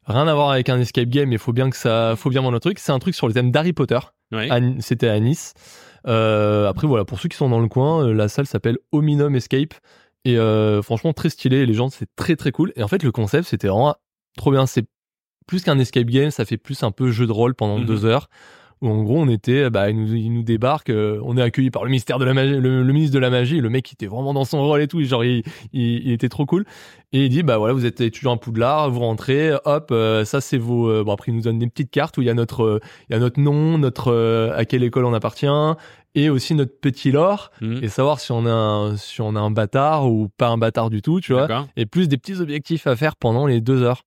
Rien à voir avec un escape game, mais faut bien que ça, faut bien voir le truc. C'est un truc sur le thème d'Harry Potter.
Ouais.
À- C'était à Nice. Euh, après, voilà, pour ceux qui sont dans le coin, euh, la salle s'appelle Ominum Escape. Et euh, franchement, très stylé. Les gens, c'est très très cool. Et en fait, le concept, c'était vraiment trop bien. C'est plus qu'un escape game, ça fait plus un peu jeu de rôle pendant
Mhm.
deux heures. Où en gros, on était, bah, ils nous, ils nous débarquent, euh, on est accueilli par le mystère de la magie, le, le ministre de la magie. Le mec, il était vraiment dans son rôle et tout. Genre, il, il- il était trop cool. Et il dit, bah voilà, vous êtes étudiant à Poudlard, vous rentrez, hop, euh, ça c'est vos. euh, bon, après, il nous donne des petites cartes où il y a notre, euh, il y a notre nom, notre euh, à quelle école on appartient, et aussi notre petit lore,
Mhm.
et savoir si on a un, si on a un bâtard ou pas un bâtard du tout, tu vois
D'accord.
et plus des petits objectifs à faire pendant les deux heures.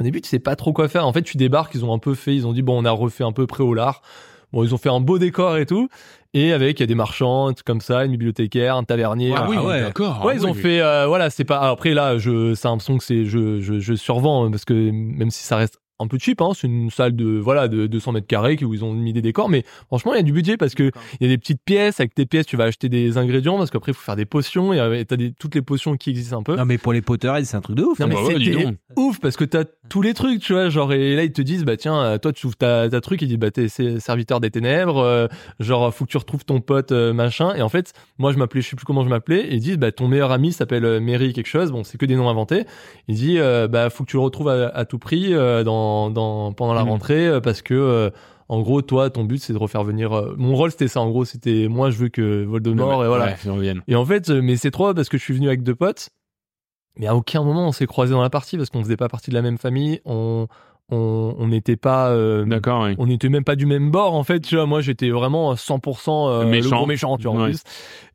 Au début, tu sais pas trop quoi faire. En fait, tu débarques, ils ont un peu fait, ils ont dit, bon, on a refait un peu près au lard. Bon, ils ont fait un beau décor et tout. Et avec, il y a des marchands, un truc comme ça, une bibliothécaire, un tavernier.
Ah oui,
ouais.
d'accord.
Ouais,
Ah
ils
oui,
ont
oui.
fait, euh, voilà, c'est pas. alors Après, là, je, c'est un son que c'est, je, je, je survends hein, parce que même si ça reste un peu cheap, hein, c'est une salle de, voilà, de 200 mètres carrés où ils ont mis des décors, mais franchement, il y a du budget parce que il y a des petites pièces. Avec tes pièces, tu vas acheter des ingrédients parce qu'après, il faut faire des potions et euh, et t'as des, toutes les potions qui existent un peu.
Non mais pour les Potterheads, c'est un truc de ouf. hein.
Non, mais
bah ouais, dis
c'était
donc.
ouf parce que t'as tous les trucs, tu vois. Genre, et là, ils te disent, bah tiens, euh, toi, tu ouvres ta, ta truc, ils disent, bah t'es c'est serviteur des ténèbres, euh, genre, faut que tu retrouves ton pote, euh, machin. Et en fait, moi, je m'appelais, je sais plus comment je m'appelais, et ils disent, bah ton meilleur ami s'appelle euh, Mary quelque chose, bon, c'est que des noms inventés. Il dit, euh, bah faut que tu le retrouves à, à tout prix euh, dans, dans, pendant la
Mhm.
rentrée euh, parce que. euh, en gros, toi, ton but, c'est de refaire venir. euh, Mon rôle, c'était ça. En gros, c'était moi, je veux que Voldemort.
Ouais,
et voilà.
ouais, ils reviennent.
Et en fait, euh, mais c'est trois parce que je suis venu avec deux potes. Mais à aucun moment on s'est croisés dans la partie parce qu'on faisait pas partie de la même famille. On on on n'était pas. euh,
D'accord, oui.
on n'était même pas du même bord en fait. Tu vois, moi j'étais vraiment 100% euh,
Méchant.
le gros méchant. Tu vois, en
Ouais.
plus.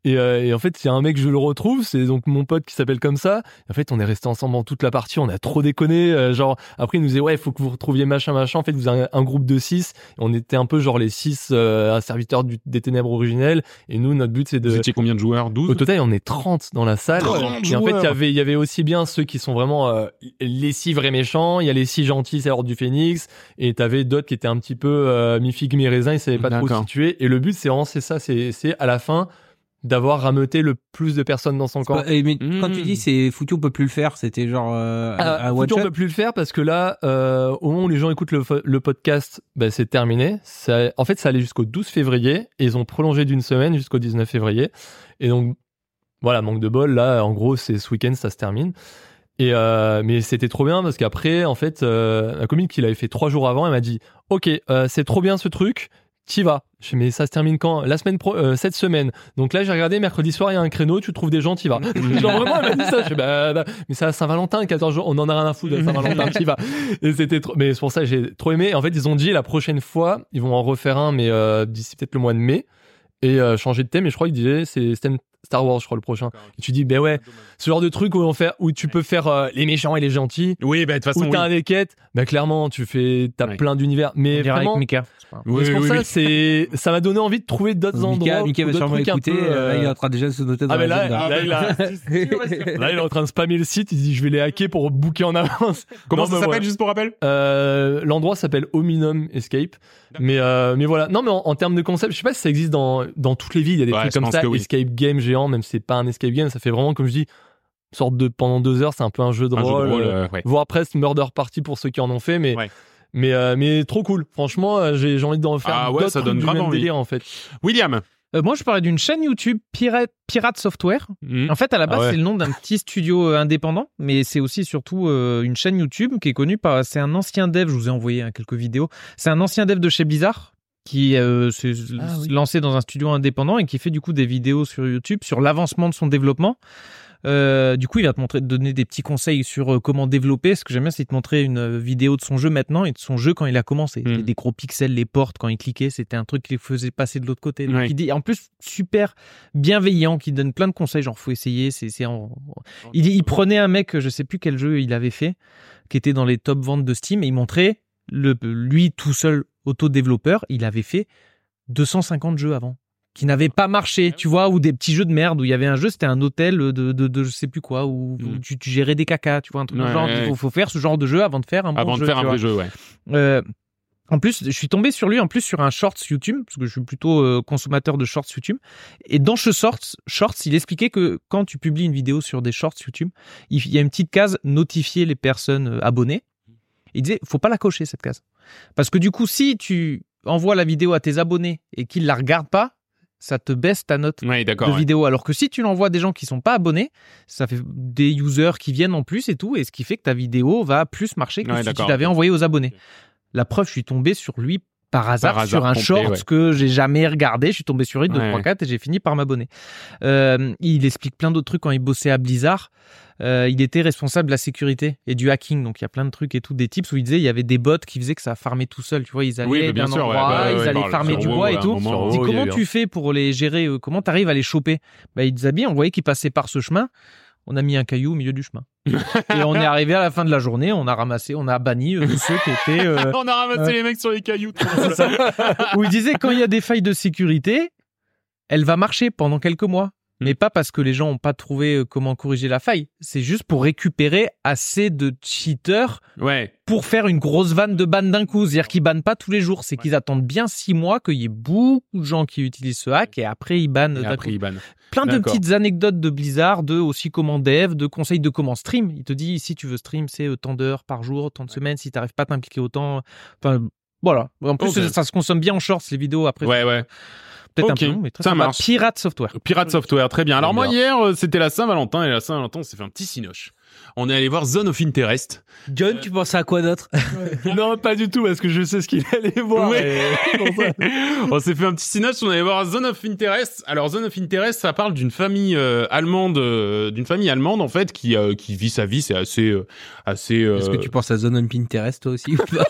Et, euh, et en fait, il y a un mec je le retrouve. C'est donc mon pote qui s'appelle comme ça. En fait, on est resté ensemble en toute la partie. On a trop déconné. euh, genre après, il nous disait ouais, il faut que vous retrouviez machin machin. En fait, vous avez un, un groupe de six. On était un peu genre les six euh, serviteurs du- des ténèbres originelles. Et nous, notre but c'est de
Vous étiez combien de joueurs 12
au total, on est 30 dans la salle.
30
et en fait, il
joueurs.
y avait- il y avait aussi bien ceux qui sont vraiment euh, les six vrais méchants, il y a les six gentils, c'est l'ordre du phénix, et t'avais d'autres qui étaient un petit peu euh, mi-figue, mi-raisin, ils savaient pas trop
D'accord.
se situer. Et le but, c'est vraiment c'est ça, c'est c'est à la fin d'avoir rameuté le plus de personnes dans son camp.
Bah, et mais quand
Mm.
tu dis c'est foutu, on peut plus le faire. C'était genre euh, à,
Ah,
à
foutu,
One
on
Shot.
peut plus le faire parce que là, euh, au moment où les gens écoutent le, fo- le podcast, bah, c'est terminé. Ça- en fait, ça allait jusqu'au 12 février et ils ont prolongé d'une semaine jusqu'au 19 février. Et donc, voilà, manque de bol. Là, en gros, c'est ce week-end, ça se termine. Et euh, mais c'était trop bien parce qu'après, en fait, euh, un comique qui l'avait fait trois jours avant, elle m'a dit Ok, euh, c'est trop bien ce truc, t'y vas. Je fais, mais ça se termine quand La semaine pro, euh, cette semaine. Donc là, j'ai regardé, mercredi soir, il y a un créneau, tu trouves des gens, t'y vas. Genre vraiment, elle m'a dit ça. Je fais, bah, bah, mais c'est à Saint-Valentin, 14 jours, on en a rien à foutre de Saint-Valentin, t'y vas. Et c'était trop, mais c'est pour ça que j'ai trop aimé. En fait, ils ont dit la prochaine fois, ils vont en refaire un, mais euh, d'ici peut-être le mois de mai. Et euh, changer de thème, et je crois qu'ils disaient c'est ce thème Star Wars, je crois, le prochain. Et tu dis, ben ouais, ce genre de truc où, on fait, où tu peux faire euh, les méchants et les gentils,
Oui, bah, de toute
où
façon.
t'as
oui.
des quêtes, ben clairement, tu fais, t'as
Ouais.
plein d'univers. Mais
On dira avec
vraiment,
Mika. c'est pas grave.
Oui,
c'est pour
oui,
ça,
oui.
c'est, ça m'a donné envie de trouver d'autres
Mika,
endroits.
Mika
ou
va
d'autres
sûrement
trucs un
écouter.
peu,
euh,
euh,
il est en train déjà de se noter dans
Ah, mais
l'agenda.
là, là, il a- Là, il est en train de spammer le site. Il dit, je vais les hacker pour booker en avance.
Comment
Non,
ça
mais
s'appelle,
voilà.
juste pour rappel
Euh, L'endroit s'appelle Ominum Escape. Mais, euh, mais voilà. Non, mais en, en termes de concept, je sais pas si ça existe dans, dans toutes les villes. Il y a des
Ouais,
trucs
je
comme
pense
ça.
que oui.
Escape game géant, même si c'est pas un escape game, ça fait vraiment, comme je dis, une sorte de pendant deux heures, c'est un peu un jeu de
Un jeu de
rôle.
rôle,
euh,
euh, ouais.
voire presque Murder Party pour ceux qui en ont fait. Mais,
Ouais.
mais, euh, mais trop cool. Franchement, euh, j'ai j'ai envie d'en faire
Ah ouais,
d'autres
ça donne
trucs du
grave
même
envie.
délire, en fait.
William
Euh, moi, je parlais d'une chaîne YouTube Pirate, Pirate Software.
Hmm.
En fait, à la base,
Ah ouais.
c'est le nom d'un petit studio euh, indépendant, mais c'est aussi surtout euh, une chaîne YouTube qui est connue par. C'est un ancien dev. Je vous ai envoyé hein, quelques vidéos. C'est un ancien dev de chez Blizzard qui euh, s'est lancé dans un studio indépendant et qui fait du coup des vidéos sur YouTube sur l'avancement de son développement. Euh, du coup, il va te montrer, te donner des petits conseils sur euh, comment développer. Ce que j'aime bien, c'est de te montrer une euh, vidéo de son jeu maintenant et de son jeu quand il a commencé.
Mm.
C'était Des gros pixels, les portes quand il cliquait, c'était un truc qui les faisait passer de l'autre côté. Donc,
Ouais.
il dit- en plus, super bienveillant, qui donne plein de conseils. Genre, faut essayer. C'est, c'est en- il, il prenait un mec, je sais plus quel jeu il avait fait, qui était dans les top ventes de Steam, et il montrait le, lui tout seul auto-développeur, il avait fait 250 jeux avant qui n'avaient pas marché, tu vois, ou des petits jeux de merde où il y avait un jeu, c'était un hôtel de, de, de je sais plus quoi, où, où
Mm.
tu, tu gérais des cacas, tu vois, un truc
Ouais,
du genre,
ouais,
il faut, faut faire ce genre de jeu avant de faire un bon
Avant
jeu.
de faire
tu
un
vois.
vrai jeu, ouais.
Euh, en plus, je suis tombé sur lui en plus sur un shorts YouTube parce que je suis plutôt euh, consommateur de shorts YouTube. Et dans ce shorts, shorts, il expliquait que quand tu publies une vidéo sur des shorts YouTube, il il y a une petite case notifier les personnes euh, abonnées. Il disait, faut pas la cocher cette case parce que du coup, si tu envoies la vidéo à tes abonnés et qu'ils la regardent pas, ça te baisse ta note
Ouais,
de
d'accord. ouais.
vidéo. Alors que si tu l'envoies à des gens qui sont pas abonnés, ça fait des users qui viennent en plus et tout, et ce qui fait que ta vidéo va plus marcher que
Ouais,
si tu
d'accord.
l'avais envoyée aux abonnés.
Ok.
La preuve, je suis tombé sur lui par hasard,
hasard,
sur un
pompé,
short
ouais.
que j'ai jamais regardé. Je suis tombé sur lui 2,
Ouais,
3,
ouais.
4 et j'ai fini par m'abonner. Euh, il explique plein d'autres trucs quand il bossait à Blizzard. Euh, il était responsable de la sécurité et du hacking, donc il y a plein de trucs et tout, des tips où il disait il y avait des bots qui faisaient que ça farmait tout seul, tu vois, ils allaient
Oui, bah, bien
d'un
sûr, ouais,
endroit,
bah,
ils
ouais,
allaient
parle
farmer
sur
du
WoW,
bois
à
et
un
tout.
moment,
Oh, il
Dis,
y a
comment
eu un-
tu fais pour les gérer euh, Comment t'arrives à les choper bah, Ils disaient bien, on voyait qu'ils passaient par ce chemin. On a mis un caillou au milieu du chemin. et on est arrivé à la fin de la journée, on a ramassé, on a banni euh, tous ceux qui étaient. euh,
On a ramassé
Ouais.
les mecs sur les cailloux. trop drôle.
où ils disaient quand il y a des failles de sécurité, elle va marcher pendant quelques mois.
Hmm.
Mais pas parce que les gens n'ont pas trouvé euh, comment corriger la faille. C'est juste pour récupérer assez de cheaters
Ouais.
pour faire une grosse vanne de ban d'un coup. C'est-à-dire qu'ils bannent pas tous les jours. C'est qu'ils attendent bien six mois qu'il y ait beaucoup de gens qui utilisent ce hack et après ils bannent
Et
d'un coup.
après, Iban.
Plein de
D'accord.
petites anecdotes de Blizzard, de aussi comment dev, de conseils de comment stream. Il te dit si tu veux stream, c'est euh, tant d'heures par jour, tant de semaines, si t'arrives pas à t'impliquer autant. Enfin, voilà. En plus,
Ok.
ça, ça se consomme bien en shorts, les vidéos après.
Ouais, ouais.
Peut-être
Ok.
un peu long, mais très
Ça
sympa.
marche.
Pirate Software.
Pirate Software, très bien. Alors moi
Bien.
hier, euh, c'était la Saint-Valentin et la Saint-Valentin, on s'est fait un petit cinoche. On est allé voir Zone of Interest.
Euh, John, tu pensais à quoi d'autre
non, pas du tout, parce que je sais ce qu'il allait voir.
Oui.
et-
on s'est fait un petit cinoche, on est allé voir Zone of Interest. Alors Zone of Interest, ça parle d'une famille euh, allemande, euh, d'une famille allemande en fait qui euh, qui vit sa vie, c'est assez euh, assez. euh,
Est-ce que tu penses à Zone on Pinterest, toi aussi ou pas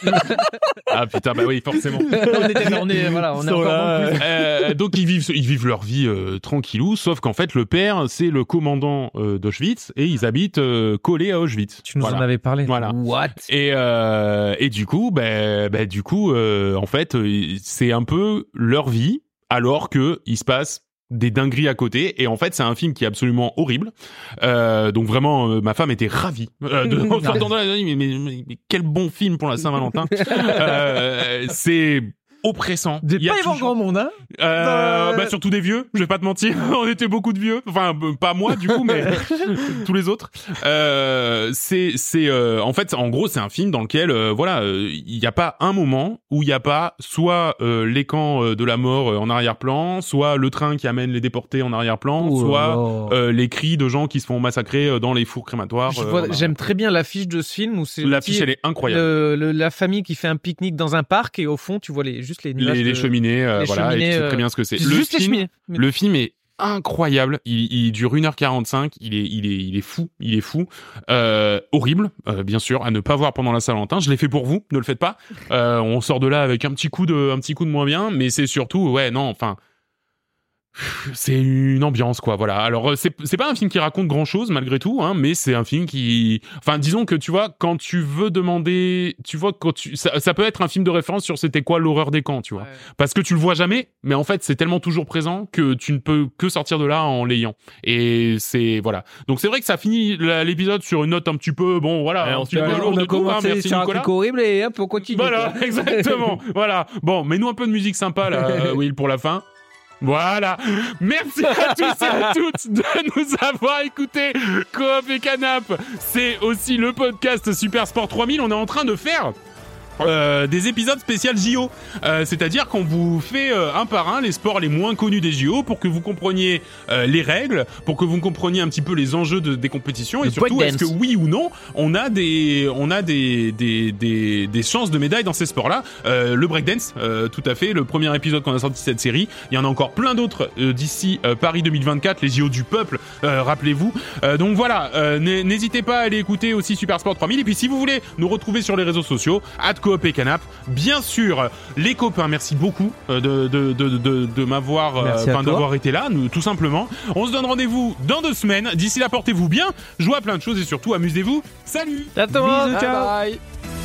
Ah putain, bah oui, forcément.
on était, on est, voilà, on est
Ils sont
encore
là,
en plus.
Euh, donc ils vivent ils vivent leur vie euh, tranquillou, sauf qu'en fait le père c'est le commandant euh, d'Auschwitz et ils habitent euh, collés à Auschwitz.
Tu nous
Voilà.
en avais parlé.
Voilà.
What
Et, euh, et du coup, ben, ben, du coup, euh, en fait, euh, c'est un peu leur vie, alors que il se passe des dingueries à côté. Et en fait, c'est un film qui est absolument horrible. Euh, donc vraiment, euh, ma femme était ravie. Euh, de, en sortant de là, elle a dit, mais, mais- mais- mais quel bon film pour la Saint-Valentin. Euh, c'est oppressant.
Des
Il y a
pas
toujours-
grand grand monde, hein
euh,
Dans-
bah surtout des vieux, je vais pas te mentir, on était beaucoup de vieux, enfin b- pas moi du coup, mais tous les autres. Euh, c'est c'est euh, en fait en gros c'est un film dans lequel euh, voilà euh, il n'y a pas un moment où il n'y a pas soit euh, les camps euh, de la mort euh, en arrière-plan, soit le train qui amène les déportés en arrière-plan,
Oh là
soit
là.
euh, les cris de gens qui se font massacrer euh, dans les fours crématoires.
Je
euh,
vois-
en
J'aime très bien l'affiche de ce film où c'est le
L'affiche
petit-
elle est incroyable.
le- le- la famille qui fait un pique-nique dans un parc et au fond tu vois les, juste les nuages
Les, les
de-
cheminées, euh,
les
voilà, et
cheminées,
tu sais très
euh,
bien ce que c'est.
juste
Le
les
film-
cheminées Mais-
Le film est incroyable. Il, il dure 1h45. Il est, il est, il est fou. Il est fou. Euh, horrible, euh, bien sûr, à ne pas voir pendant la Saint-Valentin. Je l'ai fait pour vous. Ne le faites pas. Euh, on sort de là avec un petit coup de, un petit coup de moins bien, mais c'est surtout, ouais, non, enfin. c'est une ambiance quoi voilà alors euh, c'est c'est pas un film qui raconte grand chose malgré tout hein, mais c'est un film qui enfin disons que tu vois quand tu veux demander tu vois quand tu ça, ça peut être un film de référence sur c'était quoi l'horreur des camps tu vois parce que tu le vois jamais mais en fait c'est tellement toujours présent que tu ne peux que sortir de là en l'ayant et c'est voilà donc c'est vrai que ça finit la- l'épisode sur une note un petit peu bon voilà
Ouais,
un
on
petit
se
peu
fait
Voilà,
un
lourde
on
de
a
tout, hein,
commencé
merci
sur un
Nicolas
truc horrible et hop, on continue.
voilà,
quoi.
exactement. voilà. Bon, mets-nous un peu de musique sympa, là, euh, Will, pour la fin. Voilà. Merci à tous et à toutes de nous avoir écoutés. Coop et Canap, c'est aussi le podcast Super Sport 3000. On est en train de faire. euh, des épisodes spéciaux JO, Euh, c'est-à-dire qu'on vous fait euh, un par un les sports les moins connus des JO pour que vous compreniez euh, les règles, pour que vous compreniez un petit peu les enjeux de- des compétitions et
Le
surtout est-ce
breakdance.
que oui ou non on a des on a des des, des, des chances de médailles dans ces sports-là. Euh, le breakdance, euh, tout à fait. Le premier épisode qu'on a sorti de cette série. Il y en a encore plein d'autres euh, d'ici euh, Paris 2024, les JO du peuple. euh, Rappelez-vous. Euh, donc voilà, euh, n'hé- n'hésitez pas à aller écouter aussi Super Sport 3000. Et puis si vous voulez nous retrouver sur les réseaux sociaux, @coop et canap, bien sûr. Les copains, merci beaucoup euh, de de de de, de m'avoir euh,
Merci à
enfin,
toi.
d'avoir été là, nous, tout simplement. On se donne rendez-vous dans deux semaines. D'ici là, portez-vous bien, jouez à plein de choses et surtout amusez-vous. Salut.
À toi.
Bisous, ciao.
bye.